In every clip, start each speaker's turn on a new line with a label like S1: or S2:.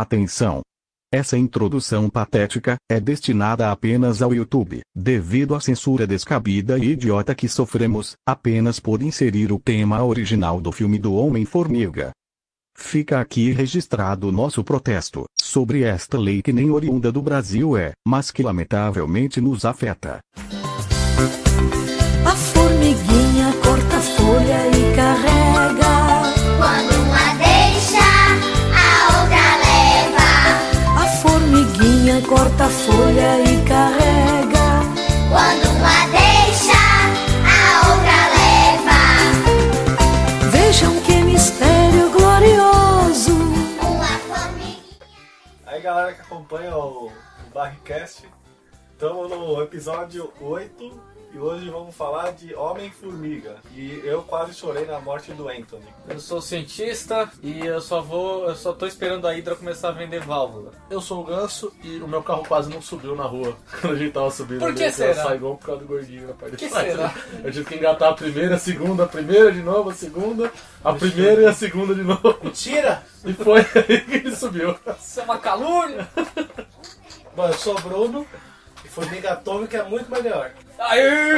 S1: Atenção! Essa introdução patética é destinada apenas ao YouTube, devido à censura descabida e idiota que sofremos, apenas por inserir o tema original do filme do Homem-Formiga. Fica aqui registrado nosso protesto sobre esta lei que nem oriunda do Brasil é, mas que lamentavelmente nos afeta.
S2: A formiguinha corta a folha e carrega.
S3: Quando uma deixa, a outra leva.
S2: A formiguinha corta a folha e carrega.
S3: Quando uma deixa, a outra leva.
S2: Vejam que mistério glorioso.
S3: Uma formiguinha.
S4: Aí galera que acompanha o, o Barricast, estamos no episódio 8 e hoje vamos falar de Homem-Formiga. E eu quase chorei na morte do Anthony.
S5: Eu sou cientista e eu só vou. Eu só tô esperando a Hydra começar a vender válvula.
S6: Eu sou o Ganso e o meu carro quase não subiu na rua quando a gente tava subindo.
S5: Por que
S6: ali,
S5: será?
S6: Eu saí igual por causa do gordinho na parte
S5: Que
S6: de trás.
S5: será?
S6: Eu tive que engatar a primeira, a segunda, a primeira de novo, a segunda, a primeira e a segunda de novo.
S7: Mentira!
S6: E foi aí que ele subiu.
S5: Isso é uma calúnia!
S7: Bom, eu sou o Bruno e Formiga Atômica é muito melhor.
S5: Aê!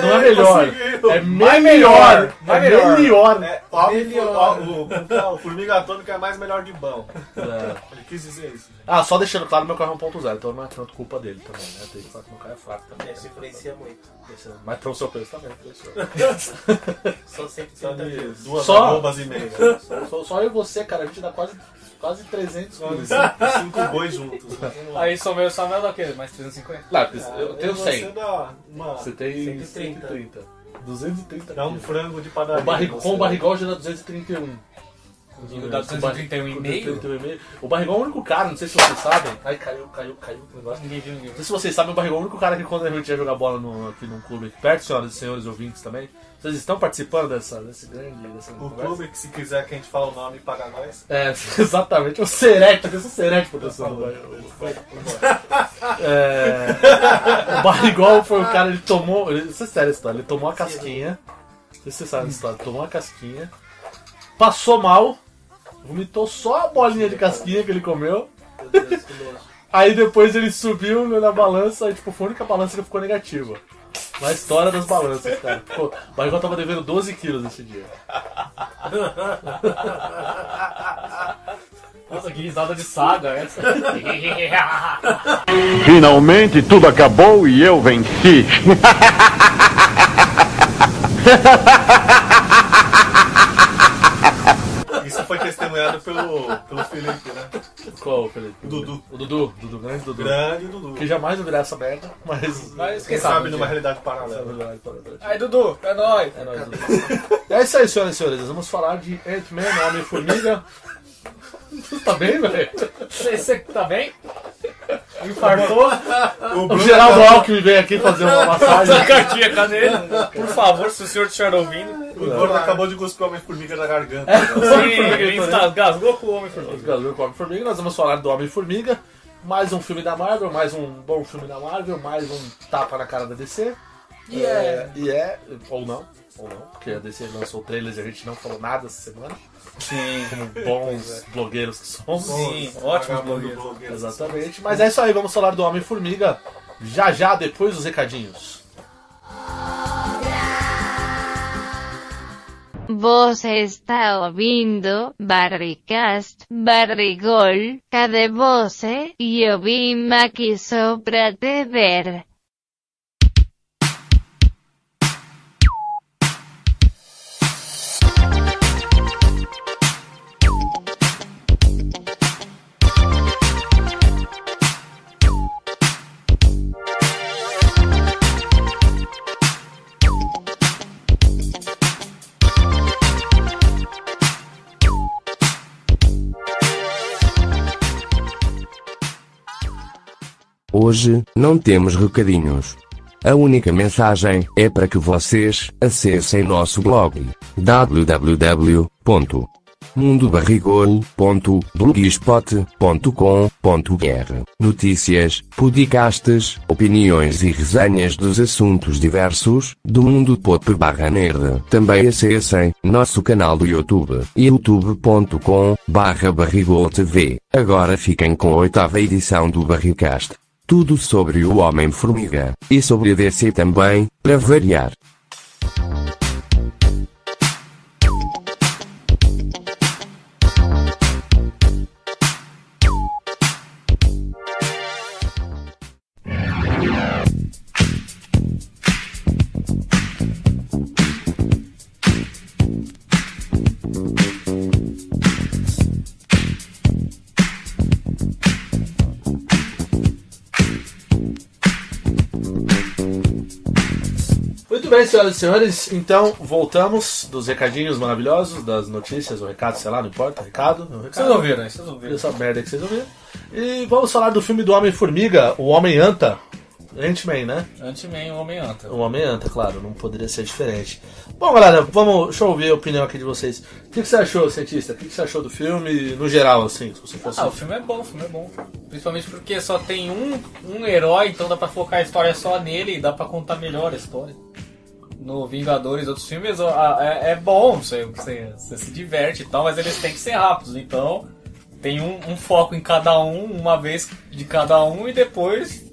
S6: Não é melhor.
S4: conseguiu.
S6: É mais melhor.
S5: mais
S6: É
S5: melhor.
S6: melhor.
S4: É, homem
S7: melhor.
S4: o,
S6: né?
S4: o, o Formiga Atômica é mais melhor de bom.
S6: É.
S4: Ele quis dizer isso. gente.
S6: Ah, só deixando claro, meu carro é 1.0, então não é tanto culpa dele também, né? Tem que falar que meu carro é fraco também.
S7: Isso influencia muito.
S6: Mas pelo seu preço também, influenciou.
S7: Só 130
S4: Sabe,
S7: quilos.
S4: é duas
S6: Só?
S4: arrobas e meia.
S6: Só, só eu e você, cara, a gente dá quase, quase 300 quilos.
S4: Cinco bois juntos.
S5: Aí sou meu Samuel dá o quê? Mais 350?
S6: Claro,
S4: Ah,
S6: eu tenho
S4: Você
S6: 100.
S4: dá, uma,
S6: Você tem
S7: 130.
S6: 130. 230
S4: dá um
S6: quilos.
S4: frango de padaria.
S6: O barri-
S4: você.
S6: Com o barrigol já dá 231.
S5: Digo, dá
S6: Com o barri-
S5: 231,5?
S6: com 231,5. O barrigol é o único cara, não sei se vocês sabem. Ai, caiu, caiu, caiu o negócio.
S5: Ninguém viu, ninguém
S6: Não
S5: viu.
S6: sei se vocês sabem, o barrigol é o único cara que quando a gente ia jogar bola no- aqui num clube aqui perto, senhoras e senhores ouvintes também. Vocês estão participando dessa, desse grande. Dessa
S4: O
S6: conversa?
S4: clube que se quiser que a gente fale o nome paga nós.
S6: É, exatamente. O Serete, eu sou Serete,
S7: Tá
S6: professor. É, o Barrigol foi o cara, ele tomou. Ele, isso é sério a história, ele tomou a casquinha. Não sei se vocês sabem a história, tomou a casquinha, passou mal, vomitou só a bolinha de casquinha que ele comeu.
S7: Meu Deus, que nojo.
S6: Aí depois ele subiu na balança e tipo, foi a única balança que ficou negativa. Na história das balanças, cara. Ficou- o Barrigol tava devendo 12 quilos nesse dia.
S5: Nossa, que risada de saga é. essa.
S8: Finalmente tudo acabou e eu venci.
S4: Isso foi testemunhado pelo, pelo Felipe, né?
S6: Qual, Felipe? O
S4: Dudu.
S6: O Dudu, Dudu, grande Dudu.
S4: Grande Dudu.
S6: Que jamais virá essa merda, mas.
S5: Mas
S4: Quem
S5: quem
S4: sabe
S5: sabe?
S4: numa
S5: um dia.
S4: realidade paralela.
S5: Aí, Dudu, é nóis!
S6: É nóis, Dudu. É isso aí, senhoras e senhores. Nós Vamos falar de Ant-Man, Homem-Formiga. Você tá bem, velho?
S5: Você, você tá bem? Infartou?
S4: O
S6: O
S4: Bruno
S6: Geraldo
S4: tá-
S6: Alckmin veio aqui fazer uma massagem.
S5: Cardíaca nele. Por favor, se o senhor estiver ouvindo.
S4: o Bruno acabou de cuspir o Homem-Formiga na garganta.
S6: É.
S5: Sim, ele está- gasgou com o homem formiga.
S6: Os Galinhos com o Homem-Formiga. Nós vamos falar do Homem-Formiga. Mais um filme da Marvel, mais um bom filme da Marvel, mais um tapa na cara da DC. E é. E é. Ou não. Ou não. Porque a DC lançou trailers e a gente não falou nada essa semana.
S5: Sim.
S6: Como bons blogueiros que somos.
S5: Sim, ótimo
S4: Vagabundo
S5: blogueiro.
S6: Exatamente. Mas é isso aí, vamos falar do Homem-Formiga já já depois dos recadinhos.
S9: Você está ouvindo Barricast, Barrigol, cadê você? E eu vim aqui só pra te ver.
S10: Hoje, não temos recadinhos. A única mensagem é para que vocês acessem nosso blog www.barricast.com.br mundobarrigol.blogspot.com.br Notícias, podcasts, opiniões e resenhas dos assuntos diversos do mundo pop barra nerd. Também acessem nosso canal do YouTube, youtube.com barra barrigol TV. Agora fiquem com a oitava edição do Barricast. Tudo sobre o Homem-Formiga, e sobre a DC também, para variar.
S6: Muito bem, senhoras e senhores, então voltamos dos recadinhos maravilhosos, das notícias, o recado, sei lá, não importa, recado. o recado.
S5: Vocês ouviram, né? Vocês ouviram.
S6: Essa merda que vocês ouviram. E vamos falar do filme do Homem-Formiga, o Homem-Anta. Ant-Man, né?
S5: Ant-Man, o Homem-Anta.
S6: O Homem-Anta, claro, não poderia ser diferente. Bom, galera, vamos, deixa eu ouvir a opinião aqui de vocês. O que, que você achou, cientista? O que, que você achou do filme, no geral, assim, se você fosse...
S5: Ah, o filme é bom, o filme é bom. Principalmente porque só tem um, um herói, então dá pra focar a história só nele e dá pra contar melhor a história. No Vingadores, outros filmes, a- é, é bom, você, você, você se diverte e tal, mas eles têm que ser rápidos, então tem um, um foco em cada um, uma vez de cada um e depois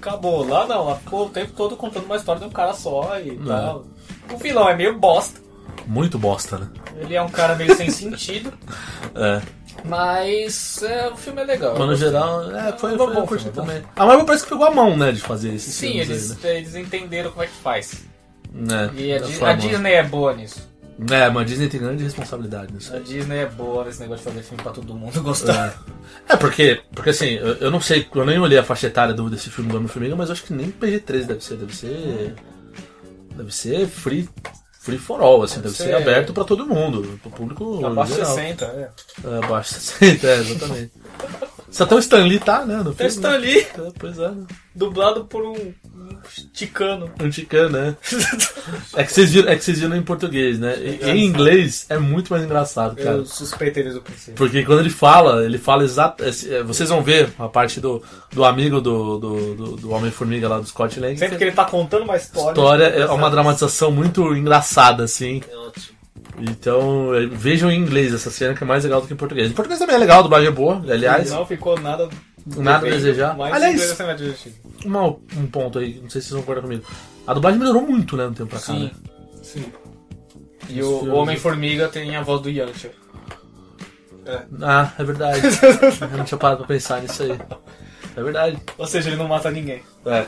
S5: acabou. Lá não, lá ficou o tempo todo contando uma história de um cara só e tal. O vilão é meio bosta,
S6: Muito bosta, né?
S5: ele é um cara meio sem sentido.
S6: É.
S5: Mas é, o filme é legal.
S6: Mas no
S5: Eu gostei.
S6: geral, é, foi,
S5: Foi
S6: foi,
S5: bom,
S6: eu curti
S5: foi bom.
S6: também. Ah, A Marvel parece que pegou a mão, né, de fazer isso.
S5: Sim, eles, eles entenderam como é que faz.
S6: Né?
S5: E a, Di-
S6: Foi
S5: a
S6: mão.
S5: Disney é boa nisso.
S6: É, mas a Disney tem grande responsabilidade nisso.
S5: A
S6: aí.
S5: Disney é boa nesse negócio de fazer filme pra todo mundo gostar.
S6: É, porque, porque assim, eu, eu não sei, eu nem olhei a faixa etária do, desse filme do Homem-Formiga, mas eu acho que nem PG-13 deve ser, deve ser... Deve ser free, free for all, assim, deve,
S5: Deve
S6: ser,
S5: ser-
S6: aberto pra todo mundo, pro público
S5: Tá Abaixo de
S6: geral.
S5: 60, é.
S6: É, abaixo de 60, é, exatamente. Se até o Stan Lee tá, né, no filme.
S5: Até Stan Lee,
S6: É, pois é, né?
S5: dublado por um, um ticano.
S6: um ticano, né? É que vocês viram, é que vocês viram em português, né? E- Em inglês é muito mais engraçado, cara.
S5: Eu suspeitei eles do princípio.
S6: Porque quando ele fala, ele fala exato. é, Vocês vão ver a parte do, do amigo do, do, do- do Homem-Formiga lá do Scott Lang.
S5: Sempre que ele tá contando uma
S6: a
S5: história.
S6: história é uma dramatização muito engraçada, assim. Então, é, vejam em inglês essa cena que é mais legal do que em português. Em português também é legal, a dublagem é boa, aliás.
S5: Não ficou nada.
S6: Nada a desejar.
S5: Mas
S6: Aliás-
S5: inglês é sempre mais divertido.
S6: Uma- um ponto aí, não sei se vocês vão concordar comigo. A dublagem melhorou muito, né, no tempo pra cá. né?
S5: Sim. Sim. E o, o Homem-Formiga tem a voz do Yancha.
S6: Ah, é verdade. Eu não tinha parado pra pensar nisso aí. É verdade.
S5: Ou seja, ele não mata ninguém.
S6: É.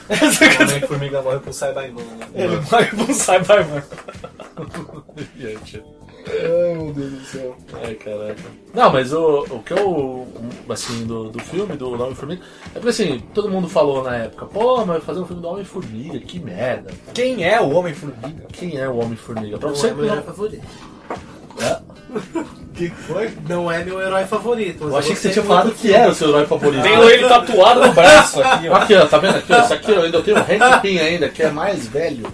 S4: Homem-Formiga morre pro Saibaiman, né?
S5: Ele vai não sai vai mano.
S6: Ai, caraca. Não, mas o, o que eu. Assim, do, do filme, do Homem-Formiga. É porque assim, todo mundo falou na época: pô, mas vai fazer um filme do Homem-Formiga, que merda.
S5: Quem é o Homem-Formiga?
S6: Quem é o Homem-Formiga? Pra você.
S7: meu herói favorito.
S4: O que que foi?
S7: Não é meu herói favorito. mas
S6: Eu achei que você
S7: gostei
S6: tinha
S7: muito
S6: falado
S7: do
S6: que era o seu herói favorito.
S5: Tem ele tatuado no braço aqui, ó.
S6: Aqui, ó, tá vendo aqui? ó? Isso aqui eu ainda tenho o Hank Pym ainda, que é mais velho.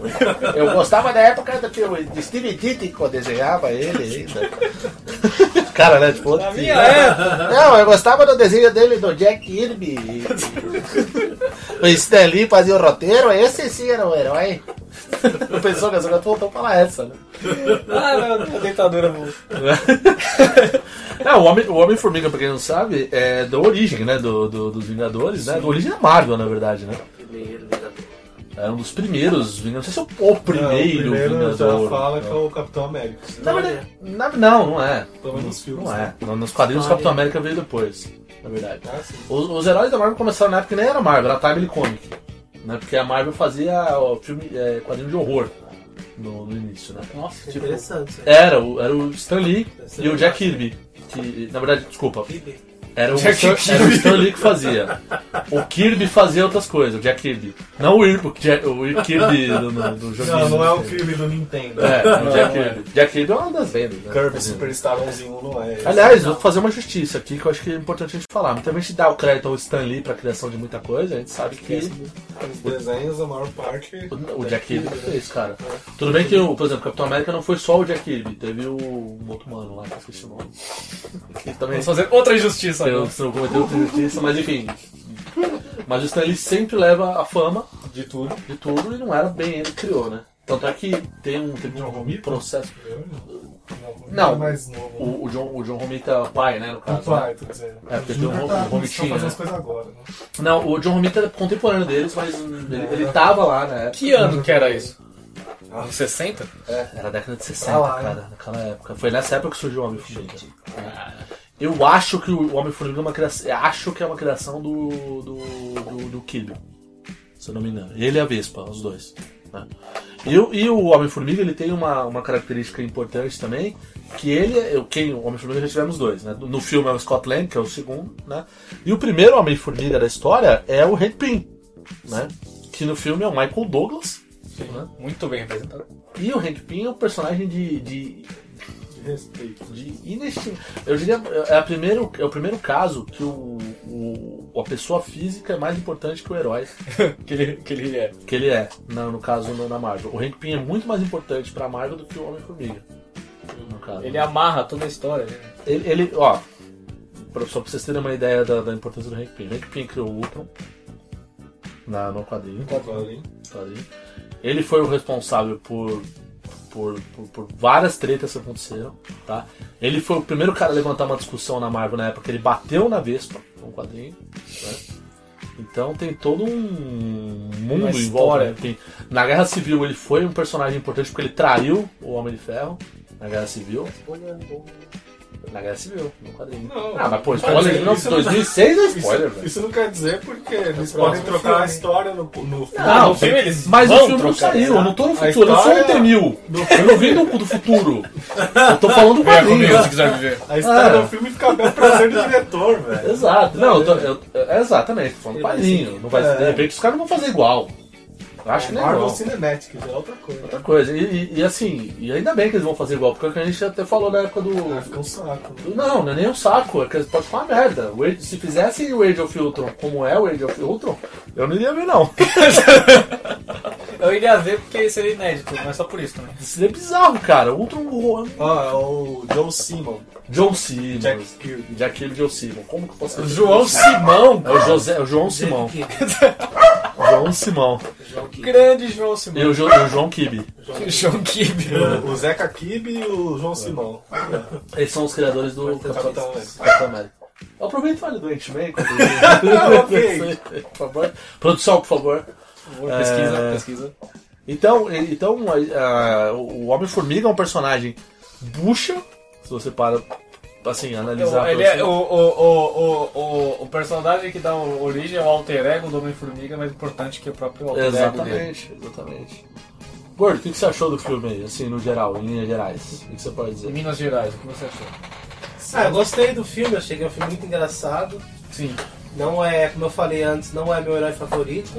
S6: Eu gostava da época do que o Steve Ditko desenhava ele ainda. Cara, né? Tipo, outro
S5: Na
S6: filme.
S5: minha época.
S6: Não, eu gostava do desenho dele do Jack Kirby. o Stan Lee fazia o roteiro, esse sim era o herói. O pessoal que jogou voltou pra lá essa, né?
S5: Ah, não, a dentadura não.
S6: Não, É, o Homem- o Homem-Formiga, pra quem não sabe, é da origem, né? Do, do- dos Vingadores, né? Da origem da Marvel, na verdade, né?
S7: Primeiro, Vingadores.
S6: É um dos primeiros Vingadores. Não sei se é o primeiro,
S4: Não, o primeiro já
S6: Vingador.
S4: fala
S6: Não.
S4: que é o Capitão América.
S6: Na
S7: é
S6: verdade, na- não, não é.
S4: Pelo menos nos filmes. né?
S6: Não é. No- Nos quadrinhos o
S7: Olha.
S6: Capitão América veio depois, na verdade.
S4: Ah, sim.
S6: Os, os heróis da Marvel começaram na época que nem era Marvel, era Timely Comic. Né? Porque a Marvel fazia o filme, é, quadrinho de horror no, no início, né?
S5: Nossa, tipo,
S7: Interessante.
S4: é
S6: Era o, era o Stan Lee e o Jack Kirby. Que, na verdade, desculpa.
S7: Kirby.
S6: Era o, Stan, era o Stan Lee que fazia. O Kirby fazia outras coisas, o Jack Kirby. Não o Irby, o Jack- o Irby Kirby do, do, do joguinho.
S4: Não, não é o Kirby do Nintendo.
S6: É, o
S4: Não,
S6: Jack
S4: não é.
S6: Kirby. Jack Kirby é uma das vendas, né?
S4: Kirby Superstar 1 não é. esse.
S6: Aliás, vou fazer uma justiça aqui que eu acho que é importante a gente falar. Muita gente dá o crédito ao Stan Lee pra criação de muita coisa, a gente sabe que
S4: os desenhos, a maior parte.
S6: o Jack Kirby que fez, cara. Tudo bem que, o, por exemplo, Capitão América não foi só o Jack Kirby, teve o um outro mano lá, que eu esqueci o nome. Que também
S5: Vamos fazer outra injustiça
S6: eu
S5: agora.
S6: não cometeu outra injustiça, mas enfim. Mas o Stan Lee sempre leva a fama
S4: De tudo.
S6: de tudo e não era bem ele que criou, né? Tanto é que tem um, teve
S4: John
S6: um
S4: Romita?
S6: processo.
S4: Não,
S6: Não,
S4: mais novo.
S6: O, o John, o John Romita pai, né, no
S4: O
S6: caso. né?
S4: pai, quer dizer.
S6: É, porque tem um
S4: Junior
S6: ro- um
S4: tá
S6: romitinho,
S4: começando a fazer
S6: né?
S4: as coisas agora, né?
S6: Não, o John Romita é contemporâneo deles, mas hum, ele, ele tava lá, né? Ah. É.
S5: Que ano que era isso? Anos 60?
S6: Era a década de 60,
S4: Ah lá,
S6: cara, naquela época. Foi nessa época que surgiu o Homem-Formiga. Eu acho que o Homem-Formiga é uma criação. Acho que é uma criação do. do. do, do Kirby. Se eu não me engano. Ele e a Vespa, os dois. né? E, o- e o Homem-Formiga ele tem uma, uma característica importante também, que ele é. eu- Quem, o Homem-Formiga já tivemos dois, né? No filme é o Scott Lang, que é o segundo, né? E o primeiro Homem-Formiga da história é o Red Pym, né? Que no filme é o Michael Douglas. né?
S5: Muito bem representado.
S6: E o Hank Pym é um personagem de, de,
S4: De respeito.
S6: de inestimável. Eu diria é, a primeiro, é o primeiro caso que o, o- a pessoa física é mais importante que o herói
S5: Que ele, que ele é.
S6: que ele é, no, no caso no- na Marvel. O Hank Pym é muito mais importante pra Marvel do que o Homem-Formiga. No caso.
S5: Ele é- amarra toda a história. né?
S6: Ele, ele- ó, pra- só pra vocês terem uma ideia da, da importância do Hank Pym. O Hank Pym criou o Ultron na, no quadrinho.
S4: Quadrinho.
S6: Quadrinho. Ele foi o responsável por, por, por, por várias tretas que aconteceram, tá? Ele foi o primeiro cara a levantar uma discussão na Marvel na época que ele bateu na Vespa, um quadrinho, né? Então tem todo um mundo
S5: Uma
S6: em volta.
S5: história.
S6: né? Tem- na Guerra Civil ele foi um personagem importante porque ele traiu o Homem de Ferro na Guerra Civil. Na Guerra Civil, no quadrinho.
S4: Não.
S6: ah, mas pô,
S4: Mas
S6: spoiler,
S4: isso-
S6: não,
S4: isso-
S6: 2006 é spoiler,
S4: Isso,
S6: velho.
S4: isso não quer dizer porque eles
S7: próximo
S4: podem trocar a
S7: filme.
S4: história no, no filme.
S5: Ah, no filme eles
S6: Mas o
S5: vão
S6: filme não
S5: trocar,
S6: saiu, eu não tô no
S4: A
S6: futuro, eu não sou
S4: história-
S6: ontem mil. Eu não vim do, do futuro. Eu tô falando do
S5: Venha comigo se
S6: quadrinho.
S5: quiser viver.
S4: A história
S6: Ah.
S4: do filme fica bem prazer do diretor, velho.
S6: Exato, não, eu tô, eu, é exatamente, tô falando do quadrinho. Não vai,
S4: É.
S6: De repente os caras não vão fazer igual. Eu
S5: É,
S6: acho que nem
S4: Marvel
S6: igual.
S4: Cinematic, já é outra coisa.
S6: Outra coisa, e, e- e assim, e ainda bem que eles vão fazer igual, porque é o que a gente até falou na época do.
S4: Ah, Fica um saco. né?
S6: Não, não é nem um saco, é que eles podem falar merda. O Age- se fizessem o Age of Ultron como é o Age of Ultron, eu não iria ver, não.
S5: Eu iria ver porque seria inédito, mas só por isso também.
S6: Isso é bizarro, cara. O Ultron horror-
S4: Ah, é o Joe Simon,
S6: John Simmons.
S4: Jack Kirby.
S6: Jack Kirby e John Simon. Como que eu posso
S5: João Simão!
S6: É o, José, é o João Simão. João Simão.
S5: Grande João
S6: E
S5: Simão.
S6: o, Jo- e o João Kibe.
S5: João Kibe.
S4: O Zeca Kibe e o João Simão.
S6: Eles são os criadores do Capitão
S4: Capitão América.
S6: Capitão América. Aproveita e fale do Ant-Man.
S4: Ah, ok.
S6: por favor. Produção, por favor.
S5: Pesquisa,
S6: É.
S5: pesquisa.
S6: Então, e- então a- a- o Homem-Formiga é um personagem bucha, se você para, assim, analisar...
S5: Então, ele
S6: pelo
S5: é o, o, o, o, o, o personagem que dá origem ao alter ego do Homem-Formiga, mais importante que o próprio alter ego dele.
S6: Exatamente, exatamente. Gordo, o que que você achou do filme aí, assim, no geral, em linhas gerais? O que que você pode
S5: Em
S6: dizer?
S5: Minas Gerais, o que você achou?
S7: Ah, eu gostei do filme, eu achei que é um filme muito engraçado.
S5: Sim.
S7: Não é, como eu falei antes, não é meu herói favorito.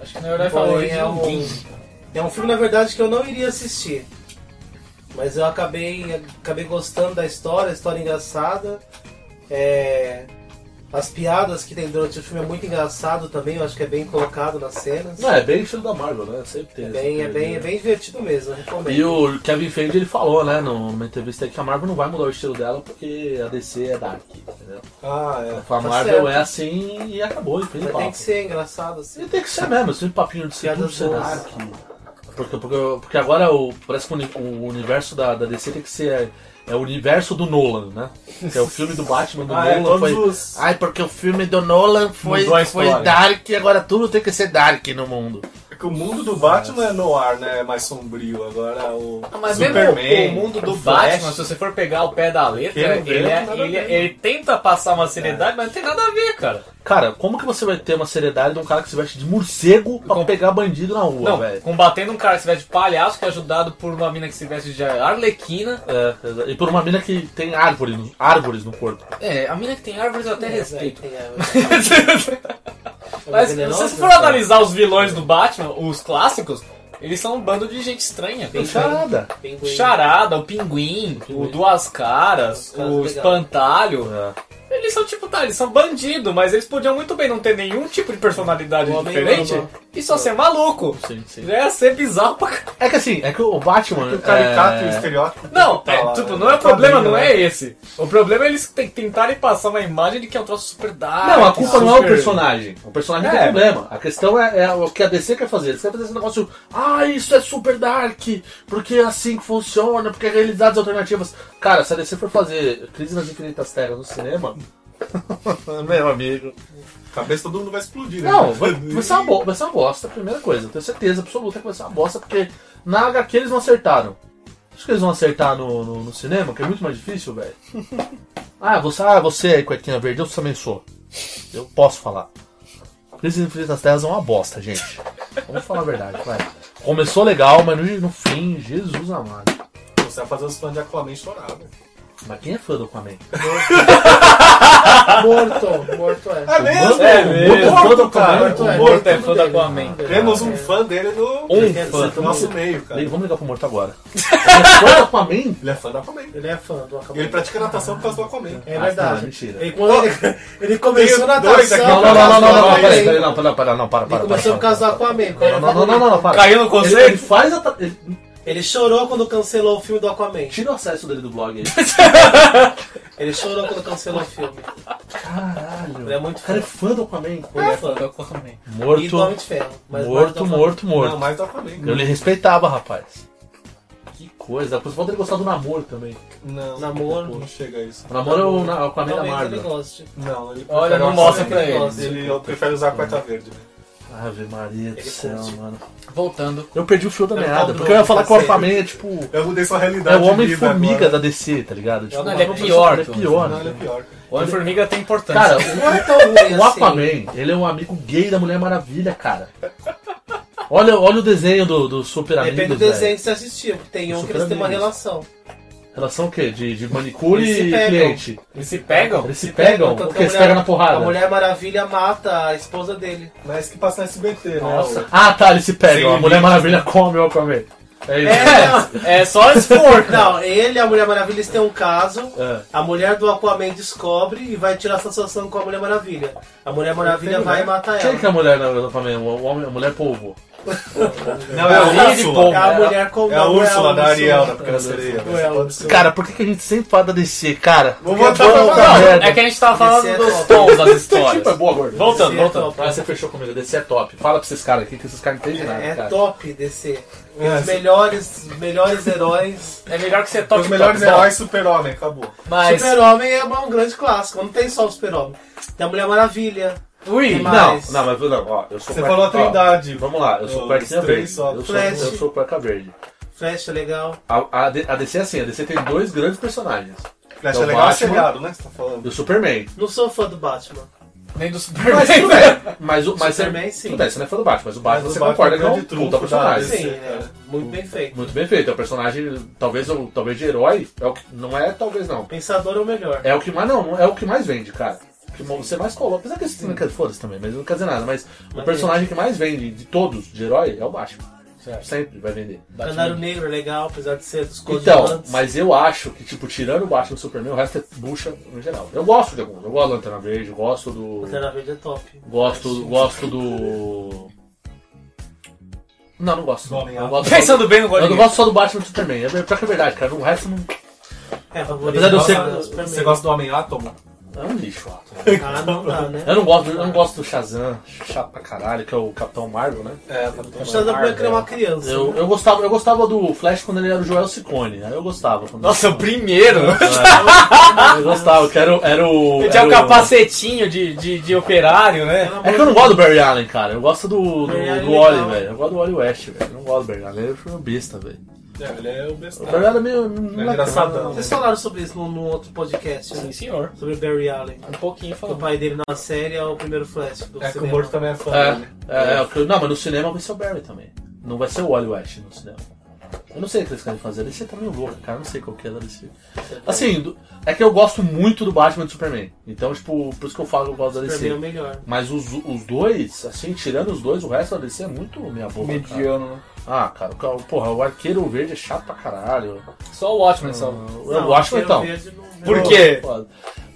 S5: Acho que na verdade
S7: Porém,
S5: falou
S7: é um, é um filme, na verdade, que eu não iria assistir. Mas eu acabei, acabei gostando da história, a história é engraçada. É, as piadas que tem durante o filme é muito engraçado também, eu acho que é bem colocado nas cenas.
S6: Não, é bem estilo da Marvel, né? Sempre tem.
S7: É
S6: essa
S7: bem, é bem, é
S6: teoria.
S7: bem divertido mesmo, eu recomendo.
S6: E o Kevin Feige ele falou, né, numa entrevista aí, que a Marvel não vai mudar o estilo dela porque a DC é dark, entendeu?
S4: Ah, é.
S6: A Marvel
S7: Tá certo.
S6: é assim e acabou, e fez
S7: Mas
S6: papo.
S7: tem que ser engraçado assim.
S6: E tem que ser mesmo, esse papinho de ser
S7: Piadas
S6: tudo ser
S7: boas.
S6: dark. Porque, porque, porque agora o, parece que o, uni- o universo da, da DC tem que ser. É o universo do Nolan, né? Que é o filme do Batman do
S4: Ah, é,
S6: Nolan.
S4: todos
S6: Foi,
S4: os-
S6: Ai, porque o filme do Nolan foi,
S4: Mudou a
S6: foi
S4: história.
S6: dark e agora tudo tem que ser dark no mundo.
S4: Porque É o mundo do Batman é no ar, né? É mais sombrio. Agora o
S5: Ah, Mas
S4: Superman,
S5: mesmo o- o mundo do
S4: Flash,
S5: Batman, se você for pegar o pé da letra,
S4: Ele não
S5: ele,
S4: tem
S5: é-
S4: nada a
S5: ele-
S4: ver. É.
S5: ele tenta passar uma seriedade, mas não tem nada a ver, cara.
S6: Cara, como que você vai ter uma seriedade de um cara que se veste de morcego pra
S5: Com-
S6: pegar bandido na rua,
S5: não,
S6: velho?
S5: combatendo um cara que se veste de palhaço, que é ajudado por uma mina que se veste de arlequina.
S6: É, exa- e por uma mina que tem árvore no- árvores no corpo.
S5: É, a mina que tem árvores eu até respeito.
S7: Tem a-
S5: mas se
S7: venenosa,
S5: você for
S7: né?
S5: analisar os vilões do Batman, os clássicos, eles são um bando de gente estranha.
S6: Tem charada.
S7: Pinguim.
S5: O Charada, o Pinguim, o Duas Caras,
S7: Duas Caras,
S5: o
S7: legal.
S5: Espantalho.
S6: É.
S5: Eles são tipo, tá, eles são bandido, mas eles podiam muito bem não ter nenhum tipo de personalidade
S7: O Homem
S5: diferente
S7: Lobo.
S5: e só ser maluco.
S6: Sim, sim.
S5: Já ia ser bizarro pra caralho.
S6: É que assim, é que o Batman.
S4: o caricato e o
S6: é...
S4: estereótipo.
S5: Não,
S4: tá
S5: é,
S4: lá,
S5: tipo,
S4: né?
S5: não é o
S4: Tá
S5: problema,
S4: bem,
S5: não
S4: né?
S5: é esse. O problema é eles te- tentarem passar uma imagem de que é um troço super dark.
S6: Não, a culpa não é o
S5: Ah, super-
S6: personagem. O personagem não tem
S5: É.
S6: problema. A questão é, é o que a DC quer fazer. Eles querem fazer esse negócio, ah, isso é super dark, porque é assim que funciona, porque é realidades alternativas. Cara, se a DC for fazer Crise nas Infinitas Terras no cinema. Meu amigo.
S4: Cabeça todo mundo vai explodir, né?
S6: Não, vai, vai,
S7: é
S6: ser uma bo- vai ser uma bosta, primeira coisa. Eu tenho certeza absoluta que vai ser uma bosta, porque na HQ eles não acertaram. Acho que eles vão acertar no, no, no cinema, que é muito mais difícil, velho. ah, você, ah, você é cuequinha verde, eu também sou. Eu posso falar. Crise Infinita das Terras é uma bosta, gente. Vamos falar a verdade, vai. Começou legal, mas no, no fim, Jesus amado.
S4: Você vai fazer os fãs de Aquaman chorar, né? velho.
S6: Mas quem é fã do Aquaman?
S7: Morto, morto é.
S4: É mesmo?
S5: É
S6: mesmo.
S4: O Morto, cara.
S6: então
S7: Morto
S4: O
S7: é.
S4: Morto.
S5: Morto é
S7: tudo
S5: fã da
S7: dele,
S5: Aquaman.
S4: Temos
S7: É.
S4: um fã dele no
S5: Um
S4: no
S5: fã.
S4: nosso meio, cara.
S6: Liga- Vamos ligar pro Morto agora. Ele é fã do Aquaman?
S4: Ele é fã da Aquaman.
S7: Ele é fã do Aquaman.
S4: Ele pratica natação por causa do Aquaman.
S7: É
S6: Ah,
S7: verdade.
S6: não, mentira.
S7: Ele, quando ele, ele começou
S4: Tem
S7: na
S4: dois aqui.
S6: Não, não, não, não, não, não, não,
S7: peraí.
S6: peraí, peraí, não, peraí, peraí, não, para, para.
S7: Ele
S6: para,
S7: começou
S6: para,
S7: por causa
S6: para,
S7: do
S6: para.
S7: Aquaman.
S6: Não,
S7: quando ele
S6: não, não,
S7: falou-
S6: não, não,
S4: Ah,
S6: não, para.
S5: Caiu no
S6: Ele,
S5: conceito?
S6: ele faz a. ta- Ele,
S7: Ele chorou quando cancelou o filme do Aquaman.
S6: tira o acesso dele do blog aí.
S7: Ele chorou quando cancelou o filme.
S6: Caralho.
S7: Ele é muito
S6: O cara é
S7: fã.
S6: fã do Aquaman.
S7: Ele é fã.
S5: Fã do Aquaman.
S7: E do Homem
S6: Morto,
S7: de Ferro. Mas
S6: morto,
S7: mais do
S6: morto,
S4: Não,
S6: morto.
S4: mais do Aquaman.
S6: Eu lhe respeitava, rapaz. Que coisa. Por falta ele gostar do namoro também.
S4: Não,
S7: Namoro.
S4: não chega a isso.
S6: O namoro é o na- o Aquaman da
S7: Aquaman. Talvez ele
S6: Marvel.
S7: goste.
S4: Não, ele
S5: Olha,
S4: prefere
S5: não
S4: o
S5: mostra
S4: Aquaman.
S5: pra ele.
S4: Ele eu prefere usar a quarta verde, né?
S6: Ave Maria do
S7: Ele
S6: céu,
S7: curte.
S6: mano.
S5: Voltando.
S6: é Eu perdi o fio da
S7: Ele
S6: meada.
S7: tá
S6: Porque eu ia
S7: louco,
S6: falar
S7: tá
S6: que o
S7: sério.
S6: Aquaman é tipo.
S4: Eu mudei sua realidade.
S6: É o
S4: de
S6: Homem-Formiga
S4: vida
S6: da DC, tá ligado? Tipo,
S5: Não, ele é
S6: uma-
S5: pior,
S6: Ele é pior.
S4: agora. Não, ele é pior.
S5: O Homem-Formiga tem importância.
S6: Cara,
S7: Não é tão ruim
S6: Tá O
S7: assim.
S6: Aquaman, ele é um amigo gay da Mulher Maravilha, cara. Olha, olha o desenho do, do Super Amigos,
S7: Depende do
S6: velho.
S7: desenho que você assistiu. porque Tem um que eles têm uma
S6: Superamigos.
S7: relação.
S6: Relação o quê? De, de manicure
S7: Eles se
S6: e
S7: pegam.
S6: cliente.
S5: Eles se pegam?
S6: Eles se pegam?
S7: Tanto
S6: Porque
S7: que a
S6: eles
S7: mulher-
S6: pegam na porrada.
S7: A Mulher Maravilha mata a esposa dele.
S4: Mas que passa na SBT, né?
S6: Ah, tá, eles se pegam.
S4: Sem
S6: a Mulher
S4: limite.
S6: Maravilha come o Aquaman. É isso.
S5: É só se for, cara.
S7: Não, ele e a Mulher Maravilha eles têm um caso.
S6: É.
S7: A mulher do Aquaman descobre e vai tirar satisfação com a Mulher Maravilha. A Mulher Maravilha
S5: né?
S4: Tem
S7: vai
S4: mulher?
S7: e mata
S6: Quem que é
S7: ela.
S6: a mulher na- do Aquaman? O homem, a mulher polvo.
S4: Não, é
S5: Bolinha
S4: a
S5: de
S4: Úrsula.
S5: pombo.
S7: É a mulher com
S4: É a
S7: não, é
S4: Úrsula da
S7: Úrsula.
S4: Ariel,
S5: né?
S4: da Pequena Sereia.
S7: Não é a Úrsula.
S6: Cara, por que, que a gente sempre fala da DC, cara?
S4: Vou
S6: Porque
S4: voltar
S6: é
S4: pra
S6: bom,
S4: falar.
S6: merda.
S5: É que a gente tava falando
S7: Esse é
S5: dos
S7: top.
S5: tons das histórias.
S6: Tipo, é boa, gordo.
S5: Voltando,
S7: Esse é
S5: voltando.
S6: Ah, você fechou comigo. DC é top. Fala pra esses caras aqui, que esses caras não entendem nada,
S7: É
S6: cara.
S7: top DC. E
S4: É,
S7: Os melhores, melhores heróis.
S5: É melhor que você toque
S4: Os melhores
S5: top. Bom,
S4: heróis, super-homem, acabou.
S5: Mas
S7: Super-Homem é um grande clássico. Não tem só o Super-Homem. Tem a Mulher Maravilha.
S5: Ui,
S7: Tem
S6: Não,
S7: mais.
S6: não, mas não, ó, eu sou
S4: Você
S6: cueca-
S4: falou a
S6: ó,
S4: Trindade.
S6: Vamos lá, eu sou
S4: Os
S6: cuequinha
S4: três
S6: verde.
S4: só.
S6: Eu sou, eu
S7: Flash.
S6: sou cueca verde.
S7: Flash é legal.
S6: A, a, D- a DC é assim, a DC tem dois grandes personagens.
S4: Flash
S6: Então,
S4: é legal
S6: Batman.
S4: seriado, né? que Você tá falando.
S6: E o Superman.
S7: Não sou fã do Batman.
S5: nem do Superman.
S6: Mas tudo bem. Mas o mas
S7: Superman,
S6: você-
S7: sim.
S6: Tudo bem, você não é fã do Batman, mas o Batman
S4: Mas o
S6: você
S4: Batman
S6: concorda
S4: é
S6: que é um
S4: grande
S6: puta
S4: trunfo
S6: personagem.
S4: da DC.
S7: Sim,
S4: é,
S7: é. Muito bem feito.
S6: Muito bem feito. É um personagem, talvez, o- talvez de herói, é o que, não é talvez não.
S7: Pensador é o melhor.
S6: É o que mais não, é o que mais vende, cara. O Que você mais coloca. Apesar que esse filme é foda-se também, mas não quer dizer nada. Mas o
S7: Mas
S6: personagem que mais vende de todos, de herói, é o Batman. Sempre vai vender.
S7: Canário Negro é legal, apesar de ser dos
S6: Então,
S7: coadjuvantes.
S6: mas eu acho que, tipo, tirando o Batman e o Superman, o resto é bucha no geral. Eu gosto de alguns. Eu gosto do Lanterna Verde, eu gosto do.
S7: Lanterna Verde é top.
S6: Gosto, gosto do. Não, não gosto.
S4: Homem
S6: Eu,
S4: Alto.
S6: gosto só,
S5: Pensando bem, não gosto
S6: eu
S5: de
S6: não gosto só do Batman e do Superman. É, pior que é verdade, cara. O resto não.
S7: É, favorito.
S6: Apesar de eu
S7: nossa,
S6: ser-
S7: Superman.
S4: Você gosta do Homem Átomo?
S6: É um lixo o Atom.
S7: Ah, não dá, né?
S6: Eu não gosto, eu não gosto do Shazam, chato pra caralho, que é o Capitão Marvel, né?
S5: É, tá bom.
S7: O Shazam Black era uma criança.
S6: Eu, eu, gostava, eu gostava do Flash quando ele era o Joel Ciccone, aí eu gostava. Quando
S5: Nossa, o primeiro!
S6: eu gostava, que era, o- era o...
S5: Ele
S6: era
S5: tinha um capacetinho de, de, de operário, né?
S6: É que eu não gosto do Barry Allen, cara. Eu gosto do, do,
S7: Barry Allen
S6: do
S7: é
S6: Wally,
S7: legal.
S6: velho. Eu gosto do Wally West, velho. Eu não gosto do Barry Allen. Ele foi um besta, velho.
S4: É, ele é o
S6: O
S4: bestão.
S6: Barry Allen é meio...
S4: É
S6: Não
S4: engraçadão.
S7: Vocês falaram sobre isso num, num outro podcast, né?
S5: Sim, senhor.
S7: sobre Barry Allen.
S5: Um pouquinho
S7: O
S5: falando.
S7: pai dele na série é o primeiro Flash do
S4: É que o
S7: cinema.
S4: Morto também é fã
S6: É,
S4: dele.
S6: é, é, o que- não, mas no cinema vai ser o Barry também. Não vai ser o Wally West no cinema. Eu não sei o que eles querem fazer. A DC tá meio louca, cara. Eu não sei qual que é da DC. Assim, do- é que eu gosto muito do Batman e do Superman. Então, tipo, por isso que eu falo que eu gosto da
S7: Pra mim é o
S6: DC.
S7: melhor.
S6: Mas os, os dois, assim, tirando os dois, o resto da DC é muito minha boca, cara.
S5: Mediano, né?
S6: Ah, cara, o cara- porra, o Arqueiro Verde é chato pra caralho.
S5: Só Ah, o Watchmen, só.
S6: o Watchmen, então.
S7: Verde não-
S5: Por quê?
S6: é Foda.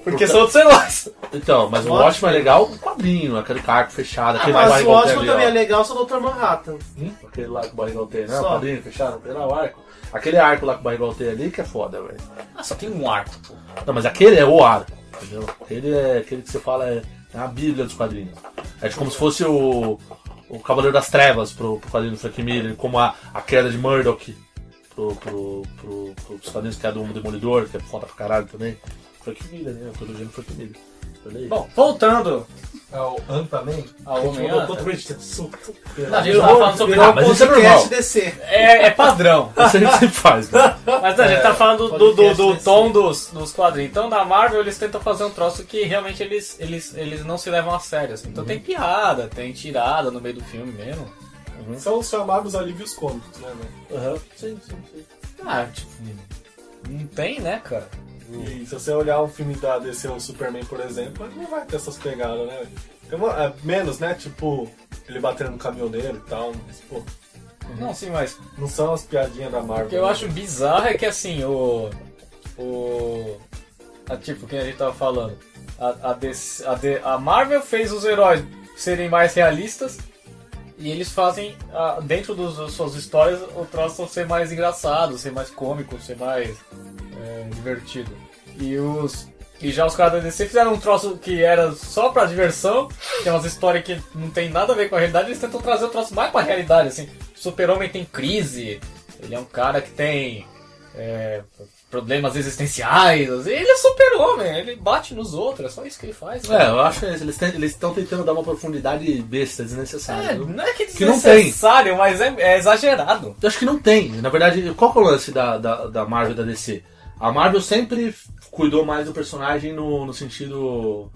S5: Porque são outros heróis.
S6: Então, mas o
S7: Watchmen.
S6: Watchmen é legal o quadrinho, aquele arco fechado, aquele
S7: Ah,
S4: tá
S7: Mas o
S6: barrigão tem
S7: ótimo
S6: ali,
S7: também
S6: ó.
S7: é legal, só o Dr. Manhattan.
S6: Hum? Aquele lá que o barrigão tem, né?
S7: Só.
S6: O quadrinho fechado, tem lá o arco. Aquele arco lá que o barrigão tem ali que é foda, velho.
S5: Ah, só tem um arco, pô.
S6: Não, mas aquele é o arco, entendeu? Aquele é aquele que você fala é, é a bíblia dos quadrinhos. É tipo como se fosse o, o Cavaleiro das Trevas pro, pro quadrinho do Frank Miller, como a, a queda de Murdoch pro, pro, pro, pros quadrinhos que é do Demolidor, que é foda pra caralho também. Frank Miller, né? Eu tô elogiando o Frank Miller. Olha aí.
S5: Bom, voltando
S4: É o Ant-Man.
S5: ao homem
S7: Mudou totalmente de assunto.
S5: é, Não, a gente tava falando sobre. Ah,
S7: Virou um
S6: mas isso é normal.
S7: podcast DC.
S5: É, é padrão.
S6: Isso a gente sempre faz, né?
S5: Mas a gente tá falando do, do, do,
S7: podcast
S5: do
S4: né?
S7: desse.
S5: tom dos, dos quadrinhos. Então, na Marvel, eles tentam fazer um troço que realmente eles, eles, eles não se levam a sério. assim. Então, tem piada, tem tirada no meio do filme mesmo.
S4: Uhum. São os chamados alívios cômicos, né, né?
S6: Aham, sim, sim, sim.
S5: Ah, tipo, não tem, né, cara?
S4: E se você olhar um filme da DC ou Superman, por exemplo, ele não vai ter essas pegadas, né? Tem uma, é, menos, né? Tipo, ele batendo no caminhoneiro e tal. Mas, pô,
S5: Não, sim, mas
S4: não são as piadinhas da Marvel. né?
S5: O que eu acho bizarro é que assim, o. O. a- tipo, quem a gente tava falando. A, a, DC a, D- a Marvel fez os heróis serem mais realistas. E eles fazem, ah, dentro dos- das suas histórias, o troço ser mais engraçado, ser mais cômico, ser mais é, divertido. E os. E já os caras da DC fizeram um troço que era só pra diversão, tem umas histórias que não tem nada a ver com a realidade, eles tentam trazer o troço mais pra realidade, assim. O super-homem tem crise, ele é um cara que tem é, problemas existenciais, assim. ele é super-homem, ele bate nos outros, é só isso que ele faz.
S6: É,
S5: cara.
S6: eu acho que eles têm- eles estão tentando dar uma profundidade besta, desnecessária.
S5: É,
S6: viu?
S5: não é que
S6: Que não tem.
S5: desnecessário, mas é, é exagerado.
S6: Eu acho que não tem. Na verdade, qual que é o lance da, da, da Marvel e da DC? A Marvel sempre cuidou mais do personagem no, no sentido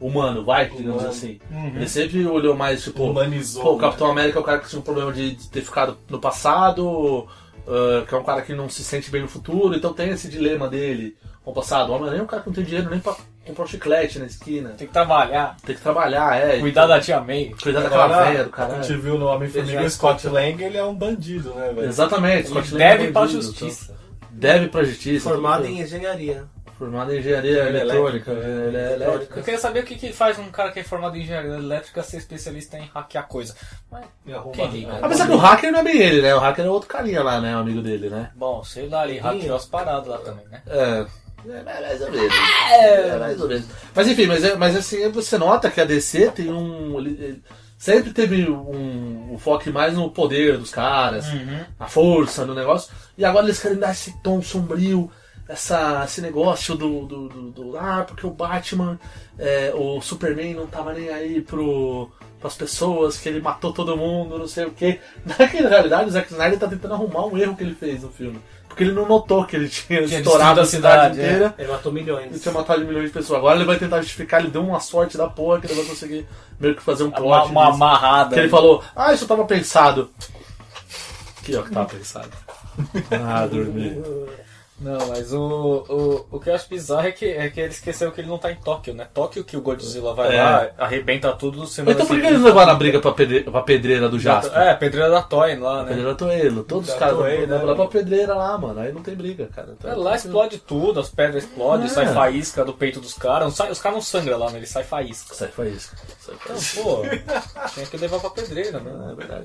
S6: humano, vai, digamos
S4: Humano.
S6: assim.
S5: Uhum.
S6: Ele sempre olhou mais, tipo,
S4: Humanizou,
S6: pô, o Capitão
S4: né?
S6: América é o cara que tinha um problema de, de ter ficado no passado, ah, que é um cara que não se sente bem no futuro, então tem esse dilema dele com o passado. O Homem-Aranha é um cara que não tem dinheiro nem pra comprar um chiclete na esquina.
S5: Tem que trabalhar,
S6: Tem que trabalhar, é.
S5: cuidar da tia May.
S6: Cuidar daquela
S4: Agora,
S6: velha do
S4: a
S6: caralho.
S4: gente viu no Homem-Formiga,
S6: Ele-
S4: o Scott Lang, ele é um bandido, né, velho?
S5: Ele
S6: Exatamente, Scott Lang é
S5: deve pra
S6: bandido,
S5: justiça.
S6: então. Deve pra justiça.
S7: Formado
S6: tudo.
S7: em engenharia.
S6: Formado em engenharia
S4: Ele é elétrico,
S6: eletrônica. Ele é
S5: Eu
S6: elétrico.
S5: queria saber o que, que faz um cara que é formado em engenharia elétrica ser especialista em hackear coisa. Mas,
S4: E arruma-
S5: Quem liga?
S4: arruma-
S6: Apesar que o hacker não é bem ele, né? O hacker é outro carinha lá, né? O amigo dele, né?
S5: bom, sei lá, ele hackeou as paradas lá também, né?
S6: É. É mais ou menos. É mais ou menos. Mas enfim, mas, é- mas assim, você nota que a DC tem um. ele- ele- sempre teve um, um foco mais no poder dos caras, a força no negócio. E agora eles querem dar esse tom sombrio, essa, esse negócio do, do, do- do- Ah, porque o Batman, é, o Superman não tava nem aí pro, pras pessoas, que ele matou todo mundo, não sei o quê. Na que, na realidade, o Zack Snyder tá tentando arrumar um erro que ele fez no filme. Porque ele não notou que ele tinha,
S5: Tinha destruído
S6: estourado a
S5: a
S6: cidade,
S5: cidade, é.
S6: inteira.
S7: Ele matou
S6: Ele
S7: milhões.
S6: tinha matado milhões de pessoas. Agora ele vai tentar justificar, ele deu uma sorte da porra que ele vai conseguir meio que fazer um plot.
S5: Uma, uma
S6: disso.
S5: amarrada.
S6: que ele falou, ah, isso tava pensado. Que ó, que tava pensado. Ah, dormi.
S5: Não, mas o, o, o que eu acho bizarro é que, é que ele esqueceu que ele não tá em Tóquio, né? Tóquio que o Godzilla vai
S6: É.
S5: lá, arrebenta tudo no
S6: Ou
S5: semana
S6: então por que
S5: seguinte.
S6: eles levaram a briga pra pedreira, pra pedreira do
S5: Já-
S6: Jasper?
S5: É, pedreira da Toy lá, né?
S6: Pedreira Toelo, todos os
S4: Da
S6: caras
S4: Toei,
S6: levam
S4: né?
S6: lá pra pedreira lá, mano. Aí não tem briga, cara. Então,
S5: É, Lá explode tudo, as pedras explodem,
S6: É.
S5: sai faísca do peito dos caras. Não sai- Os caras não sangram lá, né? Eles saem faísca.
S6: Sai foi isso. Sai foi
S5: Então,
S6: isso.
S5: pô, tinha que levar pra pedreira, né?
S6: É verdade.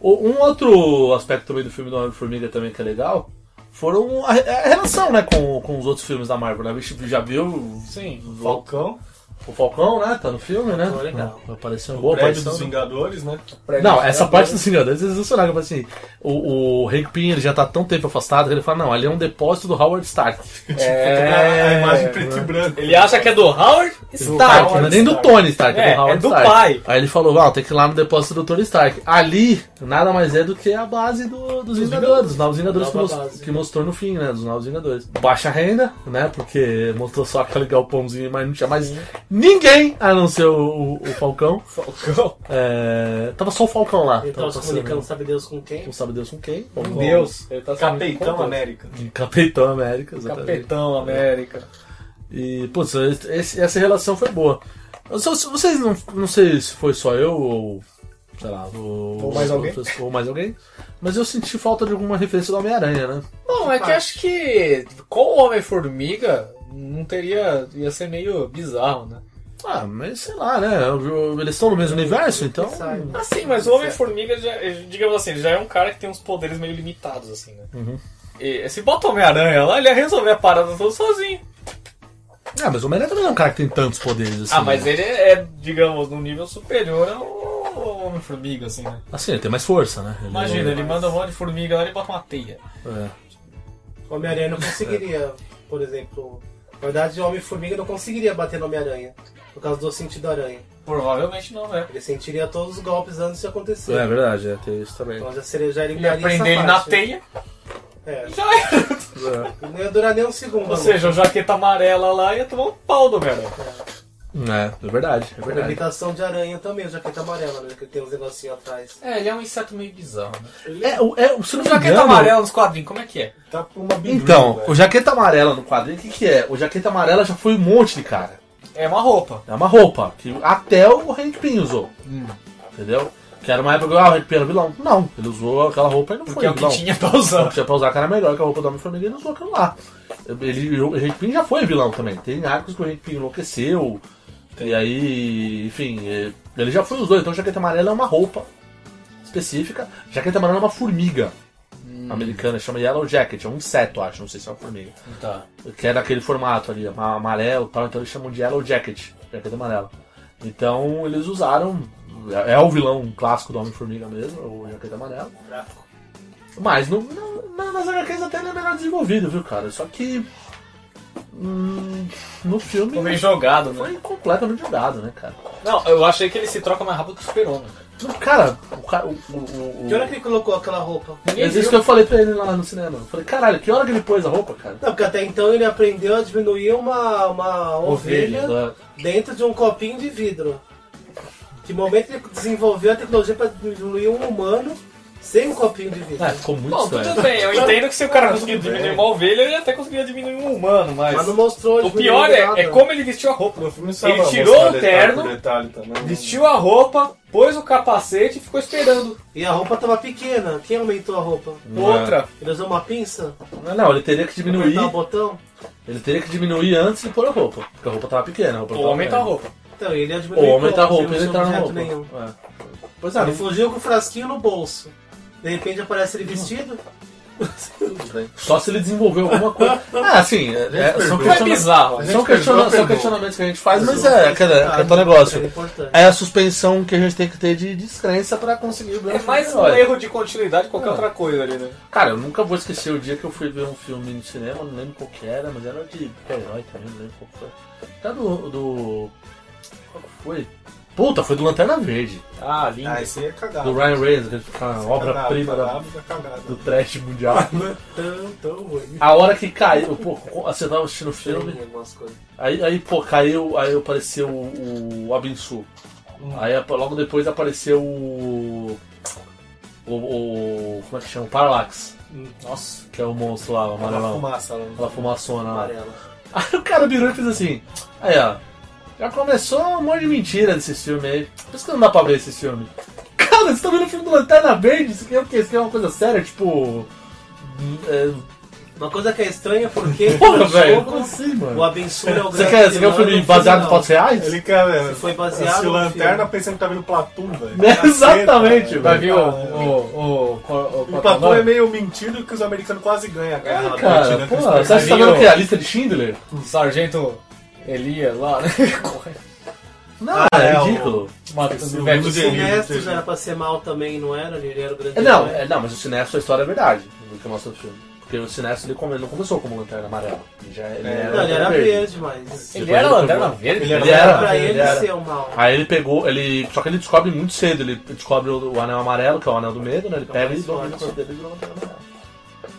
S6: O- Um outro aspecto também do filme do Homem-Formiga também que é legal foram a, a relação, né, com, com os outros filmes da Marvel, né? A gente já viu
S5: Sim.
S4: Falcão,
S6: o Falcão, né? Tá no filme, né?
S7: Foi legal.
S6: Apareceu uma
S4: o
S6: boa
S4: prédio
S6: aparição.
S4: dos Vingadores, né?
S6: Não, essa parte dos Vingadores é sensacional. que eu falei Assim, o, o Hank Pym ele já tá tão tempo afastado que ele fala, não, ali é um depósito do Howard Stark.
S5: É.
S7: É,
S4: Cara, a imagem preto e branco.
S5: Ele acha que é do Howard Stark.
S6: não é nem do Tony Stark, é,
S5: É,
S6: do Howard
S5: é do
S6: Stark.
S5: pai.
S6: Aí ele falou, "Val, tem que ir lá no depósito do Tony Stark. Ali, nada mais é do que a base do- dos Vingadores, dos Novos Vingadores que,
S7: Nova
S6: mos-
S7: base.
S6: que mostrou no fim, né, dos Novos Vingadores. Baixa renda, né, porque mostrou só aquele galpãozinho, mas não tinha mais ninguém, a não ser o, o- o Falcão.
S5: Falcão.
S6: É, tava só o Falcão lá.
S5: Então,
S7: Ele
S5: tá
S7: tava se
S6: passando,
S7: comunicando, sabe Deus com quem?
S6: não sabe Deus com quem.
S5: Meu Deus. Ele tá se comunicando
S4: Capitão
S5: com
S4: América.
S6: Capitão América,
S5: todos.
S6: exatamente.
S5: Capitão América.
S6: E, putz, esse- essa relação foi boa. Eu só- se Vocês não, não sei se foi só eu ou. Sei lá, ou,
S4: Ou mais alguém.
S6: ou mais alguém, Mas eu senti falta de alguma referência do Homem-Aranha, né?
S5: Bom, é que eu acho que com o Homem-Formiga não teria. ia ser meio bizarro, né?
S6: Ah, mas sei lá, né? Eu- eu- Eles estão no mesmo universo, então.
S7: Sai, né?
S5: Ah, sim, mas o Homem-Formiga, já- digamos assim, ele já é um cara que tem uns poderes meio limitados, assim, né? E, se bota o Homem-Aranha lá, ele ia resolver a parada toda sozinho.
S6: Ah, mas o Homem-Aranha também não é um cara que tem tantos poderes assim.
S5: ah, mas
S6: né?
S5: ele é, é, digamos, num nível superior ao Homem-Formiga, assim, né?
S6: Assim, ele tem mais força, né? Ele-
S5: Imagina, ele manda um monte de formiga lá e bota uma teia.
S6: É.
S7: O Homem-Aranha não conseguiria, por exemplo. Na verdade, o Homem-Formiga não conseguiria bater no Homem-Aranha. Por causa do sentido aranha.
S5: Provavelmente não, né?
S7: Ele sentiria todos os golpes antes de acontecer.
S6: É verdade, é, tem isso também.
S7: Então já seria já
S5: Ele ia
S7: eliminaria
S5: prender ele
S7: essa
S5: na
S7: parte.
S5: teia
S7: É,
S5: e já era.
S6: É.
S7: não ia durar nem um segundo.
S5: Ou seja, o jaqueta amarela lá ia tomar um pau do homem
S6: É, é verdade, é
S7: a
S6: verdade.
S7: limitação de aranha também, o jaqueta amarela, né? Que tem uns negocinhos atrás.
S5: É, ele é um inseto meio bizarro, né?
S6: É, o- é, o- se não
S5: O
S6: me
S5: jaqueta
S6: engano-
S5: amarela nos quadrinhos, como é que é?
S4: Tá com uma big
S6: Então,
S4: Green,
S6: o
S4: velho.
S6: jaqueta amarela no quadrinho, o que, que é? O jaqueta amarela já foi um monte de cara.
S5: É uma roupa.
S6: É uma roupa que até o Hank Pym usou.
S5: Hum.
S6: Entendeu? Que era uma época que ah, o Hank Pym era vilão. Não, ele usou aquela roupa e não
S5: Porque
S6: foi
S5: é o que
S6: vilão.
S5: tinha pra
S6: Não,
S5: usar.
S6: tinha pra usar cara melhor que a roupa do Homem-Formiga e ele usou aquilo lá. Ele, o Hank Pym já foi vilão também. Tem arcos que o Hank Pym enlouqueceu. E aí, enfim, é, ele já foi os dois. Então jaqueta amarela é uma roupa específica. Jaqueta amarela é uma formiga
S5: Hum.
S6: americana, chama Yellow Jacket. É um inseto, acho. Não sei se é uma formiga
S5: Tá.
S6: que é daquele formato ali, ama- amarelo e tal, então eles chamam de Yellow Jacket, jaqueta amarela. Então eles usaram, é é o vilão clássico do Homem-Formiga mesmo, o jaqueta amarela. Mas no, no, na- nas HQs até ele é melhor desenvolvido, viu, cara? Só que. hum, no filme
S5: Ficou meio jogado, né?
S6: foi completamente jogado, né, cara?
S5: Não, eu achei que ele se troca mais rápido que o super-homem. né?
S6: Mas, Cara, o cara. O, o, o,
S5: é
S7: Que hora que tá- ele colocou aquela roupa?
S5: Ninguém
S6: Mas isso
S5: viu.
S6: que eu falei pra ele lá no cinema. Eu falei, caralho, que hora que ele pôs a roupa, cara?
S7: Não, porque até então ele aprendeu a diminuir uma, uma ovelha,
S6: né?
S7: dentro de um copinho de vidro. Que momento ele desenvolveu a tecnologia para diminuir um humano sem um copinho de vidro.
S6: É, ficou muito
S5: Bom,
S6: estranho.
S5: tudo bem, eu entendo que se o cara conseguir
S4: tudo bem.
S5: diminuir uma ovelha, ele até conseguiria diminuir um humano, mas.
S7: Mas não mostrou
S5: O pior é, é como ele vestiu a roupa.
S4: No filme sabe
S5: Ele
S4: mostrar
S5: tirou o
S4: detalhe
S5: terno,
S4: por detalhe também.
S5: Vestiu a roupa, pôs o capacete e ficou esperando.
S7: E a roupa tava pequena. Quem aumentou a roupa?
S4: é.
S5: Outra.
S7: Ele usou uma pinça?
S6: Não, não, ele teria que diminuir.
S5: Tá
S7: Apertar o botão?
S6: Ele teria que diminuir antes de pôr a roupa. Porque a roupa tava pequena. A roupa
S5: Ou aumenta a tá roupa.
S7: Então, ele ia diminuir
S6: Ou aumenta a
S7: como?
S6: tá roupa,
S7: Sem
S6: ele entrar na
S7: objeto
S6: roupa.
S7: nenhum.
S6: É. Pois é,
S7: Ele
S6: não
S7: fugiu com o frasquinho no bolso. De repente aparece ele vestido.
S6: Só se ele desenvolveu alguma coisa. Ah, assim, é- é- são,
S5: Não é
S6: questiona-
S5: bizarro.
S4: A
S5: né?
S4: gente
S6: são,
S4: perdoa,
S6: questiona- são
S4: perdoa.
S6: questionamentos que a gente faz, mas é, cara, é,
S7: Ah,
S6: aquele negócio.
S7: É importante.
S6: É a suspensão que a gente tem que ter de descrença pra conseguir o
S5: É
S6: grande
S5: mais um
S6: filme.
S5: erro de continuidade que qualquer
S7: Ah.
S6: É.
S5: outra coisa ali, né?
S6: Cara, eu nunca vou esquecer o dia que eu fui ver um filme no cinema, não lembro qual que era, mas era de herói também, não lembro qual que foi. Tá do. do. Qual que foi? Puta, foi do Lanterna Verde.
S5: Ah, lindo.
S4: Ah, esse aí é cagado.
S6: Do Ryan Reynolds, aquela obra-prima da do trash mundial.
S7: é Tão, tão ruim.
S6: A hora que caiu, pô, você tava assistindo o filme,
S7: Tem algumas coisas.
S6: aí, aí pô, caiu, aí apareceu o, o Abinsu. Aí ap- logo depois apareceu o, o. o- Como é que chama? O Parallax,
S5: Nossa.
S6: que é o monstro lá, o
S4: Uma
S6: amarelão.
S4: fumaça lá.
S6: Aquela fumaçona lá.
S7: né? Amarela.
S6: Aí o cara virou e fez assim. Aí, ó. Já começou um monte de mentira desses filmes aí. Por isso que não dá pra ver esse filme. Cara, tá vocês estão vendo o filme do Lanterna Verde? Isso aqui é o quê? Isso aqui é uma coisa séria? Tipo. hum, É,
S7: Uma coisa que é estranha é porque
S6: Porra,
S7: o
S6: velho.
S7: jogo,
S6: Como assim,
S7: o
S6: mano?
S7: Abençoe é o
S6: Você
S7: grande
S6: quer, você quer um
S7: vilão,
S6: filme
S7: ele
S6: baseado em
S7: não.
S6: fatos reais?
S4: Ele quer, velho.
S7: Se foi baseado
S4: É né? Se
S7: no
S4: lanterna
S7: filme.
S4: pensando que tá vendo Platum, velho.
S6: Né?
S4: um Caceta,
S6: Exatamente,
S4: velho.
S5: Vai vir o.
S4: Ah,
S5: O. O. O. qual- o,
S4: é.
S5: qual
S4: O
S5: que é o
S4: Platum é
S5: nome?
S4: meio mentido que os americanos quase ganham a guerra. lá
S6: Ah,
S4: do
S6: cara,
S4: Vietnã, que
S6: pô,
S4: eles
S6: você acha que tá vendo o quê? A lista de Schindler?
S5: Sargento Elias lá, né?
S6: Não,
S4: Ah,
S6: é
S4: é,
S6: ridículo.
S4: Esse é
S5: Matando o
S4: mundo
S5: velho.
S7: O
S4: de-
S7: Sinestro já era pra ser mal né, também, não era? Ele era o grande
S6: É, Não,
S7: vilão.
S6: é, não, mas o Sinestro, a história é verdade do que mostra o filme. Porque o Sinestro ele come- ele não começou como Lanterna Amarela. Ele, já, ele,
S4: É,
S6: era,
S7: Não, ele era
S6: verde.
S7: verde, mas.
S5: Ele era lanterna verde?
S4: Ele é
S5: né?
S4: era-
S6: é Ele era,
S7: pra
S6: ele
S7: ele
S6: era.
S7: ser o mal.
S6: Aí ele pegou, ele. Só que ele descobre muito cedo, ele descobre o, o anel amarelo, que é o anel do medo, né? Ele pega e domina o corpo dele e vira uma lanterna amarela.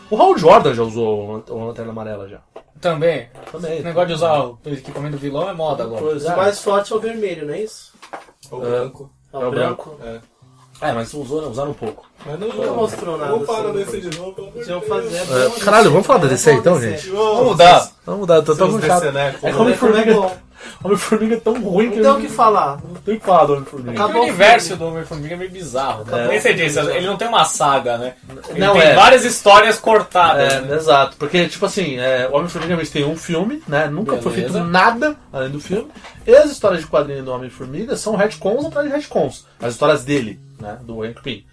S6: O Hal Jordan já usou o lan- o lanterna amarela já.
S5: Também.
S6: Também.
S5: O negócio de usar o equipamento do vilão é moda agora.
S6: Pois
S7: O
S6: é.
S7: mais forte é o vermelho, não é isso?
S4: Ou branco.
S7: É
S6: É
S7: o
S6: o
S7: branco.
S6: É, mas usou, né? Usaram um pouco.
S4: Mas não
S7: Nunca mostrou nada.
S4: Vamos parar
S7: sobre-
S4: desse de novo, pelo amor de
S7: Deixa eu
S4: Deus.
S7: fazer.
S6: É, caralho, vamos falar da
S7: É,
S6: DC então,
S7: DC.
S6: gente?
S4: Vamos
S6: mudar. Vamos mudar, eu tô tão
S4: Seus
S6: chato.
S4: DC, né?
S6: É
S7: Como é que é
S6: Homem-Formiga.
S7: bom?
S6: Homem-Formiga é tão ruim que
S7: Então o
S6: eu
S7: que falar?
S6: não tenho o que falar do Homem-Formiga.
S7: Acabou.
S5: Porque o universo do Homem-Formiga é meio bizarro. Né? Nem sei disso, ele não tem uma saga, né? Ele
S6: Não,
S5: tem
S6: é.
S5: várias histórias cortadas.
S6: É,
S5: né?
S6: exato. Porque, tipo assim, é, o Homem-Formiga realmente tem um filme, né? Nunca foi
S5: Beleza.
S6: feito nada além do filme. E as histórias de quadrinho do Homem-Formiga são retcons atrás de retcons. As histórias dele, né? Do Hank Pym.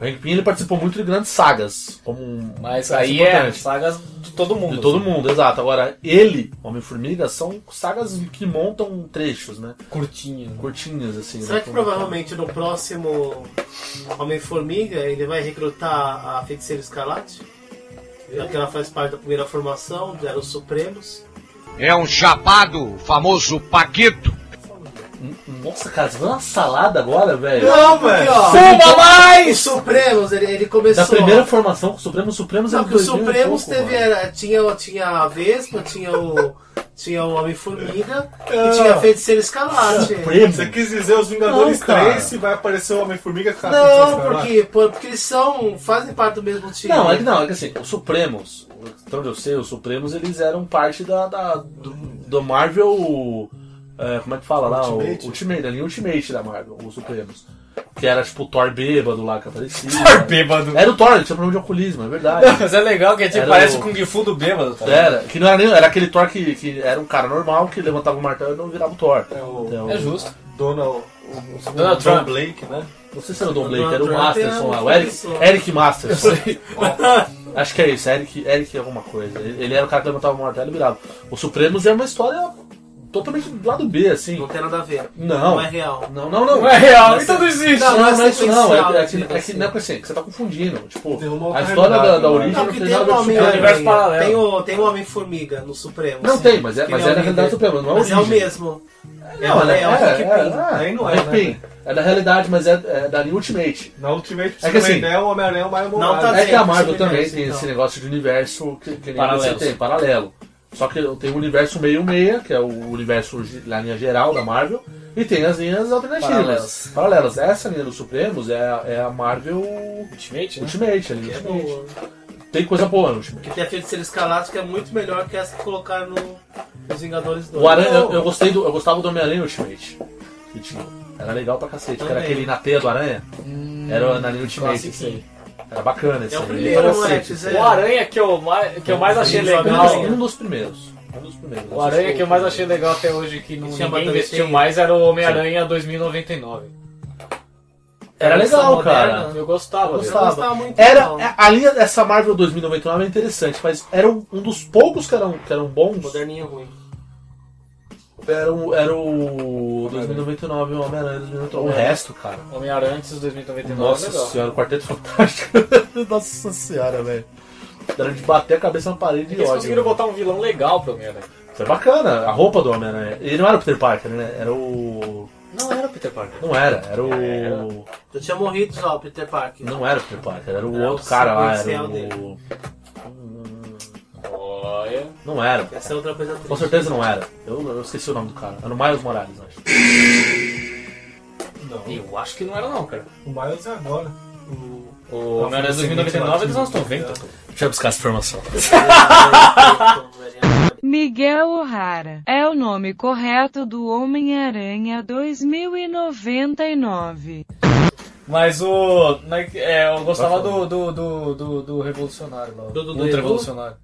S6: O Hank Pym, ele participou muito de grandes sagas. Como um
S5: Mas
S6: cara
S5: aí é
S6: importante.
S5: sagas de todo mundo. assim,
S6: De todo mundo, exato. Agora, ele, Homem-Formiga, são sagas que montam trechos, né?
S5: Curtinho.
S6: Curtinhas, assim.
S7: Será
S6: né?
S7: que
S6: Como-
S7: provavelmente no próximo Homem-Formiga ele vai recrutar a Feiticeira Escarlate? Já que ela faz parte da primeira formação, já era os Supremos.
S11: É um chapado, famoso Paquito.
S6: Nossa, cara, você viu uma salada agora, velho?
S7: Não, porque ó,
S5: Uma
S7: os
S5: mais!
S7: Supremos, ele, ele começou.
S6: Da primeira formação com o Supremo, o Supremo
S7: Não, porque o Supremos teve, era- tinha, tinha a Vespa, tinha o. tinha o Homem-Formiga e tinha a Feiticeira Escarlate.
S4: Você quis dizer os Vingadores
S6: Não, cara.
S4: 3 se vai aparecer o Homem-Formiga com a
S7: Não,
S4: Feiticeira Escarlate?
S7: porque, por- porque eles são. fazem parte do mesmo time.
S6: Não, é que não, é que assim, os Supremos, então onde eu sei, os Supremos eles eram parte da, da- do, do Marvel. é, como é que fala lá?
S4: Ultimate.
S6: O, Ultimate, da linha Ultimate da Marvel, os Supremos. Que era tipo o Thor bêbado lá que aparecia.
S5: Thor bêbado.
S6: Era o Thor, ele tinha problema de alcoolismo, é verdade.
S5: Mas é legal que tipo,
S6: Era
S5: parece
S6: o- É.
S5: o Kung Fu do bêbado, tá?
S6: Era, que não era, nem, era aquele Thor que, que era um cara normal que levantava o martelo e não virava o Thor.
S4: É o-
S6: Então,
S5: É justo.
S4: Donald,
S5: Donald
S4: John
S5: Trump.
S4: Blake, né?
S6: Não sei se era o Don Blake, era o
S7: Trump
S6: Masterson
S7: é
S6: lá,
S7: uma
S6: o Eric,
S7: pessoa.
S6: Eric Masterson. Acho que é isso, Eric, Eric alguma coisa. Ele ele era o cara que levantava o martelo e virava. O Supremos é uma história totalmente do lado B, assim.
S7: Não tem nada a ver.
S6: Não.
S7: Não é real.
S6: Não, não, não.
S5: Não é real, então não existe.
S6: Não, não, não é isso não. É, é, que-
S7: Tipo
S6: é que
S7: assim.
S6: não é que assim, que você tá confundindo. Tipo,
S4: Tem uma
S6: a
S4: outra
S6: história da,
S4: realidade,
S6: da
S4: né?
S6: origem
S7: Não,
S6: não,
S7: porque
S6: tem
S7: tem
S6: nada
S7: o
S6: a ver com o Supremo.
S5: Homem-Aranha. universo paralelo.
S7: Tem o, tem o Homem-Formiga no Supremo. assim,
S6: Não tem, mas é, mas é na realidade do
S7: Supremo.
S6: Supremo, não é a
S7: Mas é o
S6: origem.
S7: mesmo. É,
S6: Não,
S7: é,
S6: é,
S7: é o Hank Pym.
S6: é,
S4: Aí não é,
S6: Hank
S4: né?
S6: Pym. É da realidade, mas é, é da linha Ultimate.
S4: Na Ultimate, pra você
S6: É que
S4: ter uma
S6: assim,
S4: ideia, o Homem-Aranha é o Miles Morales.
S7: tá
S6: É que a
S7: Esse
S6: Marvel também
S7: universo,
S6: tem
S7: então.
S6: esse negócio de universo que, que nem
S5: Paralelos.
S6: você tem, paralelo. Só que tem o universo meio-meia, que é o universo ge- na linha geral da Marvel, e tem as linhas alternativas.
S5: Paralelas.
S6: Paralelas. Essa linha dos Supremos é, a- é a Marvel
S5: Ultimate, né?
S6: Ultimate. a linha
S7: Que é
S6: Ultimate.
S7: boa.
S6: Tem coisa boa no Ultimate.
S7: Que tem a Feiticeira Escarlate, que é muito melhor que essa que colocaram no, nos Vingadores 2.
S6: O Aranha, eu, eu gostei do, eu gostava do Homem-Aranha Ultimate. Que tinha. Era legal pra cacete. que era
S7: Também.
S6: aquele na teia do Aranha. era na linha Ultimate.
S7: classiquinho.
S6: isso aí. Era bacana esse
S7: É o
S6: aí,
S7: primeiro,
S6: pra
S7: não é?
S6: cacete.
S7: Fizeram.
S5: O Aranha que eu mais, que eu mais achei
S7: Sim,
S5: legal.
S7: Aranha.
S6: Um dos primeiros. Um dos primeiros.
S5: O Aranha que eu mais achei legal até hoje, que não,
S7: Esse é uma
S5: ninguém
S7: também
S5: investiu
S7: tem-
S5: mais, era o Homem-Aranha 2099.
S6: Era legal,
S7: Essa
S6: cara.
S7: moderna.
S5: Eu gostava. dele.
S7: Eu gostava muito.
S4: É.
S6: Era,
S7: não.
S6: a linha dessa Marvel 2099 é interessante, mas era um, um dos poucos que eram, que eram bons.
S7: Moderninho ruim.
S6: Era o, era o 2099 e É. o Homem-Aranha 2099. O resto, cara.
S5: Homem-Aranha antes de 2099
S6: Nossa
S5: é legal.
S6: senhora, o Quarteto Fantástico. Nossa senhora, velho. Era de bater a cabeça na parede de
S5: É Eles conseguiram
S6: ódio.
S5: botar um vilão legal pro Homem-Aranha.
S6: Foi bacana, a roupa do Homem-Aranha. Ele não era o Peter Parker, né? Era o.
S5: Não era o Peter Parker.
S6: Não era, era o.
S7: É, Eu tinha morrido já, o Peter Parker.
S6: Não era o Peter Parker, era o
S7: Era o
S6: outro cara lá. Era
S7: sequencial
S6: o...
S7: dele.
S5: Olha.
S6: Não era.
S7: Essa é outra coisa triste.
S6: Com certeza não era. Eu, eu esqueci o nome do cara. Era o Miles Morales, acho.
S5: Eu acho que não era não, cara.
S4: O Miles é agora. O...
S5: O Homem-Aranha 2099 é dos anos 90.
S6: Deixa eu buscar essa informação.
S9: Miguel O'Hara é o nome correto do Homem-Aranha 2099.
S5: Mas né, o. na- é, eu gostava do, do, do, do, do revolucionário lá.
S7: Do- do- do
S5: Ultra
S7: Revolu?
S5: revolucionário.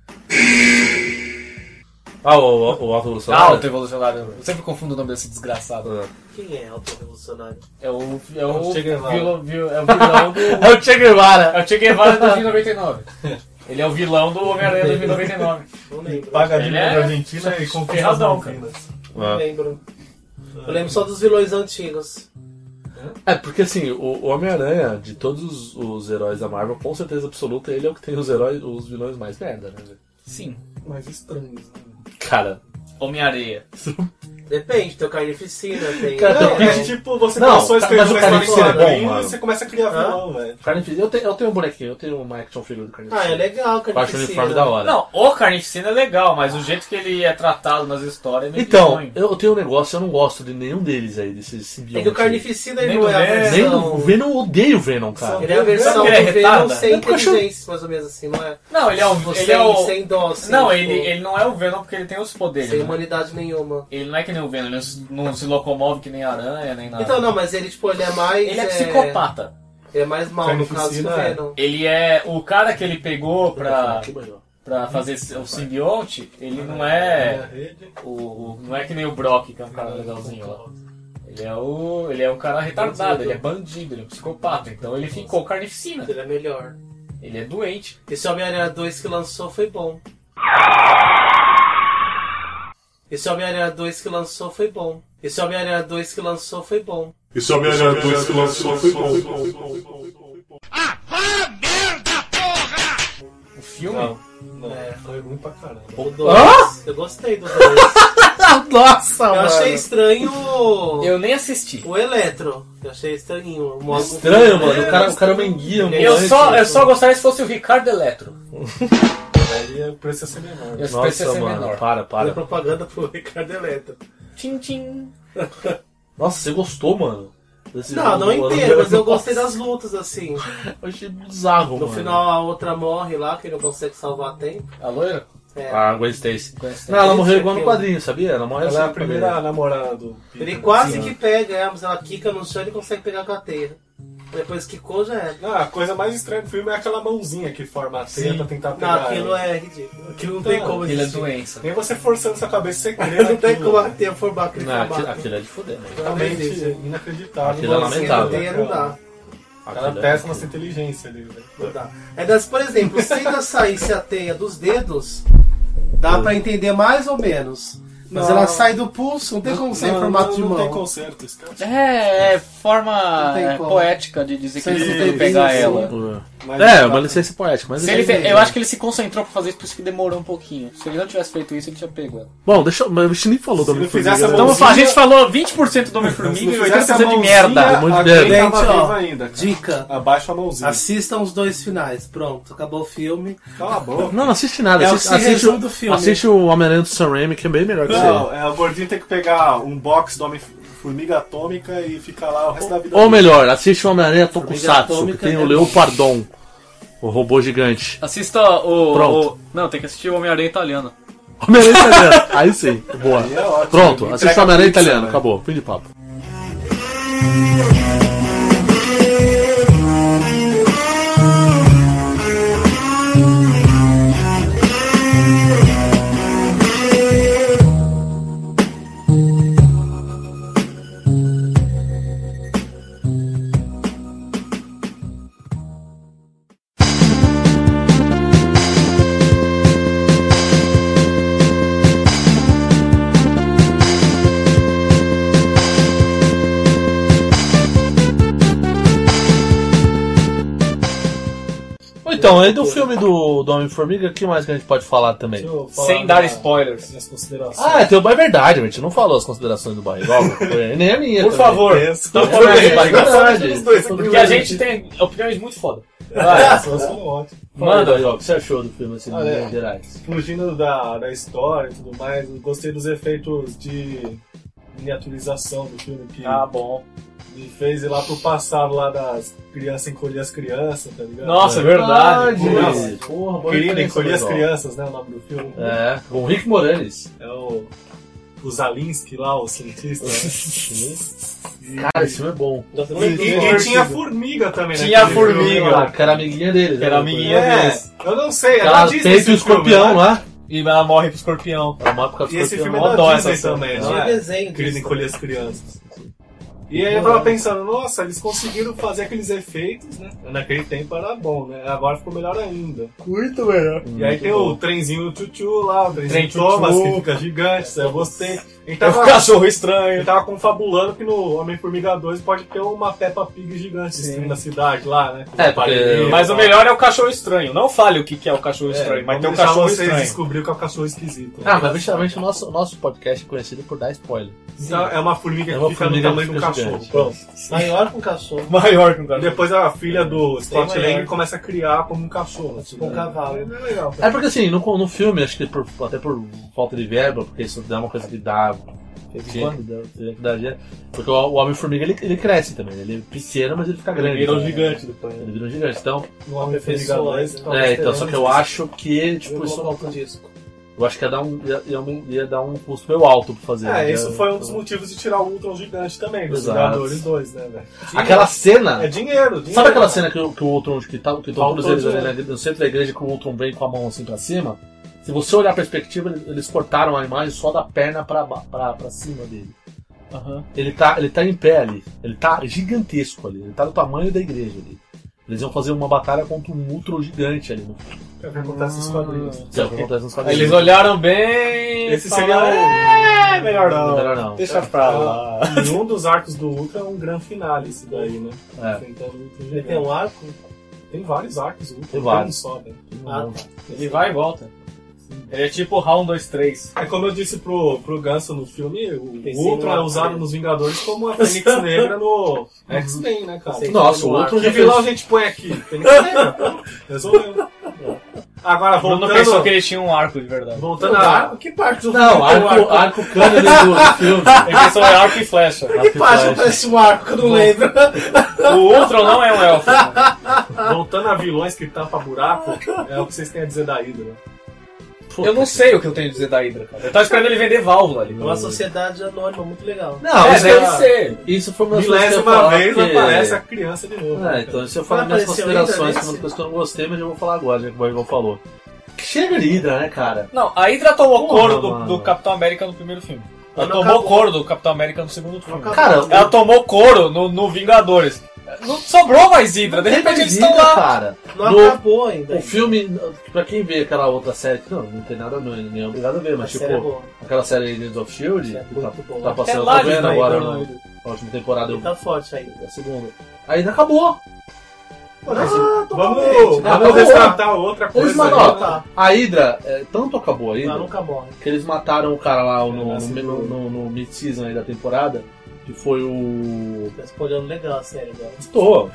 S6: Ah, o, o, o auto-evolucionário?
S5: Ah, auto-evolucionário. Eu sempre confundo o nome desse desgraçado.
S7: Quem é autorrevolucionário?
S5: É o. Ah. É o.
S4: Che Guevara.
S5: vilão- vil- É o vilão do.
S6: É o Che Guevara.
S5: É o Che Guevara do 2099. Ele é o vilão do Homem-Aranha 2099.
S7: Não lembro.
S4: Paga a dívida
S5: Ele é
S4: da Argentina e conquista as
S5: ferradão,
S4: Malvinas.
S6: Ah.
S7: Não lembro. Eu lembro só dos vilões antigos.
S6: É, porque assim, o, o Homem-Aranha, de todos os, os heróis da Marvel, com certeza absoluta, ele é o que tem os heróis, os vilões mais merda, né? velho?
S5: Sim.
S4: Mas estranhos, né?
S6: Cara,
S5: Homem-Areia.
S7: Depende, tem o Carnificina, tem.
S6: Cara,
S4: Não,
S6: tem
S4: é
S6: Pit-
S4: tipo, você
S6: Não,
S4: começou a
S6: tá-
S4: escrever
S6: mas o
S4: uma história em
S6: Carnificina é bom,
S4: quadrinho e
S6: mano.
S4: você começa a criar
S7: Hã?
S4: vilão, velho.
S6: Carnificina, eu tenho, eu tenho um bonequinho, eu tenho uma action figure do Carnificina.
S7: Ah, é legal,
S6: Eu acho o
S7: Carnificina.
S6: uniforme da hora.
S5: Não, o Carnificina é legal, mas o jeito que ele é tratado nas histórias é meio
S6: Então,
S5: bizonho.
S6: eu tenho um negócio, eu não gosto de nenhum deles aí, desses
S7: Tem
S6: simbiontes.
S7: É que o Carnificina
S5: Nem
S7: ele não é a
S5: do Venom.
S6: Nem do
S7: versão.
S6: Venom, eu odeio o Venom,
S4: Tá.
S6: cara.
S7: Ele é a versão
S5: Ele é
S7: do Venom
S5: retardado.
S7: sem
S6: Eu acho-
S7: inteligência, mais ou menos assim, não é?
S5: Não, ele é o.
S7: Você
S5: Ele é o
S7: sem dó, assim,
S5: não,
S7: tipo,
S5: ele, ele não é o Venom porque ele tem os poderes.
S7: Sem
S5: né?
S7: humanidade nenhuma.
S5: Ele não é que nem o Venom, ele não se- não se locomove que nem aranha, nem nada.
S7: Então não, mas ele tipo, ele é mais.
S5: ele é psicopata.
S7: Ele é mais mal no caso que o
S4: Carnificina é.
S7: Venom.
S5: Ele é. O cara que ele pegou
S7: né?
S5: pra,
S6: Que melhor.
S5: pra fazer esse- o simbionte, ele não é.
S4: Rede.
S5: O, o- não é que nem o Brock, que é um cara legalzinho lá. Ele é o. Ele é um cara retardado, ele é bandido, ele é um psicopata. Então ele ficou carnificina.
S7: Ele é melhor.
S5: Ele é doente.
S7: Esse Homem-Aranha 2 que lançou foi bom. Esse Homem-Aranha 2 que lançou foi bom. Esse Homem-Aranha 2 que lançou foi bom.
S12: Esse Homem-Aranha 2 que lançou foi bom.
S5: O filme.
S4: Não, não, foi ruim pra caramba.
S7: O 2. Eu gostei do 2.
S6: Nossa,
S7: Eu
S6: mano.
S7: achei estranho o-
S5: Eu nem assisti.
S7: o Eletro. Eu achei estranho. O modo-
S6: Estranho, mano. O cara, o cara é um enguia, mano.
S5: Eu só, eu só gostaria se fosse o Ricardo Eletro.
S4: Aí o preço assim né? ia ser menor.
S5: Eu
S6: Nossa,
S7: é
S5: pensei
S6: mano,
S5: menor.
S6: para,
S7: Fazer
S6: para.
S7: propaganda pro Ricardo Eletro.
S5: Tchim, tchim.
S6: Nossa, você gostou, mano? Desse
S7: Não, não
S6: jogo, mano.
S7: inteiro, mas eu gostei das lutas, assim.
S6: Eu achei bizarro,
S7: No
S6: mano.
S7: final a outra morre lá, que não consegue salvar a tempo.
S5: A loira?
S7: É.
S6: Ah, Gwen Stacy.
S5: Gwen Stacy.
S6: Não, ela morreu
S7: Esse
S6: igual no
S7: aqui,
S6: quadrinho, sabia? Ela morreu
S4: Ela é
S6: assim
S4: a
S6: no
S4: primeira
S6: quadrinho.
S4: namorada do Peter.
S7: Ele quase que pega, é, mas ela quica no chão e consegue pegar com a teia. Depois quicou, já era.
S4: Ah, a coisa mais estranha do filme é aquela mãozinha que forma a teia
S5: Sim.
S4: pra tentar pegar.
S7: Não, aquilo
S4: ele.
S7: é ridículo. Então, Aquilo não tem
S4: Não,
S7: como
S5: Ele é
S7: existir.
S5: doença.
S4: Nem você forçando sua cabeça, você crê
S7: Não tem
S4: naquilo,
S7: como a
S4: né?
S7: teia formar aquele
S6: Não, aquilo,
S7: formato.
S6: aquilo é de fuder, mano.
S4: Realmente
S7: Realmente,
S4: inacreditável.
S6: Aquilo é
S4: Nossa,
S6: lamentável.
S4: aquela-
S7: teia não dá.
S4: Aquela
S6: Aquilo é
S4: péssima
S6: de
S4: essa
S6: fuder.
S4: inteligência ali, velho.
S7: Não dá. É das, por exemplo, se ainda saísse a teia dos dedos, dá pra entender mais ou menos. Mas
S4: Não.
S7: ela sai do pulso, não tem como sair em
S4: Não,
S7: formato de
S4: não, Não tem
S7: mão.
S4: conserto, esquece.
S5: É, é forma
S7: Não tem
S5: é,
S7: como.
S5: poética de dizer que
S7: Vocês
S5: ele
S7: não têm
S5: tentou pegar
S7: isso.
S5: ela.
S4: Mas-
S6: É, uma licença poética, mas...
S5: tá.
S6: é
S5: Se ele fe- Eu acho que ele se concentrou pra fazer isso, por isso que demorou um pouquinho. Se ele não tivesse feito isso, ele tinha pego ela.
S6: Bom, deixa eu... Mas a gente nem falou do
S4: Se ele
S6: Homem-Formiga,
S4: fizesse a
S6: né?
S5: Então
S4: mãozinha-
S5: a gente falou 20% do Homem-Formiga e
S4: Se fizesse a
S5: 80% de
S4: mãozinha,
S5: merda.
S6: Um monte de
S4: a
S6: merda.
S4: Gwen tava
S7: Gente, ó,
S4: viva ainda, cara.
S7: Dica.
S4: Abaixa a mãozinha.
S7: Assistam os dois finais. Pronto, acabou o filme.
S4: Cala a boca.
S6: Não, não assiste nada.
S7: É o
S6: assiste,
S7: que se
S6: assiste
S7: resume
S6: o-
S7: do filme.
S6: assiste o Homem-Aranha do Sam Raimi, que é bem melhor que
S4: Não,
S6: você.
S4: é, o gordinho tem que pegar um box do Homem-Formiga Atômica e ficar lá o resto da vida.
S6: Ou
S4: dele.
S6: melhor, assiste o Homem-Aranha
S7: Formiga
S6: Tokusatsu, que
S7: Atômica
S6: tem o
S7: é-
S6: Leopardon, o robô gigante.
S5: Assista o,
S6: Pronto.
S5: o- Não, tem que assistir o Homem-Aranha italiano.
S6: Homem-Aranha é italiano. Aí sim, boa.
S4: Aí é ótimo.
S6: Pronto,
S4: Ele
S6: assiste
S4: entrega
S6: o Homem-Aranha
S4: pizza,
S6: italiano.
S4: velho.
S6: Acabou, fim de papo. Bom, Então, aí do filme do, do Homem-Formiga, o que mais que a gente pode falar também?
S4: Deixa eu falar
S5: Sem dar
S4: da-
S5: spoilers.
S4: das considerações.
S6: Ah, tem o Bar- é verdade, a gente não falou as considerações do Barry Gold. Nem a minha.
S5: Por
S6: também.
S5: favor.
S4: Penso.
S5: Então,
S6: Tudo bem,
S5: Barry Gold.
S6: é verdade.
S4: um Os dois
S5: Porque a gente tem opiniões muito foda.
S4: Ah, são ótimos.
S6: Manda,
S5: Manda.
S6: Barry Gold, o que você achou do filme assim, do
S4: Ah, é.
S6: Minas Gerais?
S4: Fugindo da, da história e tudo mais, eu gostei dos efeitos de miniaturização do filme que
S5: Ah, bom.
S4: me fez ir lá pro passado lá das crianças encolher as crianças, tá ligado?
S5: Nossa, é verdade.
S4: Nossa.
S6: Porra, boa
S4: Querida
S6: referência,
S4: encolher as
S6: Barry
S4: crianças, né? O nome do filme.
S6: Gold. É, com o Rick Moranis.
S4: É o. O Zalinski lá, o cientista. né?
S6: Cara, esse filme é bom.
S4: E, e- e tinha formiga também, né?
S6: Tinha
S4: Aquele filme
S6: formiga.
S4: lá.
S6: Ah, Que era amiguinha deles,
S5: Que era
S6: né?
S5: amiguinha
S4: É,
S5: deles.
S4: eu não sei, é
S5: Ela
S4: da Disney
S5: peita o
S4: esse filme,
S5: escorpião
S4: né?
S5: lá. E ela morre pro escorpião.
S6: Ela morre por causa
S4: E esse filme é
S5: Mó
S4: da
S5: dó
S4: Disney
S5: essa
S4: também,
S5: cena.
S4: não é?
S7: desenho
S4: Que eles
S7: disso.
S4: encolhiam as crianças. E aí eu tava pensando, nossa, eles conseguiram fazer aqueles efeitos, né? Naquele tempo era bom, né? Agora ficou melhor ainda.
S5: Muito melhor.
S4: E aí tem o trenzinho tchutchu lá, o
S5: Trem
S4: trenzinho
S5: tchutchu.
S4: Thomas, que fica gigante, sabe? eu gostei. Ele
S5: É um cachorro estranho.
S4: Ele tava confabulando que no Homem-Formiga 2 pode ter uma Peppa Pig gigante destruindo a cidade lá, né?
S5: É, porque... Mas o melhor é o cachorro estranho. Não fale o que que é o cachorro estranho, mas tem um
S4: vamos deixar
S5: cachorro
S4: vocês
S5: estranho.
S4: descobrir o que é o cachorro esquisito.
S6: Ah, mas justamente o nosso, o nosso podcast é conhecido por dar spoiler.
S4: Então, é uma formiga
S6: É
S4: que
S6: uma
S4: fica
S6: formiga
S4: no tamanho
S6: que
S4: de um
S6: fica
S4: cachorro.
S6: gigante.
S4: Pronto.
S7: Maior que um cachorro.
S5: Maior que um cachorro.
S4: Depois a filha do Scott
S7: maior.
S4: Lang começa a criar como um cachorro. Tipo
S7: um cavalo.
S4: É legal.
S6: É porque assim, no, no filme, acho que por- até por falta de verba, porque isso dá uma coisa que dá. Tinha que dar- tinha que dar dinheiro. Porque o, o Homem-Formiga ele, ele cresce também. Ele é pequeno, mas ele fica grande.
S5: Ele vira um
S6: também.
S5: gigante depois.
S6: Ele vira um gigante. Então,
S4: No Homem-Formiga
S7: Pessoa,
S4: 2.
S7: né?
S6: é, então, só que eu acho que, tipo,
S7: Jogou
S6: isso
S7: uma volta um disco.
S6: Eu acho que ia dar um, ia, ia, ia dar um custo meio alto pra fazer.
S4: É,
S6: né?
S4: isso foi um dos motivos de tirar o Ultron gigante também, dos
S6: Exato.
S4: Vingadores 2, né, velho?
S6: Aquela cena.
S4: É dinheiro, dinheiro.
S6: Sabe aquela cena que, o- que o Ultron, que tá, que
S4: Faltou
S6: todos eles ali
S4: dinheiro.
S6: na- no centro da igreja, que o Ultron vem com a mão assim pra cima? Se você olhar a perspectiva, ele- eles cortaram a imagem só da perna pra, ba- pra, pra cima dele.
S5: Aham.
S6: Ele tá, ele tá em pé ali. Ele tá gigantesco ali. Ele tá do tamanho da igreja ali. Eles iam fazer uma batalha contra um Ultron gigante ali. No...
S4: É o que acontece nos quadrinhos.
S6: que é o que acontece nos
S5: Aí
S6: quadrinhos.
S5: Eles olharam bem.
S4: Esse seria
S5: falaram,
S4: o.
S5: É, melhor não.
S6: Melhor não.
S5: Deixa pra lá.
S4: Em um dos arcos do Ultra é um grande finale esse daí, né?
S6: É.
S4: Enfrentando o Ultron
S7: Ele tem
S4: gigante.
S7: um arco?
S4: Tem vários arcos, o Ultra
S6: Tem vários.
S4: um só, tá. velho.
S6: Não.
S5: Ele vai e volta. Ele é tipo round 2, 3.
S4: É como eu disse pro, pro Ganso no filme, o
S7: Pensei
S4: Ultron é
S7: numa
S4: usado
S7: coisa.
S4: nos Vingadores como a Fênix Negra no X-Men, né, cara?
S7: Uhum. Pensei
S6: Nossa, o
S7: numa
S6: Ultron
S4: Que
S6: já
S4: vilão a
S6: fez.
S4: gente põe aqui? Fênix Negra, pô. Resolveu. Agora,
S5: O Bruno pensou que
S4: voltando,
S5: ele tinha um arco de verdade.
S4: voltando a arco,
S7: Que parte do
S6: Não,
S7: filme tem um
S6: arco, arco cânone do, do filme.
S5: Ele pensou em arco e flecha.
S7: Que parte parece um arco que eu não lembro?
S5: O Ultron não é um elfo.
S7: Ah.
S4: voltando a vilões que tapa buraco, é o que vocês têm a dizer da Hydra.
S5: Eu não sei o que eu tenho a dizer da Hydra, cara. Eu tava esperando ele vender válvula ali.
S7: É Uma sociedade anônima, muito legal.
S6: Não,
S5: é,
S6: isso
S5: deve
S6: é-
S5: ser.
S6: Isso foi uma das coisas que eu ia
S4: Milésima
S6: falar,
S4: vez
S6: porque-
S4: aparece a criança de novo.
S6: É,
S4: né,
S6: então isso eu
S7: Mas
S6: falo minhas
S7: apareceu
S6: considerações,
S7: ainda né?
S6: que é uma
S7: nesse?
S6: coisa que eu não gostei, mas eu vou falar agora, já que o Barrigol falou. Chega de Hydra, né, cara?
S5: Não, a Hydra tomou
S6: Porra,
S5: couro do,
S6: mano.
S5: do Capitão América no primeiro filme. Ela
S7: Mas não
S5: tomou
S7: acabou.
S5: couro do Capitão América no segundo filme.
S6: Cara,
S7: É
S5: Ela tomou couro no, no Vingadores. Não sobrou mais Hydra. De
S6: chega
S5: repente eles
S6: Hydra,
S7: tá
S5: estão lá.
S6: Cara.
S7: Não
S6: No-
S7: acabou ainda.
S6: O filme, pra quem vê aquela outra série, que não, não tem nada, não, nem é obrigado a ver, mas
S7: A
S6: tipo,
S7: série é boa.
S6: aquela série Agents of Shield,
S7: É
S6: que tá,
S7: muito boa.
S6: tá
S5: Até
S6: passando,
S5: lá
S6: tá
S5: eles
S6: vendo
S5: não
S6: agora
S5: ignoram
S7: né?
S6: no-
S5: ele.
S6: na última temporada,
S7: Ele
S6: eu,
S7: tá forte ainda.
S6: a segunda. Ainda acabou.
S4: Vamos,
S7: totalmente.
S4: vamos
S6: Ah, Acabou.
S4: resgatar outra coisa.
S6: Eles
S4: aí,
S6: mandaram.
S4: né?
S7: Tá.
S6: A Hydra, é, tanto acabou a Hydra,
S7: Ela nunca morre.
S6: que eles mataram o cara lá
S4: É,
S6: no,
S4: nessa
S6: no,
S4: do-
S6: no, no- no mid-season aí da temporada, que foi o...
S7: Tá espolhando legal a série agora.
S6: Tô.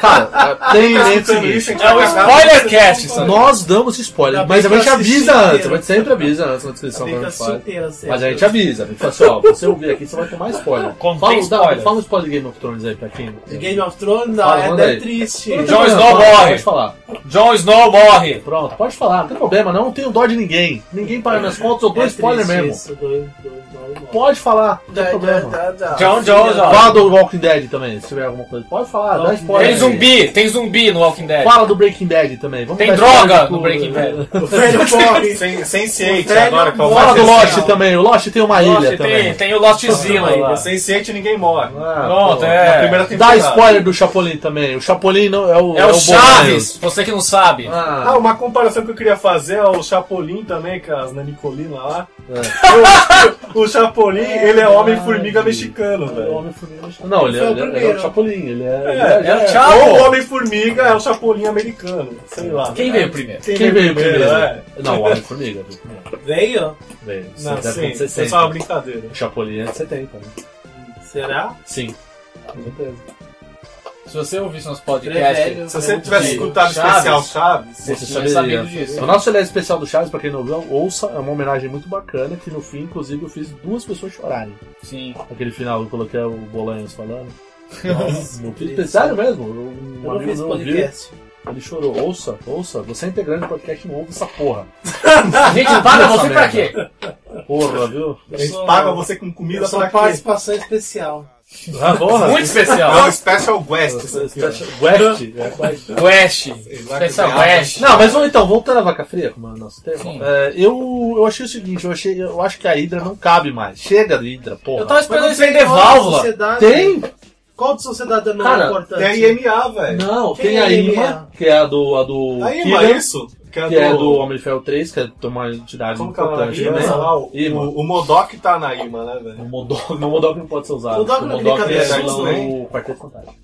S6: Cara, tem
S4: Tá
S6: dentro
S4: escutando isso,
S6: seguinte.
S4: a gente
S5: É o
S4: vai cagar.
S5: spoiler cast, sabe?
S6: Nós damos spoiler,
S7: Ainda
S6: mas a
S7: bem que
S6: gente
S7: eu assisti
S6: avisa antes,
S7: inteiro.
S6: a gente sempre avisa antes na descrição
S7: Tem
S6: quando
S7: que
S6: a gente
S7: assistir
S6: faz.
S7: inteira a série.
S6: Mas a gente avisa, a gente fala assim, ó, você ouvir aqui, você vai tomar spoiler.
S5: Contém
S6: fala, dá-
S5: spoiler.
S6: fala um spoiler de Game of Thrones aí pra quem.
S7: De Game of Thrones, não,
S6: Fala, manda
S7: é, é
S6: aí.
S7: triste.
S6: Não tem
S5: Jon
S6: problema,
S5: Snow
S6: fala,
S5: morre.
S6: Pode falar.
S5: Jon Snow morre.
S6: Pronto, pode falar, não tem problema, não tenho dó de ninguém. Ninguém para minhas contas, eu dou
S7: É
S6: um spoiler
S7: triste
S6: mesmo.
S7: Isso, dois, dois, dois, dois.
S6: Pode falar, não tem problema.
S5: John Jones,
S6: Fala
S5: ó.
S6: do Walking Dead também, se tiver alguma coisa. Pode falar, dá
S7: Walking
S6: spoiler.
S5: Tem
S6: aí.
S5: zumbi, tem zumbi no Walking Dead.
S6: Fala do Breaking Dead também. Vamos
S5: Tem
S6: dar spoiler
S5: droga
S6: de
S5: no
S6: tudo.
S5: Breaking Dead.
S4: O velho morre. Sem, sem ciente
S7: velho
S4: agora, que é o
S6: Fala do
S4: mais
S6: Lost
S4: essencial.
S6: também, o assim, Lost tem uma
S5: Lost,
S6: ilha
S5: tem,
S6: também.
S5: tem o Lostzilla
S4: Sem-
S5: aí.
S4: Sem ciente ninguém morre.
S5: Pronto,
S4: Ah, Na
S5: é.
S4: primeira
S6: Dá
S4: temporada.
S6: spoiler do Chapolin também. O Chapolin não é o.
S5: É o
S6: bom
S5: Chaves, você que não sabe.
S6: mesmo. Ah,
S4: Ah, uma comparação que eu queria fazer é o Chapolin também, com as Nanicolinas lá. O, o Chapolin, ele é homem-formiga mexicano,
S7: É,
S6: o
S4: velho.
S6: Homem-Formiga. Não, ele é,
S7: Foi o
S6: ele é- ele é
S7: primeiro.
S6: o Chapolin. Ele é.
S4: É,
S6: ele é- ele
S5: é o
S6: é-
S5: Chapo.
S4: Ou o Homem-Formiga é o Chapolin americano, sei lá.
S5: Quem veio primeiro?
S6: Quem veio primeiro?
S4: É.
S6: Não, tá o Homem-Formiga. veio primeiro.
S7: Veio?
S6: Veio. Isso
S4: Não,
S6: deve
S4: sim, isso
S6: acontecer
S4: é
S6: sempre.
S4: só uma brincadeira.
S6: O Chapolin é de 70, né?
S7: Será?
S6: Sim. Com certeza.
S5: Se você ouvisse nosso
S7: Ele é
S5: podcast,
S7: velho.
S4: Se você tivesse
S5: Sim.
S4: escutado o
S5: Chaves.
S4: especial Chaves,
S5: Você
S6: Você
S5: tinha
S6: saberia.
S5: sabido disso.
S6: O nosso LED especial do Chaves, pra quem não viu, ouça, é uma homenagem muito bacana. Que no fim, inclusive, eu fiz duas pessoas chorarem.
S5: sim.
S6: Aquele final, eu coloquei o Bolanhos falando. Não fiz, sério mesmo? Um
S7: Eu não
S6: amigo
S7: fiz
S6: meu ouviu,
S7: podcast.
S6: ele chorou. Ouça, ouça, você é integrante do podcast, não ouve essa porra.
S5: Ah, A gente paga
S6: Nossa
S5: você pra
S6: merda.
S5: quê?
S6: Porra, viu?
S4: a
S7: Eu
S4: gente
S7: sou-
S4: paga você com comida
S7: Eu sou
S4: pra quê?
S7: participação especial.
S6: Ah, porra.
S5: Muito especial.
S4: É o Special Guest. isso aqui, ó.
S6: Special West? É,
S5: West.
S4: lá que
S5: Special
S4: ganhava.
S5: West.
S6: Não, mas vamos então, voltando à vaca fria, como é o nosso
S5: Sim.
S6: tema. É, eu, eu achei o seguinte, eu, achei, eu acho que a Hydra não cabe mais. Chega de Hydra, porra.
S5: Eu tava
S7: Mas
S5: esperando
S7: não
S5: eles vender
S7: tem qual
S5: válvula.
S7: sociedade-
S6: Tem?
S7: Qual de sociedade não
S6: Cara,
S7: é importante?
S4: Tem a IMA, velho.
S6: Não,
S7: Quem
S6: tem
S7: é
S6: a
S7: ele
S6: IMA, que é a do, a do
S4: A IMA,
S6: Killian,
S4: isso? Que é
S6: que é do Homem de Ferro 3, que é uma entidade
S4: Como que é o nome?
S6: importante né?
S4: IMA?
S6: também.
S4: Ah, o-
S6: IMA.
S4: O, o Modok tá na IMA, né, velho?
S6: O Modok, não, o Modok não pode ser usado.
S7: O Modok
S6: porque
S7: não
S6: o Modok
S7: fica
S6: é
S4: bem
S6: vilão
S4: né?
S6: do Quarteto Fantástico.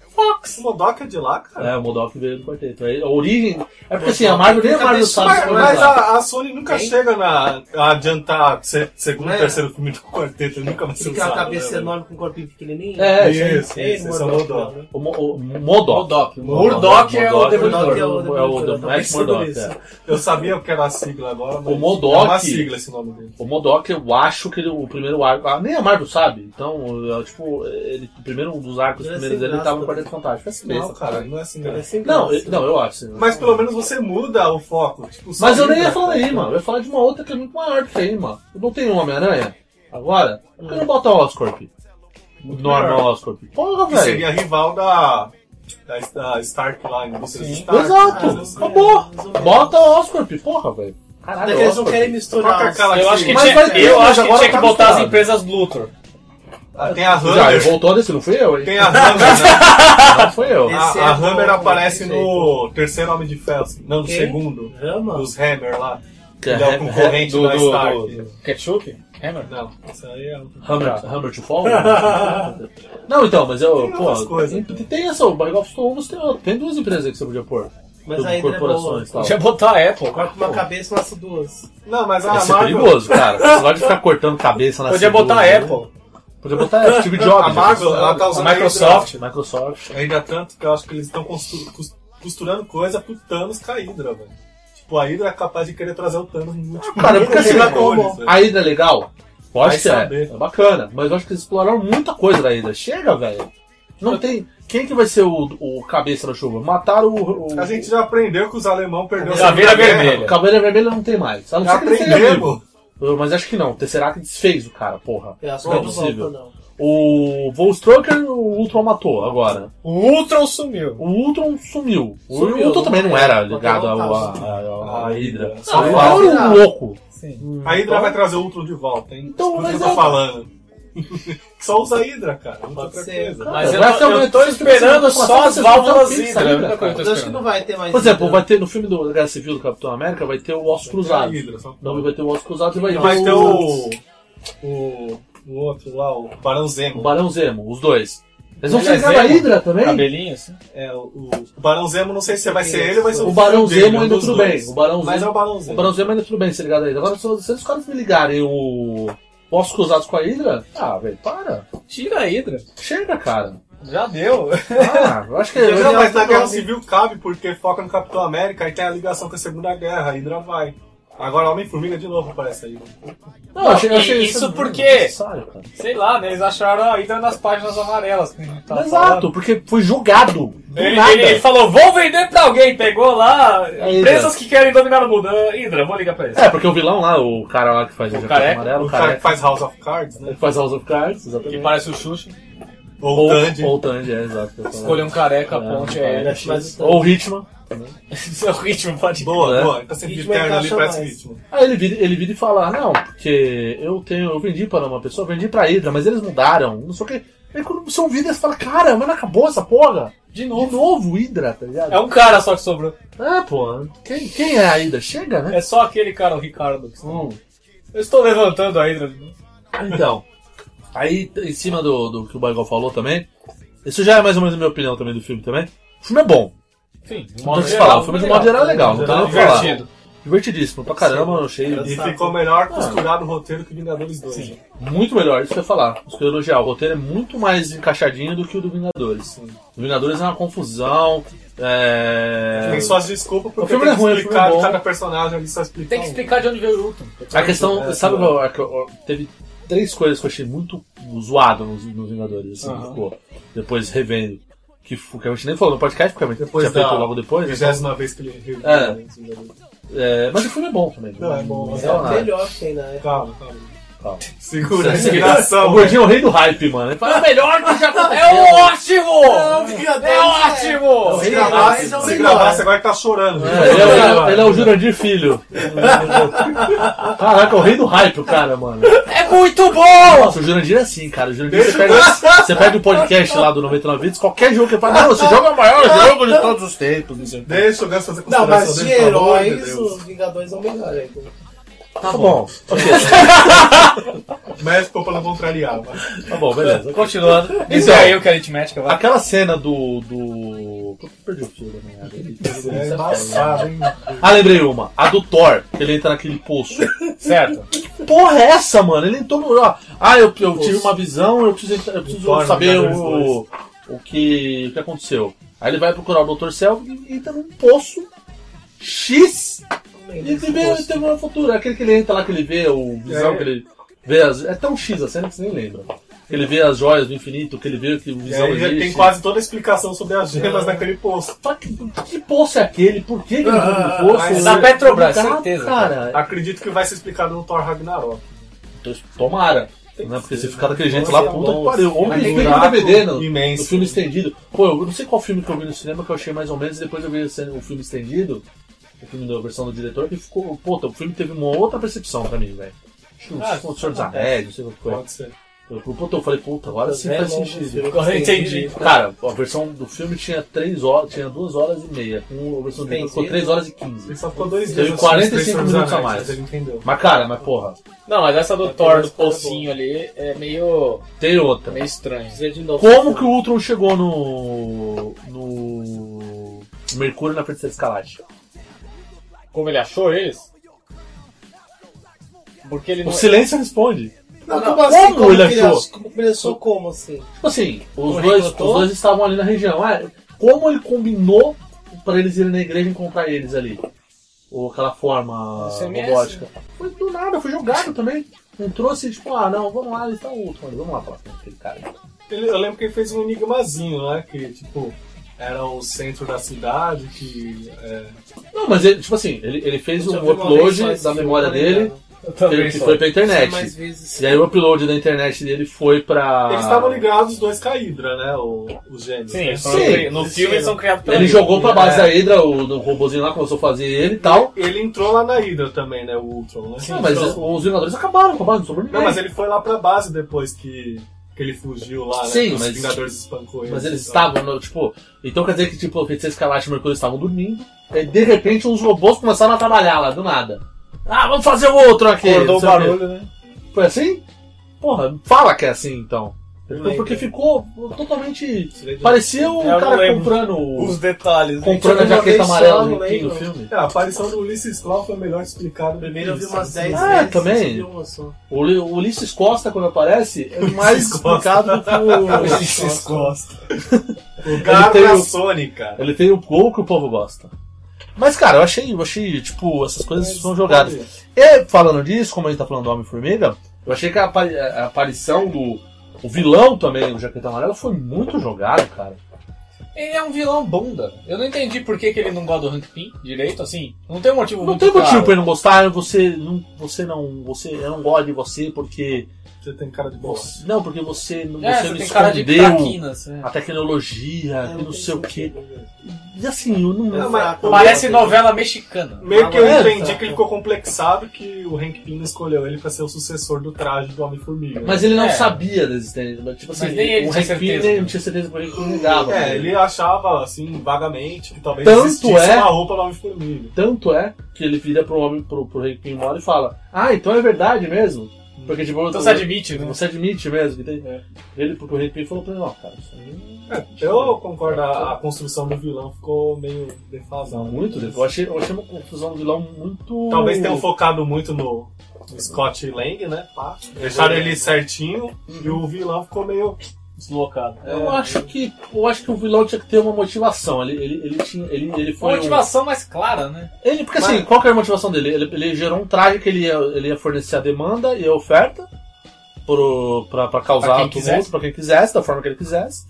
S4: O Modok é de lá, cara.
S6: É, o Modok veio do Quarteto. Aí, A origem... É porque assim, a Marvel nem a Marvel sabe é
S4: Mas,
S6: se
S4: mas
S6: usar.
S4: a, a Sony nunca chega na, a adiantar se- segundo,
S7: É.
S4: terceiro filme do quarteto, nunca vai ser
S7: Fica a
S4: usado,
S7: cabeça
S4: né, velho?
S7: enorme com um corpinho pequenininho?
S6: É,
S4: Isso,
S6: sim.
S4: isso,
S7: Ele,
S4: isso, esse é o Modok.
S6: O Mo- o Modok.
S5: Modok. Murdock é o
S7: Murdock é o
S6: É o
S7: Demolidor, eu
S6: do
S7: tô
S6: Max
S7: pensando
S6: Murdock.
S7: nisso.
S6: é.
S4: Eu sabia o que era a sigla agora, mas
S6: O Modok-
S4: É uma sigla esse nome dele.
S6: O Modok, eu acho que ele- o primeiro arco. ah, nem a Marvel sabe. Então, é, tipo, ele, o primeiro um dos arcos
S7: Ele é
S6: primeiros
S7: sem
S6: dele tava
S7: graça,
S6: no Quarteto Fantástico. É assim mesmo.
S4: Não, cara, não é assim
S7: Ele é
S4: mesmo.
S7: sem
S6: Não,
S7: graça.
S6: eu- não, eu acho. sim.
S4: Mas pelo menos você muda o foco. Tipo, só
S6: Mas eu nem ia
S4: muda,
S6: falar
S4: cara.
S6: aí, mano. Eu ia falar de uma outra que é muito maior que aí, mano. Não tem um Homem-Aranha? Agora? Por que não bota o Oscorp? O normal Oscorp. Porra,
S4: Que
S6: velho.
S4: seria rival da, da, da Stark lá em Indústria Stark.
S6: Exato.
S4: né, assim.
S6: Acabou. Bota o Oscorp. Porra, velho. Caralho,
S4: Ah,
S7: Até
S4: É
S7: que eles não
S6: Oscorp.
S7: querem misturar.
S4: Troca
S7: os-
S4: aquela-
S5: Eu acho que
S6: Mas
S5: tinha,
S6: vai ter,
S5: eu
S6: mas
S5: acho que,
S6: agora
S5: tinha que
S6: tá
S5: botar as
S6: misturado.
S5: empresas Luthor.
S4: Ah, Tem a
S6: Já, ele
S4: Hammer.
S6: voltou desse, não fui eu, hein?
S4: Tem a Hammer, né?
S6: Não fui eu. Ah,
S7: Esse
S4: A,
S7: é
S4: a
S7: do-
S4: Hammer aparece
S7: esse
S4: no terceiro Homem de Ferro. assim. Não, no
S7: Quem?
S4: segundo.
S7: Rama?
S4: Dos Hammer lá.
S6: Que é
S4: Ele é o
S6: Ham-
S4: concorrente
S6: do-
S4: da
S6: do-
S4: Stark.
S6: do-
S5: Ketchup? Hammer?
S4: Não, isso aí é outro.
S6: Hammer, Hammer to Fall? não, então, mas eu.
S4: Tem outras
S6: pô,
S4: coisas,
S6: tem, tem essa, o Barrel of Stones tem, outra, tem duas empresas aí que você podia pôr.
S7: Mas
S6: Tudo
S7: ainda é boa.
S6: corporações e tal.
S5: Tinha que botar a Apple.
S7: Corta uma cabeça e nasce duas.
S4: Não, mas a
S6: Isso é
S4: Marvel.
S6: perigoso, cara. Você gosta de ficar cortando cabeça na
S5: Podia
S6: cebola,
S5: botar a
S6: né?
S5: Apple.
S6: Podia botar a Steve Jobs.
S4: A Marvel, ela tá
S5: A
S4: usando
S5: Microsoft.
S6: gente. Microsoft.
S4: Ainda, ainda tanto que eu acho que eles estão costu- cos- costurando coisa pro Thanos com a Hydra, velho. Tipo, a Hydra é capaz de querer trazer o Thanos no último.
S6: Cara, porque assim,
S4: Vingadores, velho.
S6: a Hydra é legal? Pode
S4: Vai
S6: ser,
S4: saber.
S6: é bacana. Mas eu acho que eles exploraram muita coisa da Hydra. Chega, velho. Não tem. Quem que vai ser o, o cabeça da chuva? Mataram o. o
S4: A gente já aprendeu que os alemão perderam a
S5: Caveira
S4: Segunda Guerra.
S5: Vermelha.
S6: O Cavaleiro Vermelho não tem mais. A não
S4: Já
S6: ser que é ele seja vivo.
S4: aprendemos.
S6: Eu- Mas acho que não. O Tesseract desfez o cara, porra.
S7: Eu acho
S6: Não
S7: que
S6: é
S7: não volta,
S6: possível.
S7: não.
S6: O Volstroker, o Ultron matou agora.
S5: O Ultron sumiu.
S6: O Ultron sumiu. O
S7: Sumiu,
S6: Ultron
S7: não
S6: também não
S7: é.
S6: era
S7: Qualquer
S6: ligado
S7: um
S6: ao-
S7: caso.
S6: a- a-
S4: A
S6: à
S4: Hydra.
S6: Hydra.
S4: Só
S6: Só
S7: fala.
S6: era um louco.
S5: Sim.
S4: A Hydra vai trazer o Ultron de volta, hein?
S6: Então,
S4: Isso
S6: mas
S4: que eu
S6: é-
S4: tô falando. Só usa a Hydra, cara. Não tem
S7: Pode
S4: outra
S7: ser,
S4: coisa.
S6: cara.
S5: Mas eu
S6: vai
S5: tô,
S6: ser um
S5: eu
S6: momento
S5: tô
S6: que você um
S5: esperando
S6: precisa
S5: só
S6: passar
S5: as
S6: pra
S5: válvulas
S6: vocês
S5: Hydra.
S6: voltarem
S5: é
S6: a
S5: a única coisa que
S7: Mas
S5: eu tô
S7: eu acho que não
S5: esperando.
S7: vai ter mais.
S6: Por exemplo,
S7: entendeu?
S6: vai ter no filme do Guerra Civil do Capitão América, vai ter o Ossos Cruzados.
S4: É Hydra, só-
S6: Não vai ter o Ossos Cruzados e vai,
S4: Vai
S6: ter
S4: ter
S6: o...
S4: o. O. O outro lá, o Barão
S6: o
S4: Zemo.
S6: Barão Zemo, os dois. Eles vão
S5: Ele é
S6: chegar na
S5: Zemo?
S6: Hydra também?
S5: Cabelinho, assim.
S4: É, o, o Barão Zemo, não sei se vai ser ele ou vai ser o
S6: O
S4: filho
S6: Barão
S4: dele,
S6: Zemo
S4: um
S6: ainda
S4: dos
S6: tudo
S4: dois.
S6: bem. O Barão
S4: Mas é
S6: Zemo
S4: o Barão
S6: O
S4: Zemo.
S6: Brasil ainda tudo bem ser ligado a Hydra. Agora, se se os caras me ligarem o. Ossos cruzados com a Hydra? Ah, velho, para.
S5: Tira a Hydra.
S6: Chega, cara.
S5: Já deu.
S6: Ah, eu acho que.
S4: Não, mas na Guerra
S6: eu-
S4: Civil cabe porque foca no Capitão América e tem a ligação com a Segunda Guerra. A Hydra vai. Agora Homem-Formiga de novo aparece aí.
S6: Não, eu achei, eu achei
S5: Isso porque-
S6: desnecessário, cara.
S5: Sei lá, né? Eles acharam a Hydra nas páginas amarelas. que a gente tava Tá falando.
S6: Exato, porque foi jogado. Do
S5: Ele,
S6: nada. É
S5: ele- ele falou, vou vender pra alguém. Pegou lá
S6: Hydra.
S5: empresas que querem dominar o mundo. Ah, Hydra, vou ligar pra eles.
S6: É, porque o vilão lá, o cara lá que faz o, jaqueta
S5: careca,
S6: amarelo,
S4: O
S6: o
S4: cara que
S6: careca,
S4: faz House of Cards, né?
S6: ele faz House of Cards,
S5: Que
S6: exatamente.
S5: parece o Xuxa.
S4: Ou
S6: Ou
S4: o Tandy.
S6: Ou o Tandy, é, exato. que eu tô falando.
S5: Escolher um careca, a
S6: É,
S5: ponte
S6: é.
S5: é ele.
S7: Mas o
S6: Ou o Hitman.
S5: Seu ritmo pode
S4: Boa,
S6: né?
S4: boa. Ele tá sempre de
S7: Ritmo
S4: terno ali,
S7: encaixa
S4: parece
S7: mais.
S4: ritmo.
S6: Aí ele vira, ele vira e fala, "Ah, não, porque eu tenho, eu vendi para uma pessoa, vendi pra Hydra, mas eles mudaram, não sei o que. Aí quando são vidas, fala, cara, mas não acabou essa porra. De novo. De novo, Hydra, tá ligado?
S5: É um cara só que sobrou.
S6: Ah, pô, quem, quem é a Hydra? Chega, né?
S5: É só aquele cara, o Ricardo. que-
S6: Hum.
S5: Eu estou levantando a Hydra.
S6: Então, aí em cima do, do que o Baigol falou também, isso já é mais ou menos a minha opinião também do filme também. O filme é bom,
S5: Enfim, de
S6: não
S5: modo
S6: tem o que
S5: geral.
S6: falar, o filme de modo geral é legal, não tem nada pra falar.
S5: Divertido.
S6: Divertidíssimo pra caramba, eu achei
S4: E ficou melhor costurado o roteiro que Vingadores 2. né?
S6: Muito melhor, isso que eu ia falar. Isso que eu ia elogiar. O roteiro é muito mais encaixadinho do que o do Vingadores. O Vingadores é uma confusão. É...
S4: Tem suas desculpas
S6: O
S4: porque
S6: filme
S4: tem
S6: é
S4: que
S6: ruim, o
S4: explicar
S6: filme é bom.
S4: cada personagem ali só explicar. um.
S5: Tem que explicar de onde veio o Ultron.
S6: A questão,
S4: É,
S6: sabe,
S4: é.
S6: qual é que eu- teve três coisas que eu achei muito zoado nos, nos Vingadores, assim,
S5: Aham.
S6: ficou. Depois revendo. Que, f- que a gente nem falou no podcast, porque a gente
S4: Depois
S6: tinha feito
S4: da-
S6: logo
S4: um.
S6: depois. né?
S4: Vigésima vez que ele reviu.
S6: É.
S4: né, os Vingadores.
S6: É, mas o filme é bom também.
S4: Não, é bom, mas
S7: é
S6: é
S7: o
S6: nada.
S7: melhor que tem, né?
S4: Calma, calma. Segura a
S6: Sim.
S4: indignação.
S6: O gordinho é o rei do hype, mano. Ele fala, "Ah, melhor
S5: que já
S6: É
S5: ótimo!
S7: É
S5: ótimo!
S4: Se gravasse, se gravasse agora que tá chorando.
S6: É, ele, é, o- ele é o Jurandir Filho. Caraca, é o rei do hype, o cara, mano.
S5: É muito bom!
S6: Nossa, o Jurandir é assim, cara. O Jurandir, você pega, você pega o podcast lá do 99 Vídeos, qualquer jogo que ele fala, não, esse jogo é o maior jogo de todos os tempos. Não, sei o quê.
S4: Deixa o Ganso fazer
S7: Não,
S4: consideração
S7: mas de
S4: dele, pelo
S5: é
S4: amor de
S7: heróis,
S4: Deus.
S7: os Vingadores é o melhor. então.
S6: um, Tá bom.
S4: Mas ficou pra não contrariar. mano.
S6: Tá bom, beleza.
S5: Continuando. Isso
S6: Então,
S5: é aí o que aritmética vai.
S6: Aquela cena do. do... Puta, Perdi o fio da meada.
S4: É embaçado, hein?
S6: Ah, lembrei uma. A do Thor, que ele entra naquele poço.
S5: Certo.
S6: Que porra é essa, mano? Ele entrou no. ó, Ah, eu, eu tive uma visão, eu preciso, entrar- eu preciso
S4: Thor,
S6: saber
S4: Vingadores
S6: o, o, que, o que aconteceu. Aí ele vai procurar o Dr. Selvig e entra num poço X e
S7: Esse
S6: ele vê
S7: poço.
S6: tem uma futura. Aquele que ele entra lá, que ele vê o visão,
S4: É.
S6: que ele vê as. É tão X a cena que você nem lembra. Que ele vê as joias do infinito, que ele vê que o
S4: E
S6: visão
S4: aí É, já
S6: existe.
S4: tem quase toda a explicação sobre as gemas naquele poço.
S6: Mas Que, que poço é aquele? Por que, que ele entrou
S4: Ah,
S6: no poço?
S4: mas
S5: da Petrobras,
S6: Complicado,
S5: certeza,
S6: Cara,
S4: Acredito que vai ser explicado no Thor Ragnarok.
S6: Então, Tomara. Né? Porque se ficar daquele jeito lá,
S4: Nossa,
S6: puta que
S4: nossa.
S6: pariu. Ontem
S4: Aquele
S6: eu vi um no DVD, no,
S4: imenso.
S6: no né? filme estendido. Pô, eu não sei qual filme que eu vi no cinema que eu achei mais ou menos, e depois eu vi o cen- o filme estendido, o filme da versão do diretor, que ficou. Puta, o filme teve uma outra percepção pra mim, velho. Acho que
S4: Ah,
S6: o Senhor dos Anéis, não sei o que foi.
S4: Pode ser.
S6: Eu, puta, eu falei, puta, agora sim
S7: É
S6: faz
S7: longo,
S6: sentido.
S5: Agora eu entendi.
S6: Cara, a versão do filme tinha 3 horas, tinha 2 horas e meia. Com a versão do diretor ficou 3 horas e 15.
S4: Ele só ficou dois dias.
S6: Teve
S4: assistindo
S6: 45
S4: os três filmes
S6: minutos a
S4: anéis, mas
S6: mais.
S4: Ele entendeu.
S6: Mas cara, mas porra,
S5: Não, mas essa do Thor do pocinho ali é meio,
S6: tem outra.
S5: meio estranho.
S6: Como que o Ultron chegou no. no. Mercúrio na Feiticeira Escarlate?
S5: Como ele achou eles? Porque ele
S6: O
S5: não. é-
S6: silêncio responde.
S7: Não, como assim?
S6: Como
S4: é
S6: ele
S7: que
S6: achou?
S7: ach- Como ele achou como assim?
S6: Tipo assim, os
S7: O
S6: dois, os
S7: recrutou?
S6: dois estavam ali na região. É, como ele combinou pra eles irem na igreja e encontrar eles ali? Ou aquela forma
S7: é
S5: SMS,
S6: robótica? Foi do nada, foi jogado também. Não trouxe, tipo, ah, não, vamos lá, eles estão Ultron, vamos lá falar com aquele cara.
S4: Ele- eu lembro que ele fez um enigmazinho, né? Que, tipo, era o centro da cidade, que... é,
S6: Não, mas ele, tipo assim, ele, ele fez
S7: Eu
S6: um
S7: já vi uma vez
S6: upload
S7: só esse
S6: da
S7: filme,
S6: memória
S7: tá
S6: dele,
S7: ligado?
S6: que que foi pra internet.
S7: Mais vezes.
S6: E aí o upload da internet dele foi pra.
S4: Eles estavam ligados, os dois com a Hydra, né? O, os gêmeos.
S5: Sim,
S4: né?
S5: eles foram
S6: Ah. Sim.
S5: cri- no filme eles são criados pela
S6: Ele
S5: Hydra.
S6: jogou pra É. base da Hydra, o, o robôzinho lá começou a fazer ele e tal.
S4: Ele entrou lá na Hydra também, né? O Ultron, né?
S6: Não, mas os Vingadores acabaram com a base, não sobrou ninguém.
S4: Não, mas ele foi lá pra base depois que, que ele fugiu lá, né?
S6: Sim,
S4: que os
S6: mas-
S4: Vingadores espancou ele.
S6: Mas eles estavam, no- tipo. Então quer dizer que, tipo, o Feiticeiro Escarlate e o Mercúrio estavam dormindo. E aí, de repente, uns robôs começaram a trabalhar lá, do nada. Ah, vamos fazer o outro aqui.
S5: Acordou o
S6: não sei quê.
S5: barulho, né?
S6: Foi assim? Porra, fala que é assim então.
S4: lembro.
S6: Porque ficou totalmente.
S4: Silêncio.
S6: Parecia um
S5: Eu não
S6: cara
S5: lembro.
S6: comprando. o-
S5: Os detalhes. né?
S6: Comprando a
S7: Eu vi uma
S6: jaqueta
S7: vez só,
S6: amarela
S7: não
S6: do Riquinho no
S7: lembro.
S6: filme.
S4: É, a aparição do Ulisses Claw foi melhor explicada.
S7: Primeiro eu vi umas 10
S6: Ah,
S7: vezes.
S6: também?
S7: eu vi uma só.
S6: O Uli- o Ulisses Costa, quando aparece, é mais
S4: Costa.
S6: complicado do que o.
S4: Ah, Ulisses Costa. O
S6: teve
S4: Garra
S6: o-
S4: Sônica.
S6: Ele tem o gol que o povo gosta. Mas, cara, eu achei, eu achei tipo, essas coisas são jogadas. E, falando disso, como a gente tá falando do Homem-Formiga, eu achei que a, apari- a aparição do o vilão também, o Jaqueta Amarela, foi muito jogado, cara.
S5: Ele é um vilão bunda. Eu não entendi por que, que ele não gosta do Hank Pym direito, assim. Não tem um motivo
S6: Não
S5: muito
S6: tem motivo
S5: claro.
S6: pra ele não gostar, ah, você não, você não, você, eu não gosto de você porque,
S4: Você tem cara de boa.
S6: você- não, porque você, não-
S5: É,
S6: você
S5: você
S6: me um-
S5: tem cara de
S6: escondeu
S5: traquinas. né?
S6: a
S4: É,
S6: tecnologia, que não sei o que.
S7: Não,
S6: E assim, eu não,
S4: Não, mas-
S5: Parece novela mexicana.
S4: Meio que eu
S6: É,
S4: entendi
S7: tá.
S4: que ele ficou complexado que o Hank Pym escolheu ele pra ser o sucessor do traje do Homem-Formiga.
S6: Mas ele não
S5: É.
S6: sabia da existência. mas, Tipo assim,
S5: Mas nem ele
S6: o
S5: tinha
S6: Hank Pym
S5: certeza.
S6: nem- não tinha certeza por que ele ligava.
S4: É, ele achava, assim, vagamente, que talvez
S6: Tanto
S4: existisse
S6: é-
S4: uma roupa do Homem-Formiga.
S6: Tanto é que ele vira pro homem, pro, pro Hank Pym mole e fala: Ah, então é verdade mesmo? Porque tipo,
S5: Então você admite, né?
S6: você admite mesmo. Entende?
S4: É.
S6: Ele, porque o Hank Pym falou pra ele: Ó, cara, isso aí
S4: Eu concordo, a, a construção do vilão ficou meio defasada.
S6: não é muito. Eu achei, eu achei uma confusão do vilão muito.
S4: Talvez um
S7: Hum.
S4: tenham focado muito no no Scott Lang, né? Pá. Deixaram ele certinho e o vilão ficou meio
S5: Deslocado.
S7: É,
S6: Eu
S4: é.
S6: acho que eu acho que o vilão tinha que ter uma motivação. Ele ele ele tinha ele ele
S5: Uma
S6: foi um-
S5: motivação mais clara, né?
S6: Ele, porque assim, qual que era a motivação dele? Ele, ele gerou um traje que ele ia, ele ia fornecer a demanda e a oferta pro, pra, pra
S5: Pra
S6: causar
S5: quem
S6: o tumulto
S5: quisesse.
S6: pra quem quisesse, da forma que ele quisesse.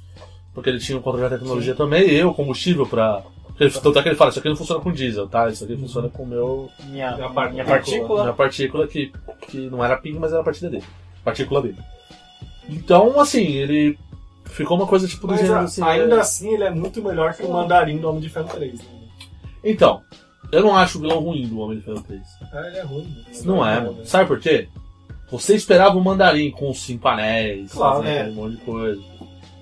S6: Porque ele tinha um controle da tecnologia também e o combustível pra, Ele- Tanto é que ele fala, isso aqui não funciona com diesel, tá? Isso
S5: Uhum.
S6: aqui funciona com o meu.
S5: Minha- minha partícula.
S6: Minha partícula que, que não era ping, mas era a partida dele. Partícula dele. Então, assim, ele. Ficou uma coisa tipo do
S4: Mas,
S6: gênero
S4: ah,
S6: assim.
S4: ainda
S6: é-
S4: assim, ele é muito melhor que o Mandarim do Homem de Ferro 3. Né?
S6: Então, eu não acho o vilão ruim do Homem de Ferro 3.
S4: Ah, ele é ruim. né?
S6: Isso não é, mano. Sabe por quê? Você esperava o mandarim com os cinco anéis,
S4: Claro,
S6: fazendo
S4: é.
S6: um monte de coisa.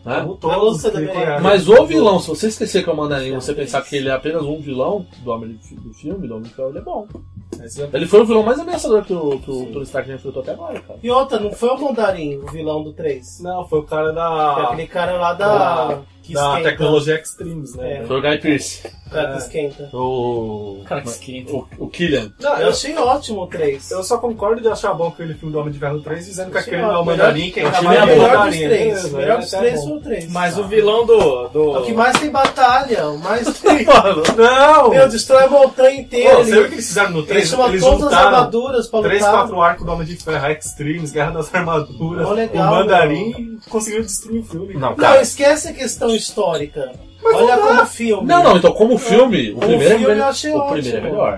S6: né?
S4: Como todos, Mas você também ele é. conhece.
S6: Mas o vilão, se você esquecer que é o mandarim e você pensar que ele é apenas um vilão do, homem de- do filme, do Homem de Ferro, ele é bom.
S4: Esse é-
S6: Ele foi o vilão mais ameaçador que o, que o Tony Stark já enfrentou até agora, cara.
S7: E outra, não foi o Mandarim, o vilão do 3.
S4: Não, foi o cara da.
S7: Foi aquele cara lá da.
S4: Da,
S7: que
S4: da
S7: esquenta.
S4: tecnologia Extremes, né?
S7: É.
S6: Foi o Guy Pearce.
S7: O cara que esquenta.
S6: O.
S5: Cara, que esquenta.
S6: O, o Killian.
S4: Não,
S7: Eu achei ótimo o 3.
S4: Eu só concordo de achar bom aquele filme do Homem de Ferro 3, dizendo que
S7: Achei
S4: aquele não é o
S7: ótimo.
S4: Mandarim, que ainda
S7: Achei
S4: mais
S7: Tá, melhor
S4: o
S7: dos
S4: Mandarim,
S7: três.
S4: beleza,
S7: Melhor
S4: é ele
S7: dos
S4: é
S7: três
S4: bom.
S7: foi o três.
S5: Mas o vilão do. do...
S7: É o que mais tem batalha, o mais tem.
S4: Não!
S7: Meu, destrói a montanha inteira.
S4: Pô,
S7: ele-
S4: você viu o que eles fizeram no 3?
S7: Eles chamam
S4: Eles
S7: todas as
S4: juntaram
S7: armaduras pra
S4: 3,
S7: lutar.
S4: 4 arcos do Homem de Ferro, Extremes, Guerra das Armaduras,
S7: Mó legal,
S4: o Mandarim, conseguiram destruir o filme.
S6: Não,
S7: Não,
S6: cara.
S7: esquece a questão histórica. Olha
S4: não
S7: como filme.
S6: Não, não, então como filme, o
S7: Como
S6: primeiro
S7: filme
S6: é
S7: eu
S6: melhor.
S7: achei
S6: o primeiro é
S7: ótimo.
S6: melhor.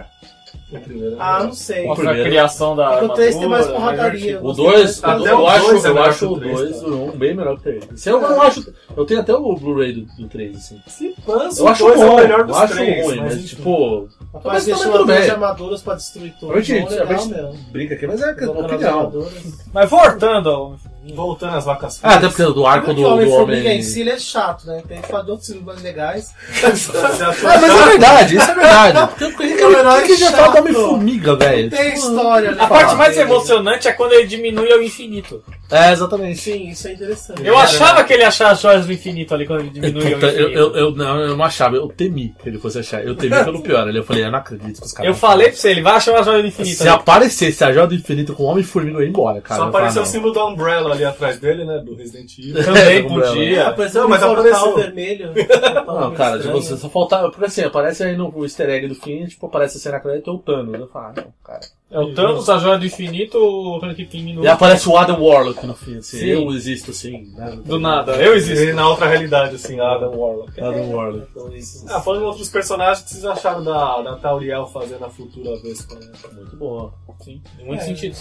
S4: né?
S7: Ah, não sei.
S6: O
S5: Mostra a
S6: primeiro.
S5: criação da.
S7: Porque o três tem mais
S5: armadura,
S7: porradaria.
S5: né?
S6: O 2,
S4: Até
S6: eu,
S4: o
S6: acho,
S4: dois é
S6: eu
S4: melhor
S6: acho
S4: que o
S6: o
S4: três,
S6: 2 e o 1 bem melhor que o 3. Se eu não acho. Eu tenho até o Blu-ray do, do 3, assim.
S4: Se lança
S6: Eu
S4: o
S6: acho
S4: dois, é
S6: bom,
S4: o melhor
S6: eu
S4: dos
S6: acho
S4: três.
S6: ruim, mas,
S4: enfim.
S6: tipo.
S7: Rapaz,
S6: Mas
S7: deixa
S6: também
S7: uma
S6: tudo
S7: duas
S6: bem.
S7: armaduras pra destruir tudo.
S6: A gente-
S7: Bom,
S6: a
S7: legal,
S6: gente-
S4: Tipo,
S7: meu.
S6: Brinca aqui, mas é
S7: Colocando as
S6: opinião.
S7: armaduras.
S5: Mas voltando ao.
S4: Voltando às vacas
S6: Ah, até porque do arco
S4: é
S6: do,
S7: Porque
S6: do
S7: o Homem-Formiga
S6: homem.
S7: em si ele é chato, né? Tem que falar de outros filmes mais legais.
S6: Ah, mas é verdade, isso é verdade. Porque
S7: o herói
S6: que já tá
S7: chato.
S6: do Homem-Formiga, velho.
S7: Tem
S6: Tipo,
S7: história, né?
S5: A parte mais
S7: Dele.
S5: emocionante é quando ele diminui ao infinito.
S6: É, exatamente.
S7: Sim, isso é interessante.
S5: Eu achava que ele achava as joias do infinito ali quando ele diminui ao
S6: Puta,
S5: infinito.
S6: eu, eu, eu- não, eu não achava, eu temi que ele fosse achar. Eu temi pelo pior. ali Eu falei, eu não acredito que os caras.
S5: Eu falei pra você, ele vai achar as joias do infinito.
S6: Se
S5: ali.
S6: aparecesse a Joia do Infinito com o Homem-Formiga, eu ia embora, cara.
S4: Só
S6: Eu ia falar,
S4: apareceu o
S6: não.
S4: símbolo da Umbrella ali atrás dele, né? Do Resident Evil.
S5: Também
S6: do Umbrella.
S5: podia.
S7: Apareceu
S4: Não,
S7: um
S4: mas é
S7: portal
S4: apareceu.
S7: vermelho.
S6: Não, cara, de você só faltava. Porque assim, aparece aí no easter egg do fim, tipo, aparece a cena crédito e o Thanos. Eu falo, ah, não, cara.
S5: É o Thanos, a joia do infinito, o Frank Pym
S6: E
S5: no...
S6: aparece o Adam Warlock no fim, assim.
S5: Sim.
S6: Eu existo, assim. né?
S5: do nada. Eu existo.
S4: E na outra realidade, assim, Adam Warlock.
S6: Adam Warlock.
S4: Ah, falando de outros personagens, o que vocês acharam da, da Tauriel fazendo a futura Vespa? Né?
S6: Muito boa.
S5: Sim, em
S7: É.
S5: muitos sentidos.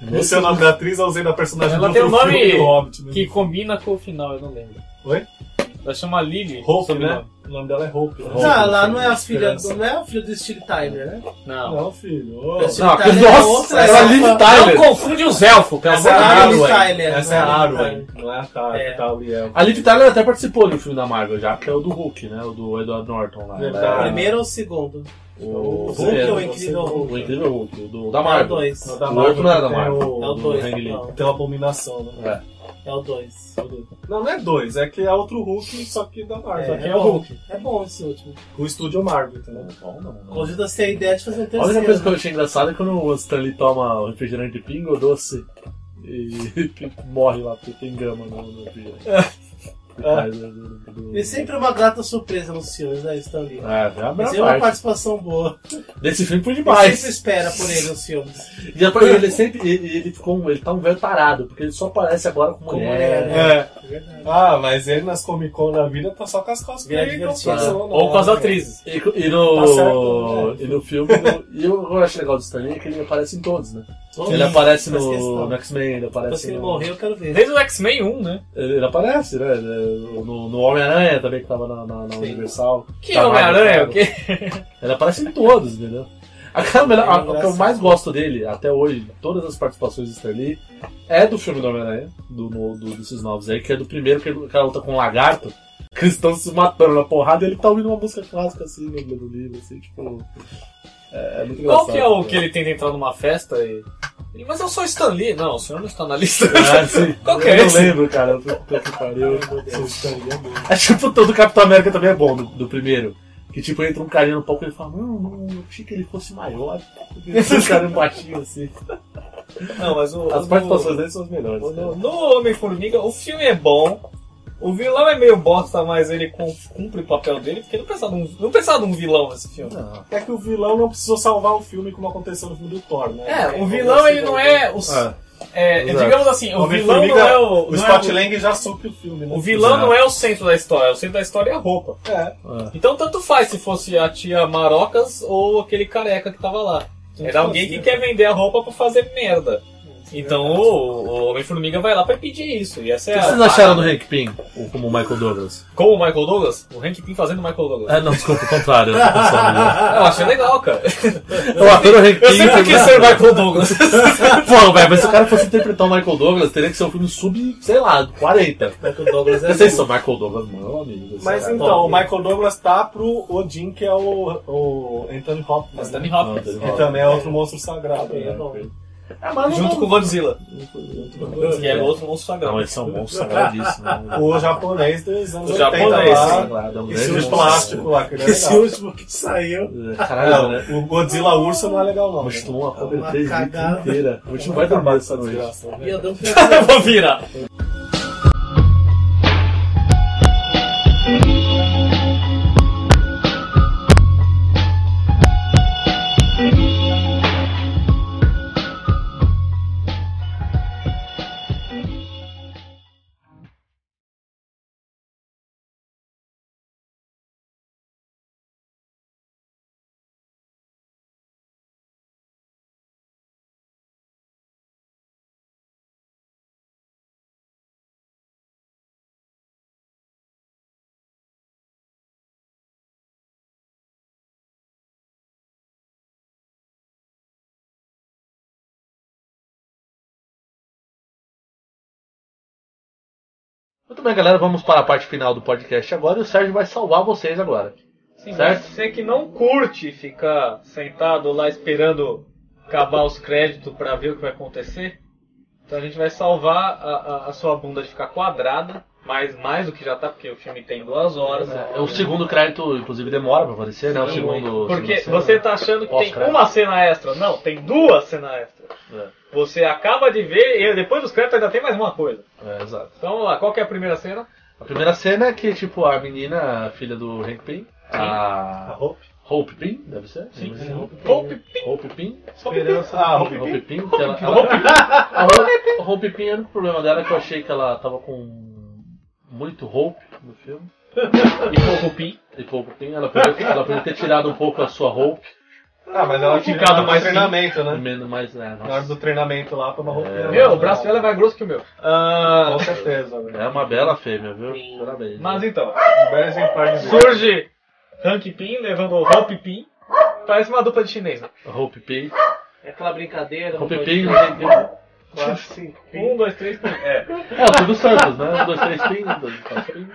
S4: Não sei o nome da atriz, eu usei da personagem
S5: Ela
S4: do
S5: tem um
S4: outro
S5: nome
S4: filme do Hobbit. Né?
S5: Que combina com o final, eu não lembro.
S4: Oi?
S5: Ela chama Lily.
S4: Hope,
S5: sobrenome.
S4: né? O nome dela é Hope. Né?
S7: Não, lá não é a filha
S4: Esperança.
S7: do, não é a filha do Steve Tyler, né?
S5: Não.
S4: Não, filho. Ô,
S7: Esse
S6: Não,
S7: Tyler é
S6: nossa,
S7: outra,
S6: era a
S7: essa
S6: Liv
S7: fa-
S5: Não
S6: Tyler.
S5: confunde os elfos, pelo
S7: Essa
S5: amor
S7: é
S5: de
S7: a
S5: Deus.
S7: Liv Tyler.
S4: Essa é a
S7: não
S4: Arwen, não é a Ta-
S7: É.
S4: Tauriel.
S6: A Liv Tyler até participou de um filme da Marvel já, que é o do Hulk, né? O do Edward Norton lá. é
S4: Verdade.
S7: O Primeiro ou o segundo?
S6: O,
S4: O
S7: Hulk
S6: é,
S7: ou o
S6: o
S7: Incrível
S6: o
S7: Hulk?
S6: incrível Hulk, o do, da
S7: É o
S6: Marvel.
S7: 2.
S4: Não,
S6: O outro não era da
S4: tem
S6: Marvel.
S4: o-
S7: É o
S6: do
S7: 2.
S6: Ang Lee.
S7: Não,
S4: Tem uma abominação, né?
S6: É.
S7: é o 2.
S4: Não, não é dois, é que é outro Hulk, só que da Marvel.
S7: É,
S4: Só que
S7: é
S4: é o Hulk.
S7: bom. É bom esse último.
S4: O estúdio Marvel, entendeu?
S6: Bom, não, não.
S7: Inclusive, eu sei a ideia de fazer um
S6: A única
S7: terceiro.
S6: coisa que eu achei engraçada é quando o Stanley toma o refrigerante de pinga ou doce e morre lá, porque tem gama no, no refrigerante. E cai do- do- do- do-
S7: E sempre é uma grata surpresa nos filmes, né, Stanley?
S6: É, é a
S7: Mas é
S6: melhor
S7: uma
S6: parte.
S7: participação boa.
S6: Desse filme foi
S7: Mas... sempre
S6: demais.
S7: espera por ele nos filmes.
S6: E a- ele sempre. Ele, ele ficou um- Ele tá um velho tarado, porque ele só aparece agora com mulher.
S7: mulher, né?
S4: É.
S7: É verdade.
S4: Ah, mas ele nas Comic Con da vida tá só com as cosplay.
S7: Vira divertido.
S4: então, funciona,
S5: Ou com as
S4: né?
S5: atrizes.
S6: E, e
S4: Tá certo,
S6: no,
S4: né?
S6: e no filme, no- e o que eu acho legal do Stanley é que ele aparece em todos, né?
S4: é.
S6: Ele
S7: Sim,
S6: aparece
S7: faz
S6: no,
S7: questão.
S6: no X-Men, ele
S7: Depois que
S6: aparece
S7: ele
S6: no.
S7: morreu, eu quero ver.
S5: Desde o X-Men 1, né?
S6: Ele, ele aparece, né? Ele- No, no Homem-Aranha também, que tava na, na- na Universal.
S5: Que
S6: Tá
S5: Homem-Aranha? né?
S6: marcado.
S5: O quê?
S6: Ele aparece em todos, entendeu? A cara melhor, a- o que eu mais gosto dele, até hoje, todas as participações do Stanley, é do filme do Homem-Aranha, do, no- do- desses novos aí, que é do primeiro, que o cara luta com um lagarto, que eles estão se matando na porrada e ele tá ouvindo uma música clássica assim, no meio do livro, assim, tipo. É, é muito engraçado.
S5: Qual que é o
S6: né?
S5: que ele tenta entrar numa festa e... Ele, Mas eu sou Stan Lee. Não, o senhor não está na lista.
S6: Ah, sim.
S5: Qual que é
S6: eu
S5: esse?
S6: não lembro, cara. Puta que pariu.
S4: Estaria bom.
S6: É tipo, todo Capitão América também é bom do, do primeiro. Que tipo, entra um carinha no palco e ele fala, não, não, eu achei que ele fosse maior. Esse cara é um baixinho assim.
S5: Não, mas o...
S6: As
S5: o-
S6: participações dele são as melhores.
S5: No,
S6: cara.
S5: no Homem-Formiga, o filme é bom. O vilão é meio bosta, mas ele cum- cumpre o papel dele, porque não precisava de um, não precisava de um vilão nesse filme.
S4: É que o vilão não precisou salvar o filme como aconteceu no filme do Thor, né?
S5: É, o vilão ele não é. Os,
S6: Ah.
S5: é,
S4: Exato.
S5: digamos assim, o
S4: Homem
S5: vilão
S4: Formiga,
S5: não é o.
S4: o
S5: não
S4: Scott
S5: é
S4: Lang já soube o filme, né?
S5: O vilão
S4: Exato.
S5: não é o centro da história, o centro da história é a roupa.
S4: É.
S5: Então tanto faz se fosse a tia Marocas ou aquele careca que tava lá. Era alguém que quer vender a roupa pra fazer merda. Então o, o Homem-Formiga vai lá pra impedir isso. E essa
S6: O
S5: é
S6: que
S5: a
S6: vocês acharam do Hank Pym ou como o Michael Douglas?
S5: Como o Michael Douglas? O Hank Pym fazendo o Michael Douglas.
S6: Ah, não, desculpa, o contrário. Eu, tô pensando, né?
S5: Eu achei legal, cara.
S6: eu adoro o Hank Pym.
S5: Eu sempre quis ser o Michael Douglas.
S6: Pô, velho, mas se o cara fosse interpretar o Michael Douglas, teria que ser um filme sub, sei lá, 40.
S7: Michael Douglas é
S6: Vocês
S7: bom.
S6: são Michael Douglas, meu amigo.
S4: Mas
S5: é
S6: sei lá,
S4: então,
S6: top.
S4: o Michael Douglas tá pro Odin, que é o, o Anthony Hopkins.
S5: Anthony
S4: né?
S5: Hopkins.
S4: Que também é outro monstro sagrado. né?
S5: é
S6: Ah, mas não-
S5: Junto com o Godzilla.
S6: Godzilla.
S5: Que é outro monstro sagrado.
S6: Não, eles são monstros sagradíssimos. né?
S4: O japonês dos anos
S5: O
S4: 80
S5: japonês,
S6: sim,
S4: lá.
S6: claro, é um
S4: Esse
S6: grande
S4: de plástico lá, que ele é
S7: Esse
S4: legal.
S7: último que saiu.
S6: Caralho, né?
S4: Não, o Godzilla Urso não é legal não. né?
S6: Mostrou uma pobre
S7: Uma
S6: três
S7: cagada.
S6: inteira. A gente não vai dormir essa noite.
S4: né?
S7: E eu dou um
S5: Eu vou virar.
S6: Muito bem, galera, vamos para a parte final do podcast agora e o Sérgio vai salvar vocês agora.
S5: Sim,
S6: Certo?
S5: Você que não curte ficar sentado lá esperando acabar os créditos pra ver o que vai acontecer, então a gente vai salvar a, a- a sua bunda de ficar quadrada, mas mais do que já tá, porque o filme tem duas horas.
S6: É, o segundo crédito, inclusive, demora pra aparecer, né? O segundo.
S5: Porque
S6: segunda
S5: você
S6: cena. né?
S5: tá achando que tem
S6: Pós-crédito.
S5: uma cena extra. Não, tem duas cenas extra.
S6: É.
S5: Você acaba de ver e depois dos créditos ainda tem mais uma coisa.
S6: É, exato.
S5: Então vamos lá, qual que é a primeira cena?
S6: A primeira cena é que, tipo, a menina, a filha do Hank Pym,
S4: A
S6: a
S4: roupa.
S6: Hope Pym, deve ser?
S5: Sim,
S6: Deve ser
S5: sim.
S6: Hope Pym.
S5: Hope
S6: Hope Pym.
S4: Esperança. Ah, Hope Pym.
S6: Hope Pym. que ela-
S5: Hope Pym.
S6: ela- A Hope Pym. Hope Pym, o único problema dela é que eu achei que ela tava com muito Hope no filme.
S5: E com o Pim.
S6: E pouco Pym, ela podia, ela podia ter tirado um pouco a sua Hope,
S4: Ah, mas ela
S5: Ficado
S4: ficado mais
S5: mais
S4: treinamento, né?
S6: menos mais, né?
S4: Na hora
S6: Nossa.
S4: do treinamento lá pra uma roupinha.
S6: É.
S5: Meu, o braço dela é mais grosso que o meu. Ah,
S4: Com certeza, velho.
S6: É uma bela fêmea, viu? Parabéns.
S5: mas então.
S4: Um belo exemplar de dele.
S5: Surge Hank Pin levando o Hop Pin. Parece uma dupla de chinês, né?
S6: Hope Pym.
S5: É aquela brincadeira.
S6: Hope Pym. É,
S5: Um, dois, três, Pin. É.
S6: o Silvio Santos, né? Um, dois, três Pym, um, dois, quatro Pym.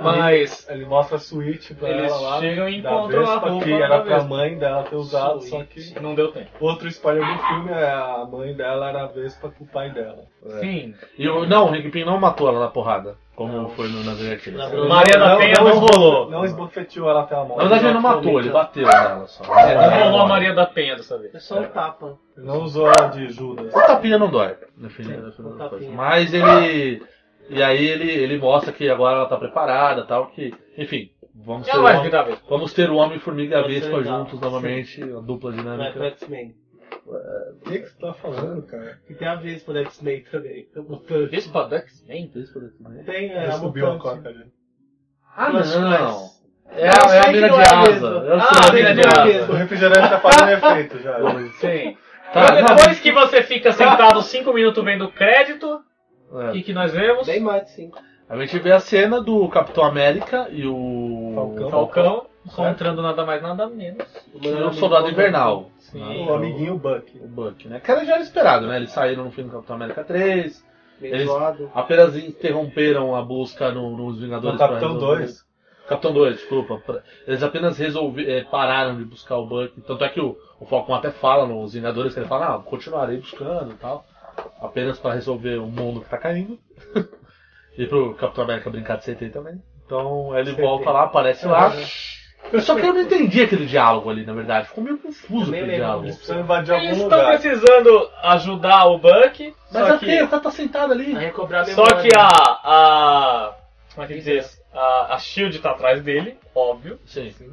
S5: Mas
S4: Ele mostra a suíte pra
S5: Eles
S4: ela lá.
S5: chegam e
S4: da
S5: encontram a
S4: Vespa,
S5: roupa
S4: que
S5: da
S4: era pra
S5: Vespa.
S4: mãe dela ter usado, só que
S5: não deu tempo.
S4: outro spoiler do filme é a mãe dela era a Vespa com o pai dela. É.
S5: Sim.
S6: E o, não, o Hank Pym não matou ela na porrada, como foi no, nas negativas.
S7: Não.
S5: Mariana Penha não
S4: esbo-
S5: rolou.
S4: Não esbofeteou ela até a
S6: Na
S4: morte.
S6: verdade, ele não matou, ele bateu nela só. É,
S5: Não rolou a Maria da Penha dessa vez.
S7: É só um tapa.
S4: Ele não usou ela de Judas.
S6: O tapinha não dói, no final, no final
S7: o
S6: das coisas.
S7: tapinha.
S6: Mas ele. E aí ele, ele mostra que agora ela tá preparada tal, que. Enfim, vamos ter,
S5: Ela
S6: o
S5: vai
S6: homem,
S5: virar a Vespa.
S6: vamos ter o Homem-Formiga e a
S7: Vai ser
S6: Vespa
S7: legal.
S6: juntos novamente, a dupla
S7: Vai pro
S6: dinâmica.
S7: X-Men.
S4: O que que você tá falando, cara?
S7: E tem a vez pro X-Men também.
S5: tá
S7: Tem mutante.
S5: Vespa do X-Men?
S7: Tem, é,
S4: Ele
S7: a
S4: subiu a
S7: mutante.
S4: coca ali.
S6: Ah, não! É,
S7: Eu
S6: a- é
S7: sei
S6: a
S7: que
S6: mina de
S7: não é a
S6: asa.
S7: Vespa.
S6: Eu
S5: Ah,
S6: sei
S5: a mina de asa.
S4: O refrigerante tá fazendo efeito já. né?
S5: Sim.
S6: Tá,
S5: Mas
S6: não,
S5: depois que você fica sentado cinco minutos vendo o crédito, o
S6: é.
S5: que, que nós vemos?
S7: Bem mais de 5.
S6: A gente vê a cena do Capitão América e o
S4: Falcão.
S5: Falcão encontrando nada mais, nada menos.
S6: E
S4: é um
S6: o Soldado Invernal.
S5: Sim.
S4: O amiguinho Buck.
S6: O Buck, né? Que era já era esperado, né? Eles saíram no filme do Capitão América 3.
S7: Meio
S6: Eles-
S7: zoado.
S6: Apenas interromperam a busca no- nos Vingadores.
S4: No Capitão
S6: pra resolver-
S4: 2.
S6: Capitão 2, desculpa. Pra- Eles apenas resolve, eh, pararam de buscar o Buck. Tanto é que o, o Falcon até fala nos Vingadores que ele fala, ah, continuarei buscando e tal. Apenas para resolver o mundo que tá caindo. e pro Capitão América brincar de CT também. Então ele volta lá, aparece
S4: Ah,
S6: lá.
S4: né?
S6: Só que eu não entendi aquele diálogo ali, na verdade. Ficou meio confuso aquele
S7: Também lembro
S6: diálogo.
S4: Eles precisam invadir
S5: Eles
S4: algum
S5: estão
S4: lugar.
S5: precisando ajudar o Buck.
S6: Mas é
S5: só
S6: ok, o cara tá sentado ali.
S7: Aí recobrar a
S5: Só
S7: memória.
S5: que a. a como é que diz?
S13: A, a Shield tá atrás dele, óbvio.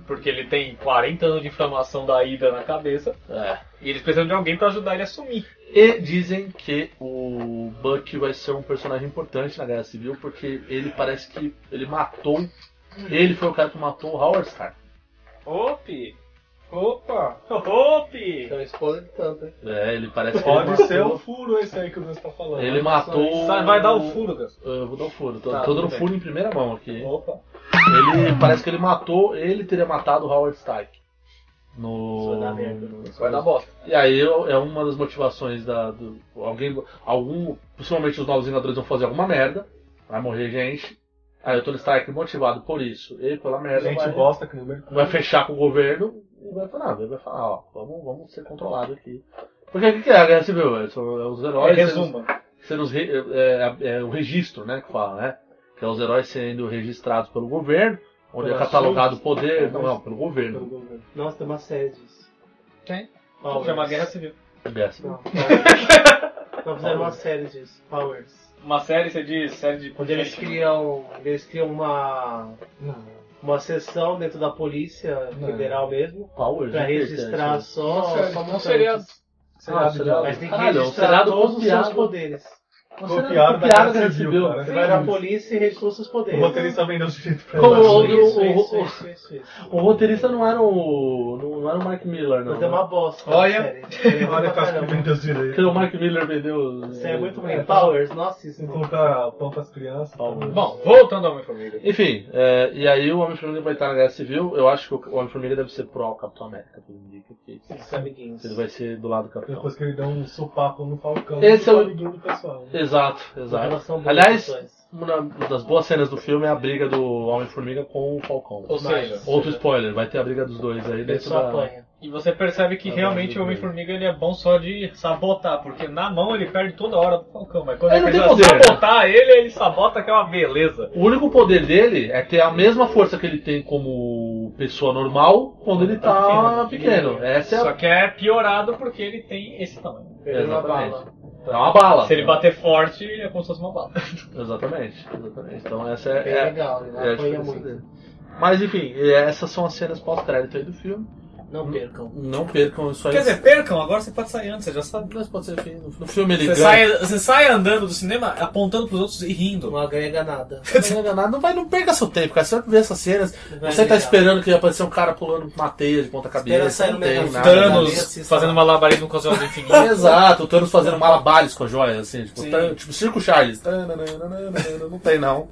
S13: Porque ele tem 40 anos de inflamação da ida na cabeça.
S6: É.
S13: E eles precisam de alguém pra ajudar ele a sumir.
S6: E dizem que o Buck vai ser um personagem importante na Guerra Civil, porque ele parece que ele matou. Ele foi o cara que matou o Howard Stark.
S13: Opi! Opa! Opi!
S7: Então spoiler de tanto, hein?
S6: É, ele parece que ele
S4: Pode
S6: matou.
S4: ser um o furo esse aí que o Deus tá falando.
S6: Ele matou.
S4: Sai, Vai dar o furo,
S13: Gus.
S6: Ah, Eu vou dar o furo. Tô,
S4: Tá,
S6: tô
S4: tudo
S6: dando
S4: bem.
S6: furo em primeira mão aqui.
S13: Opa.
S6: Ele parece que ele matou, ele teria matado o Howard Stark. No.
S13: Isso vai dar merda. Isso vai dar bosta.
S6: E aí eu- é uma das motivações da. do- alguém. Algum. Possivelmente os novos Vingadores vão fazer alguma merda. Vai morrer gente. Aí o Tony Stark motivado por isso e pela merda.
S4: Gente
S6: vai,
S4: bosta que não vem.
S6: vai fechar com o governo e vai falar, ele vai falar, ó, vamos, vamos ser controlado aqui. Porque o que que é a guerra civil? É, são- é os heróis.
S13: É,
S6: sendo-
S13: resuma.
S6: sendo os re- é, é, é o registro, né? Que fala, né? Que é os heróis sendo registrados pelo governo, onde é
S7: Pelas
S6: catalogado o
S7: SHIELD.
S6: poder. Não, não, pelo governo.
S7: Nossa, tem uma série disso.
S13: Tem?
S7: Powers.
S13: Chama Guerra Civil.
S7: né?
S6: Guerra Civil.
S7: Não, Powers. Não, fizeram Tá uma série disso. Powers.
S13: Uma série, você diz, série de.
S7: Onde eles criam. Eles criam uma. Uma sessão dentro da polícia federal mesmo.
S6: Powers,
S7: Pra
S6: não tem
S7: registrar
S6: é isso.
S7: só.
S6: Não, sério,
S7: só
S6: não
S7: mutantes.
S6: seria-
S7: Ah,
S6: seriado.
S7: Mas tem que
S6: Caralho, é um
S7: registrar
S6: seriado
S7: todos os seus
S6: copiado.
S7: poderes.
S6: Um seriado Copiado da copiado Guerra da Guerra Civil, Civil. cara.
S7: Você vai na polícia e registra os seus poderes.
S4: O roteirista vendeu o sujeito pra
S6: Como o,
S4: ele.
S7: Isso,
S6: o-
S7: isso,
S6: o-
S7: isso, isso, isso.
S6: o roteirista não era o. não, não era o Mark Miller, não.
S7: Mas é uma
S6: né?
S7: bosta.
S4: Olha.
S7: sério.
S4: Olha que eu acho que vendeu os direitos.
S6: Porque o Mark Miller vendeu. tá.
S7: Você é muito
S6: bem.
S7: ruim. Powers, nossa, isso é
S4: Se colocar pão pras crianças.
S13: Bom, voltando ao Homem-Formiga.
S6: Enfim, é, e aí o Homem-Formiga vai estar na Guerra Civil. Eu acho que o Homem-Formiga deve ser pró-Capitão América, tudo indica que
S7: Esses amiguinhos.
S6: ele vai ser do lado do Capitão.
S4: Depois que ele deu um sopapo no Falcão.
S6: Esse é o-
S4: amiguinho do pessoal. né?
S6: Exato,
S7: Uma
S6: exato.
S7: relação boa
S6: Aliás,
S7: dos dois.
S6: uma da- das boas cenas do filme é a briga do Homem-Formiga com o Falcão.
S13: Ou seja-
S6: outro spoiler, vai ter a briga dos dois aí
S7: Ele
S6: dentro
S7: só
S6: da.
S7: apanha.
S13: E você percebe que
S6: Ah,
S13: realmente
S6: meu
S13: o Homem-Formiga ele é bom só de sabotar, porque na mão ele perde toda hora do Falcão, mas quando
S6: Ele
S13: ele,
S6: não tem
S13: precisa
S6: poder, né?
S13: sabotar ele, ele sabota que é uma beleza.
S6: O único poder dele é ter a mesma força que ele tem como pessoa normal quando ele tá
S7: né?
S6: pequeno. Essa é
S13: Só
S6: a...
S13: que é piorado porque ele tem esse tamanho.
S7: Perdeu uma
S6: Exatamente.
S7: bala.
S6: É uma bala.
S13: Se ele bater forte, é como se fosse uma bala.
S6: Exatamente, exatamente. Então essa é,
S7: Bem
S6: é,
S7: legal,
S6: é
S7: ele
S6: a
S7: apanha
S6: diferença
S7: muito.
S6: dele. Mas enfim, essas são as cenas pós-crédito aí do filme.
S7: Não percam.
S6: Não percam isso aí.
S5: Quer dizer, percam, agora você pode sair antes, você já sabe.
S6: mas pode ser feio. No filme ele
S5: Você
S6: ganha.
S5: sai, você sai andando do cinema apontando pros outros e rindo.
S7: Não agrega nada.
S6: Não, não, não, não vai, não perca seu tempo, cara. Você vai ver essas cenas.
S7: Vai
S6: você tá
S7: legal.
S6: esperando que ia aparecer um cara pulando uma teia de ponta
S7: Espera
S6: cabeça.
S7: sair
S6: Não
S7: no
S6: tem
S7: meio
S5: Ah,
S7: da
S6: nada.
S7: Thanos
S5: Danos, fazendo malabarismo com as olhos infinitos.
S6: Exato, o Thanos fazendo malabares com as joias, assim, tipo,
S5: Sim.
S6: tan- tipo Circo Charles. Tananana, Não tem não.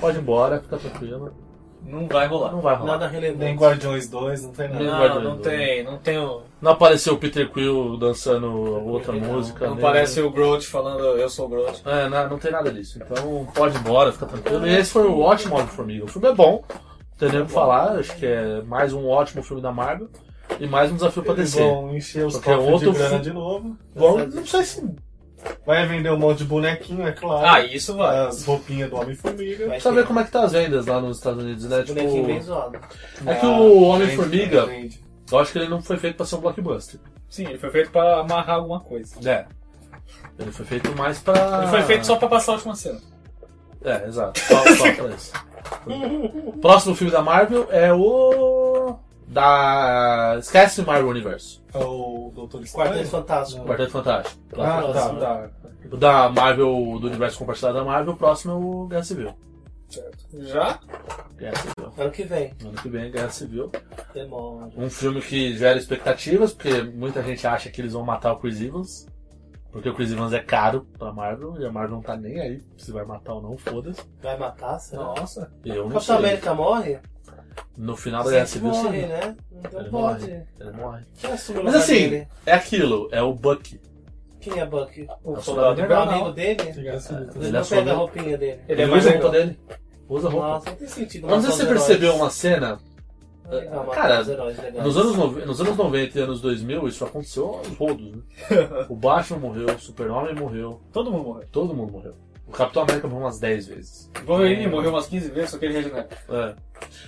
S6: Pode ir embora, fica tranquilo.
S5: Não vai rolar.
S6: Não vai rolar.
S7: Nada
S4: Nem
S7: relevante.
S4: Guardiões 2, não tem nada.
S6: Tá Nem
S5: Não,
S6: Guardiões
S5: não
S6: do-
S5: tem, não tem o.
S6: Não apareceu o Peter Quill dançando outra música.
S5: Não
S6: né?
S5: parece o Groot falando eu sou o Groot.
S6: É, não, não tem nada disso. Então pode ir embora, fica tranquilo. E esse foi o ótimo Homem Formiga. O filme é bom, não tem nem o que falar. Acho que é mais um ótimo filme da Marvel e mais um desafio pra
S4: Eles
S6: descer.
S4: vão encher os
S6: Porque é
S4: cofres
S6: outro
S4: de grana
S6: fi-
S4: de novo.
S6: Bom, não sei se.
S4: Vai vender um monte de bonequinho, é claro.
S5: Ah, isso vai.
S4: As roupinhas do Homem-Formiga.
S6: Precisa ver como é que tá as vendas lá nos Estados Unidos, né? Tipo,
S7: Bonequinho bem zoado.
S6: é que o
S4: Ah,
S6: Homem-Formiga,
S4: Vende.
S6: eu acho que ele não foi feito pra ser um blockbuster.
S5: Sim, ele foi feito pra amarrar alguma coisa.
S6: É. Ele foi feito mais pra.
S5: Ele foi feito só pra passar a última
S6: assim?
S5: cena.
S6: É, exato. Só, só pra isso. Próximo filme da Marvel é o. Da. Esquece o Marvel Universe.
S4: É o Doutor
S7: Quarteto
S4: Estranho.
S7: Fantástico.
S6: Quarteto Fantástico.
S4: Ah,
S6: Claro.
S4: tá, tá.
S6: O da Marvel, do universo compartilhado da Marvel, o próximo é o Guerra Civil.
S4: tá.
S5: Já?
S6: Guerra Civil.
S7: Ano É que vem.
S6: Ano que vem, é Guerra Civil.
S7: Demora.
S6: Um filme que gera expectativas, porque muita gente acha que eles vão matar o Chris Evans. Porque o Chris Evans é caro pra Marvel, e a Marvel não tá nem aí se vai matar ou não, foda-se.
S7: Vai matar, será?
S6: Nossa. Eu não
S7: Capitão
S6: sei. Ah,
S7: América morre?
S6: No final da Guerra
S7: Sempre
S6: Civil,
S7: morre,
S6: sim.
S7: né? Então
S6: Ele
S7: pode.
S6: morre. Ele morre.
S7: Quem assume o
S6: Mas
S7: lugar
S6: assim,
S7: dele?
S6: é aquilo, é o Buck.
S7: Quem é Buck?
S6: É o
S7: O
S6: soldado
S7: melhor
S6: invernal.
S7: amigo dele?
S6: Ele
S7: Ele
S6: é
S7: não pega a
S6: soldado.
S7: roupinha dele.
S6: Ele um
S13: é mais
S6: usa a
S13: legal.
S6: roupa dele. Usa a roupa.
S7: Nossa, É, não tem sentido.
S6: Eu não sei se você percebeu uma cena eh, Cara,
S7: Cara,
S6: Nos anos, nove- nos anos 90 e anos 2000, isso aconteceu aos rodos, né? O Batman morreu, o Super-Homem morreu,
S5: Todo mundo morreu.
S6: todo mundo morreu. O Capitão América morreu umas 10 vezes.
S5: Wolverine morreu umas 15 vezes, só que ele regenera.
S6: É.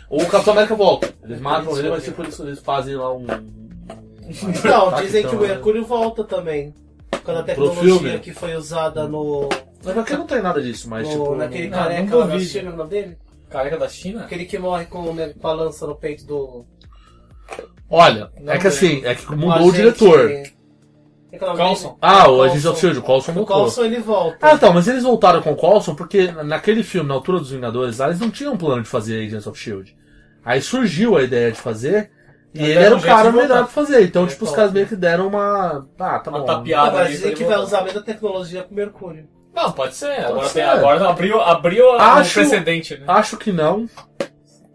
S6: O Capitão América volta. Eles matam
S7: Eles
S6: ele, mas
S7: morreram.
S6: tipo, eles, eles fazem lá um. Tá,
S7: Então, dizem que o
S6: Mercúrio.
S7: Mercúrio volta também. Quando a
S6: né? filme?
S7: tecnologia que foi usada no.
S6: Mas aqui não tem nada disso, mas
S7: no-
S6: tipo.
S7: naquele
S5: não- não
S7: careca lá
S5: duvido.
S7: assistindo o nome dele?
S5: Careca da China?
S7: Aquele que morre com né, com a lança no peito do.
S6: Olha, é que assim, é que mudou o diretor.
S7: é Carlson.
S6: Ah, o Agente of Shield, o Coulson
S7: O
S6: mudou.
S7: Carlson ele volta.
S6: Ah, então, mas eles voltaram com o Coulson porque naquele filme, na altura dos Vingadores, lá, eles não tinham plano de fazer Agents of S.H.I.E.L.D. Aí surgiu a ideia de fazer, e
S7: Aí
S6: ele
S7: deram
S6: era
S7: um
S6: o
S7: jeito
S6: cara
S7: de voltar. É né?
S6: melhor pra fazer. Então,
S7: Ele
S6: tipo, os
S7: volta.
S6: caras meio que deram uma... Ah, tá bom.
S7: Não, mas dizem que vai usar a mesma tecnologia com o Mercúrio.
S5: Não, pode ser.
S6: Pode
S5: agora
S6: ser.
S5: tem- agora não, abriu, abriu a-
S6: Acho-
S5: um precedente, né?
S6: Acho que não.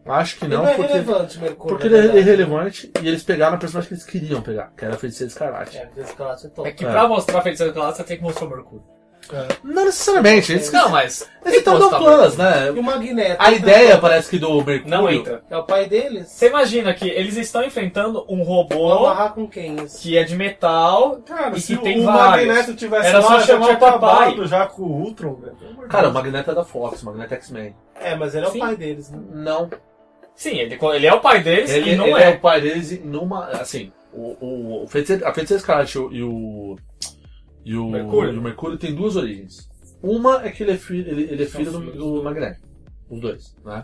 S6: Acho que
S7: Ele
S6: não,
S7: não é
S6: porque...
S7: relevante, Mercúrio,
S6: porque
S7: na
S6: ele é
S7: verdade. né?
S6: irrelevante e eles pegaram a personagem que eles queriam pegar, que era a Feiticeira Escarlate.
S7: É, porque esse cara é top.
S5: É que pra mostrar a feiticeira do você tem que mostrar o Mercúrio.
S6: Não necessariamente,
S7: É.
S6: eles...
S5: Não, mas.
S6: Eles estão dando planos, né?
S7: tá E o Magneto.
S6: A ideia parece que do Mercúrio...
S5: Não entra.
S7: É o pai deles?
S5: Você imagina que eles estão enfrentando um robô
S7: Amarrar com quem isso?
S5: que é de metal
S4: Cara,
S5: e
S4: se
S5: que tem
S4: o
S5: vários.
S4: Magneto tivesse
S5: Era
S4: lá,
S5: só
S4: já
S5: chamar
S4: tinha
S5: o papai.
S4: acabado já com o Ultron, velho. Pelo amor de
S6: Cara, o
S4: Deus.
S6: Magneto é da Fox, o Magneto é X-Men.
S7: É, mas ele é
S5: Sim.
S7: o pai deles, né?
S6: Não.
S5: Sim, ele, ele é o pai deles
S6: Ele,
S5: e não
S6: ele
S5: é.
S6: é. o pai deles e numa. Assim, o, o, o feiticeiro, a feiticeira Escarlate e o. E o
S5: Mercúrio.
S6: e o Mercúrio tem duas origens. Uma é que ele é filho, ele, ele é filho do, do Magneto. Os dois, né?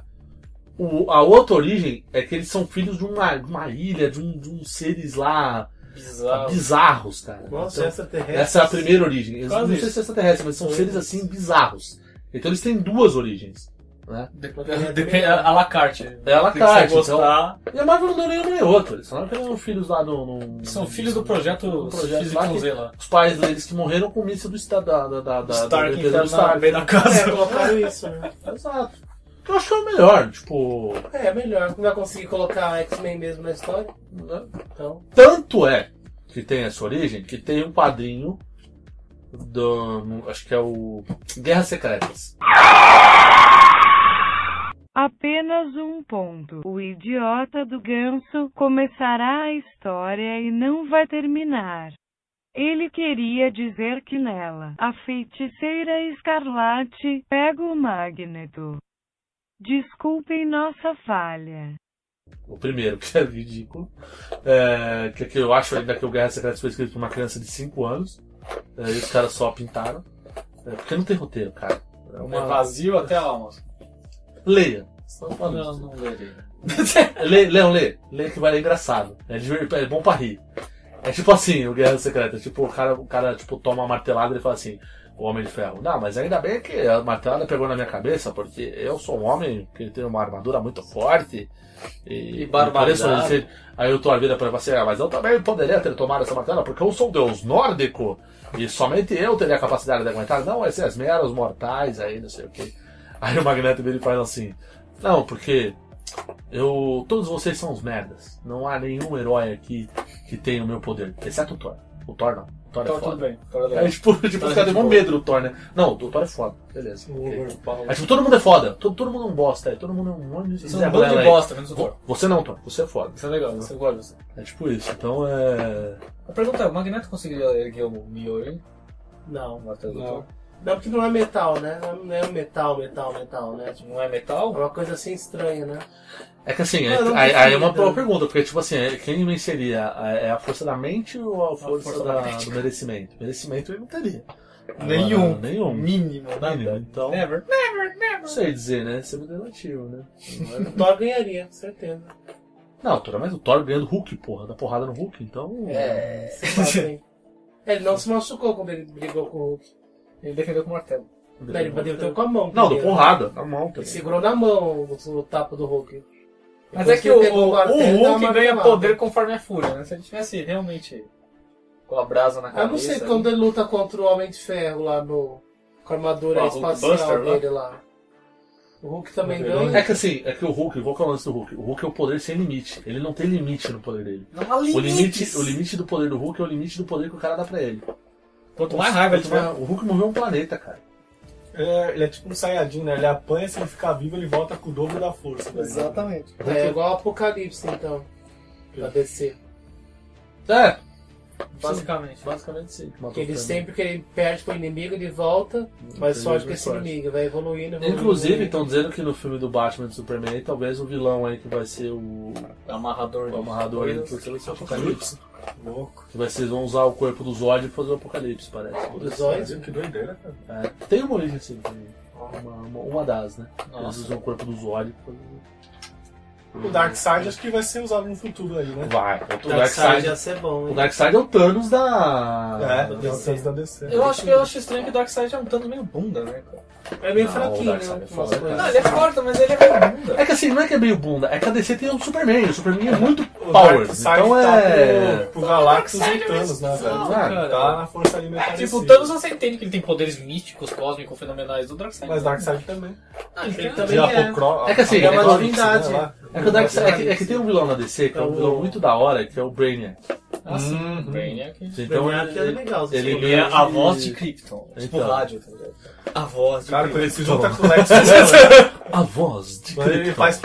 S6: O, a outra origem é que eles são filhos de uma, de uma ilha, de, um, de uns seres lá
S5: Bizarro.
S6: bizarros, cara.
S7: Nossa,
S6: Então,
S7: extraterrestre.
S6: essa é a primeira origem. Eles,
S5: Quase
S6: não sei
S5: isso.
S6: se é extraterrestre, mas são seres assim bizarros. Então eles têm duas origens. Né?
S5: Depende, a la carte.
S6: É a la
S5: Tem que você
S6: carte,
S5: gostar.
S6: E a Marvel não deu nenhum nem outro. Eles falaram que eles eram filhos lá do. no-
S5: São filhos do projeto,
S6: do um projeto
S5: Físico
S6: lá que-
S5: Z lá.
S6: Os pais deles que morreram com o míssil do Estado da, da, da, da
S5: Stark entrando
S6: da defesa
S5: na-
S6: do Stark.
S5: no meio da casa.
S7: É, colocaram isso, né?
S6: Exato. Eu acho que é o melhor, tipo.
S7: É, é melhor. Não vai conseguir colocar X-Men mesmo na história.
S6: né?
S7: Então,
S6: Tanto é que tem essa origem que tem um padrinho do. Acho que é o. Guerras Secretas.
S14: Apenas um ponto. O idiota do ganso começará a história e não vai terminar. Ele queria dizer que nela, a feiticeira escarlate pega o magneto. Desculpem nossa falha.
S6: O primeiro, que é ridículo. É, que, que eu acho ainda que o Guerra Secreta foi escrito por uma criança de 5 anos. É, e os caras só pintaram. É, porque não tem roteiro, cara. É uma-
S5: É vazio até a alma.
S6: Leia.
S5: Não, não lerei.
S6: Lê, Leão, lê. Lê que vai ler engraçado. É, diver- é bom pra rir. É tipo assim, o Guerra Secreta. Tipo, o cara, o cara tipo, toma uma martelada e fala assim, o Homem de Ferro. Não, mas ainda bem que a martelada pegou na minha cabeça, porque eu sou um homem que tem uma armadura muito forte. E,
S5: E barbaridade.
S6: e pareço resistente." Aí eu tô a vida pra você, "Ah, mas eu também poderia ter tomado essa martela, porque eu sou um deus nórdico. E somente eu teria a capacidade de aguentar. Não, esses meros mortais aí, não sei o quê. Aí o Magneto dele faz assim, não, porque eu. Todos vocês são uns merdas. Não há nenhum herói aqui que tenha o meu poder. Exceto o Thor. O Thor não. O
S5: Então
S6: Thor
S5: tudo
S6: é foda.
S5: bem. Tá
S6: Aí, tipo, tipo, os caras têm mó medo do Thor, né? Não, o Thor é foda. Beleza. ok. Aí, tipo, todo mundo é foda. Todo, todo mundo é um bosta. Aí, todo mundo é um monte de
S5: Vocês são um
S6: Zé
S5: bando de
S6: Balela aí.
S5: bosta, menos o Thor.
S6: Você não, Thor. Você é foda.
S5: Isso é legal, isso eu gosto disso.
S6: É tipo isso. Então é.
S5: A pergunta é, o Magneto conseguiria erguer o Mjolnir?
S7: não.
S5: O martelo do
S7: Não.
S5: Thor?
S7: Não, porque não é metal, né? Não é metal, metal, metal, né? Tipo,
S5: Não é
S7: é
S5: metal?
S7: uma coisa assim estranha, né?
S6: É que assim,
S7: Ah,
S6: é-
S7: não
S6: aí, aí é uma
S7: duvido.
S5: né?
S6: boa pergunta, porque tipo assim, é- quem venceria? A- É a força da mente ou a força,
S5: força
S6: da-
S5: magnética.
S6: do merecimento? Merecimento ele não teria. Agora,
S5: Nenhum.
S6: Nenhum.
S5: Mínimo, né? nada.
S6: Mínimo, então.
S5: Never.
S6: Não sei dizer, né? Isso é muito relativo, né?
S7: O Thor ganharia, com certeza.
S6: Não, Thor, mas o Thor ganhando Hulk, porra, dá porrada no Hulk, então.
S5: É.
S7: Se passa, hein? Ele não se machucou quando ele brigou com o Hulk.
S5: Ele defendeu com o martelo.
S7: Não, ele bateu teu com a mão.
S6: Não, deu
S7: primeiro.
S6: porrada, na mão
S7: Ele
S6: também.
S7: segurou na mão o, o tapa do Hulk.
S5: Mas
S7: Depois
S5: é que
S7: ele
S5: o,
S7: pegou
S5: o,
S7: martelo, deu uma
S5: Hulk ganha
S7: martelada.
S5: poder conforme a fúria, né? Se ele tivesse realmente com a brasa na cabeça...
S7: Eu não sei
S5: ali-
S7: quando ele luta contra o Homem de Ferro lá no. Com a armadura
S5: Com a
S7: espacial
S5: Hulkbuster lá.
S7: dele lá. O Hulk também
S5: Não,
S7: ganha.
S6: É que assim, é que o Hulk, qual que é o lance do Hulk? O Hulk é o poder sem limite. Ele não tem limite no poder dele.
S5: Não há
S6: O
S5: limites.
S6: limite, o limite do poder do Hulk é o limite do poder que o cara dá pra ele.
S5: Quanto mais raiva ele
S6: Quanto
S5: tiver...
S6: mais- O Hulk moveu um planeta, cara.
S4: Ele é, ele é tipo um Saiyajin, né? Ele apanha, se ele ficar vivo, ele volta com o dobro da força. né?
S5: Exatamente.
S7: É igual o Apocalipse, então. Da DC.
S6: É,
S5: Basicamente.
S6: basicamente sim.
S7: Que ele sempre que ele perde pro inimigo, ele volta, mas
S6: Entendi,
S7: sorte com
S6: mais
S7: esse
S6: forte.
S7: inimigo, vai evoluindo, evoluindo.
S6: Inclusive,
S7: evoluindo.
S6: estão dizendo que no filme do Batman e do Superman, talvez o vilão aí que vai ser É o,
S5: Amarrador.
S6: o amarrador aí, que vai ser o Apocalipse.
S4: Louco.
S6: Que vai ser, vão usar o corpo do Zod e fazer o Apocalipse, parece.
S7: Os olhos.
S4: Que doideira, cara.
S6: É, tem uma origem assim. também. uma, uma, uma das, né? Eles usam o corpo do Zod.
S4: O Darkseid acho que vai ser usado no futuro aí, né?
S6: Vai. O Darkseid
S7: Darkseid ia ser bom, hein?
S6: O Darkseid é o Thanos da.
S4: É, é o Thanos da DC.
S5: Eu acho, que- eu acho estranho que o Darkseid é um tanto meio bunda, né, cara?
S7: É meio
S6: Não, Ah, o
S7: fraquinho,
S6: Darkseid
S7: né?
S6: é foda, cara.
S5: Não, ele é forte, mas ele é meio bunda.
S6: É que assim, não é que é meio bunda, é que a DC tem o Superman. O Superman é muito
S4: O
S6: power.
S4: Darkseid
S6: Então
S4: tá
S6: é.
S4: pro, pro Galactus e Thanos, né, velho?
S5: Não, cara.
S4: Tá na força alimentar.
S5: Tipo, o Thanos você entende que ele tem poderes místicos, cósmicos, fenomenais do Darkseid.
S4: Mas
S5: não.
S4: Darkseid também.
S5: Ah, ele
S4: Ele
S5: tem-
S4: também
S5: ele
S4: é. Apocro-
S6: É que assim,
S4: Ele é uma
S6: é que-
S4: divindade.
S6: sei lá. É que, o Darkseid, é, que, é que tem um vilão na DC que é um vilão muito da hora, que é o Brainiac.
S5: Ah, sim. Brainiac.
S6: Então
S7: Brainiac é legal,
S6: Ele,
S5: Ele é a voz de Krypton. Tipo
S6: Então.
S5: rádio, tá ligado? A voz de
S4: Cara, quando ele se
S5: Krypton.
S4: junta com o Lex Luthor,
S6: A voz de
S4: Quando ele
S6: Krypton.
S4: faz...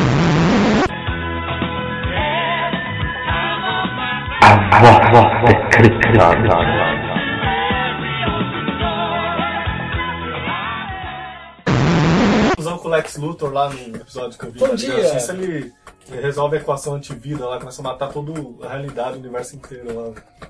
S4: Fusão com o Lex Luthor lá no episódio que eu vi. tá
S5: Bom
S4: da
S5: dia.
S4: Liga da Justiça, ele ele resolve a equação antivida lá, começa a matar toda a realidade, o universo inteiro lá.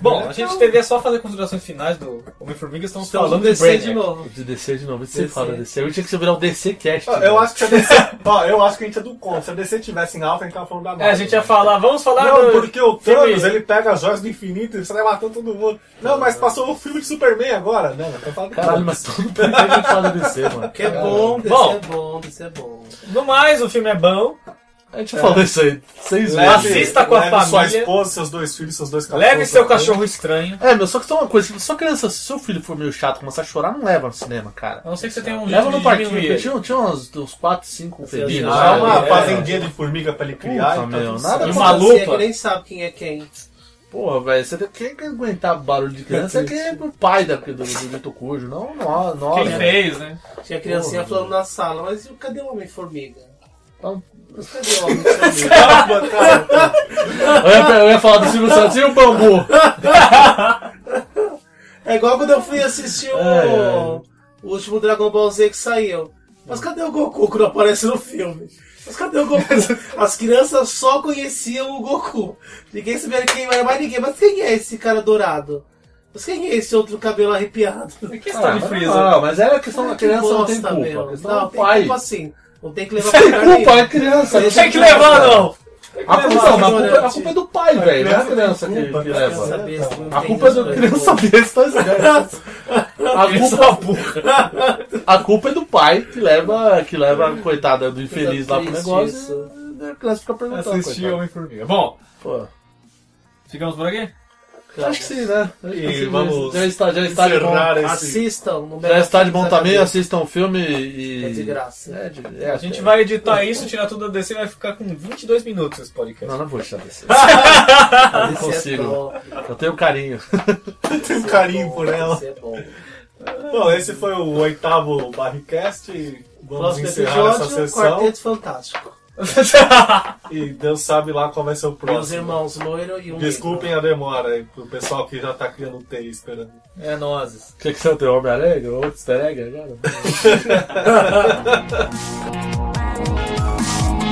S5: Bom, a gente teria só fazer considerações finais do Homem-Formiga, estamos
S7: Estamos
S5: falando
S7: no
S5: de
S7: DC
S5: Brainiac.
S7: de novo.
S6: De DC de novo, você
S7: DC.
S6: fala DC. Eu tinha que você virar o DC Cast. né?
S4: Ó, Eu acho que a DC. ó, eu acho que a gente é do contra. Se a DC tivesse em alta, a gente tava falando da Marvel. né?
S5: É, a gente ia falar, vamos falar
S4: Não,
S5: do...
S4: porque o Thanos,
S5: filme-
S4: ele pega as joias do infinito e sai matando todo mundo. Não, mas passou o filme de Superman agora. Não, eu falo do
S6: Caralho, mas todo mundo a gente fala DC, mano.
S7: Que é bom, DC
S5: Bom.
S7: é bom, DC é bom.
S5: No mais, o filme é bom.
S6: A gente falou isso aí seis
S4: Leve-
S6: vezes.
S5: Assista com a
S4: leve sua
S5: família.
S4: esposa, seus dois filhos, seus dois cachorros. tá
S5: Leve seu
S4: também.
S5: cachorro estranho.
S6: É, meu, só que tem uma coisa, se sua criança, se seu filho for meio chato, começar a chorar, não leva no cinema, cara.
S5: A não ser que você tenha um jeito
S6: Leva no
S5: de
S6: parquinho,
S5: diminuir
S6: porque
S5: ele.
S6: tinha, tinha uns, uns 4, 5
S7: Assim,
S6: felinos.
S7: assim,
S5: Ah,
S4: Dá
S6: sabe?
S4: uma
S7: É.
S4: fazendinha de formiga pra ele criar. então,
S6: Puta,
S4: e
S6: meu,
S4: tudo
S6: nada
S4: certo.
S7: E
S6: com
S7: uma
S6: maluca.
S7: que nem sabe quem é quem.
S6: Porra, velho, você tem quem que aguentar barulho de criança é quem é o pai da, do, do Vitor Cujo, não nós. nós
S5: Quem
S6: né?
S5: fez, né?
S7: Tinha criancinha
S6: Porra,
S7: falando na sala, mas e cadê o Homem-Formiga?
S6: Então,
S7: Mas cadê o tá Homem-Formiga?
S4: Calma, calma.
S6: Eu ia, eu ia falar do Silvio Santos e o bambu.
S7: É igual quando eu fui assistir o,
S6: É, é.
S7: o último Dragon Ball Z que saiu. Mas cadê o Goku que não aparece no filme? Mas cadê o Goku? As crianças só conheciam o Goku. Ninguém sabia quem era mais ninguém. Mas quem é esse cara dourado? Mas quem é esse outro cabelo arrepiado?
S4: É
S5: Que
S6: Ah,
S5: história de
S6: mas
S5: Freeza.
S6: não, mas era a questão da
S7: Que
S6: criança, não tem
S7: bosta,
S6: culpa.
S7: meu.
S6: A questão
S7: Não,
S6: do
S7: tem
S6: pai.
S7: culpa sim. Não tem que levar
S6: Tem
S7: pra ninguém.
S6: culpa, é criança.
S7: Tem
S5: Tem que levar, não!
S6: A culpa, não, a, culpa, a
S7: ignorante.
S6: culpa é do pai, velho. Não é a criança que,
S4: culpa,
S6: que
S4: né?
S7: Criança
S6: leva.
S7: besta, não
S6: A
S7: tem
S6: culpa é do
S7: respeito.
S6: criança besta, velho. A culpa, a culpa é do pai que leva, que leva a coitada do infeliz lá pro
S7: triste
S6: negócio.
S7: isso.
S6: E a criança fica perguntando.
S5: Assistir
S6: coitada.
S5: Homem-Formiga. Bom,
S6: Pô,
S5: ficamos por aqui?
S6: Acho que sim, né? Acho que
S4: E
S6: sim,
S4: vamos
S6: já está, já está de bom.
S4: encerrar Tá esse...
S5: Ah,
S7: Assistam. no
S6: Já está de bom
S7: Netflix
S6: também,
S7: HD.
S6: assistam o filme e.
S7: É de graça.
S6: É, de- é,
S5: A gente vai editar isso, tirar tudo da DC e vai ficar com 22 minutos esse podcast.
S6: Não, não vou deixar desse.
S7: Ah,
S6: Não
S7: DC é
S6: consigo.
S7: top.
S6: Eu tenho carinho.
S4: Tem um carinho por ela.
S7: DC é bom.
S4: Bom, esse foi o oitavo Barricast. e Vamos
S7: Próximo
S4: encerrar essa
S7: episódio,
S4: sessão.
S7: Quarteto Fantástico.
S4: E Deus sabe lá qual vai ser o
S7: Meus
S4: próximo.
S7: irmãos loiro e um
S4: Desculpem a demora aí pro pessoal que já tá criando TI esperando.
S5: É nozes.
S6: Quer que você tenha Homem-Aranha? Ou Easter Egg agora?
S7: negro.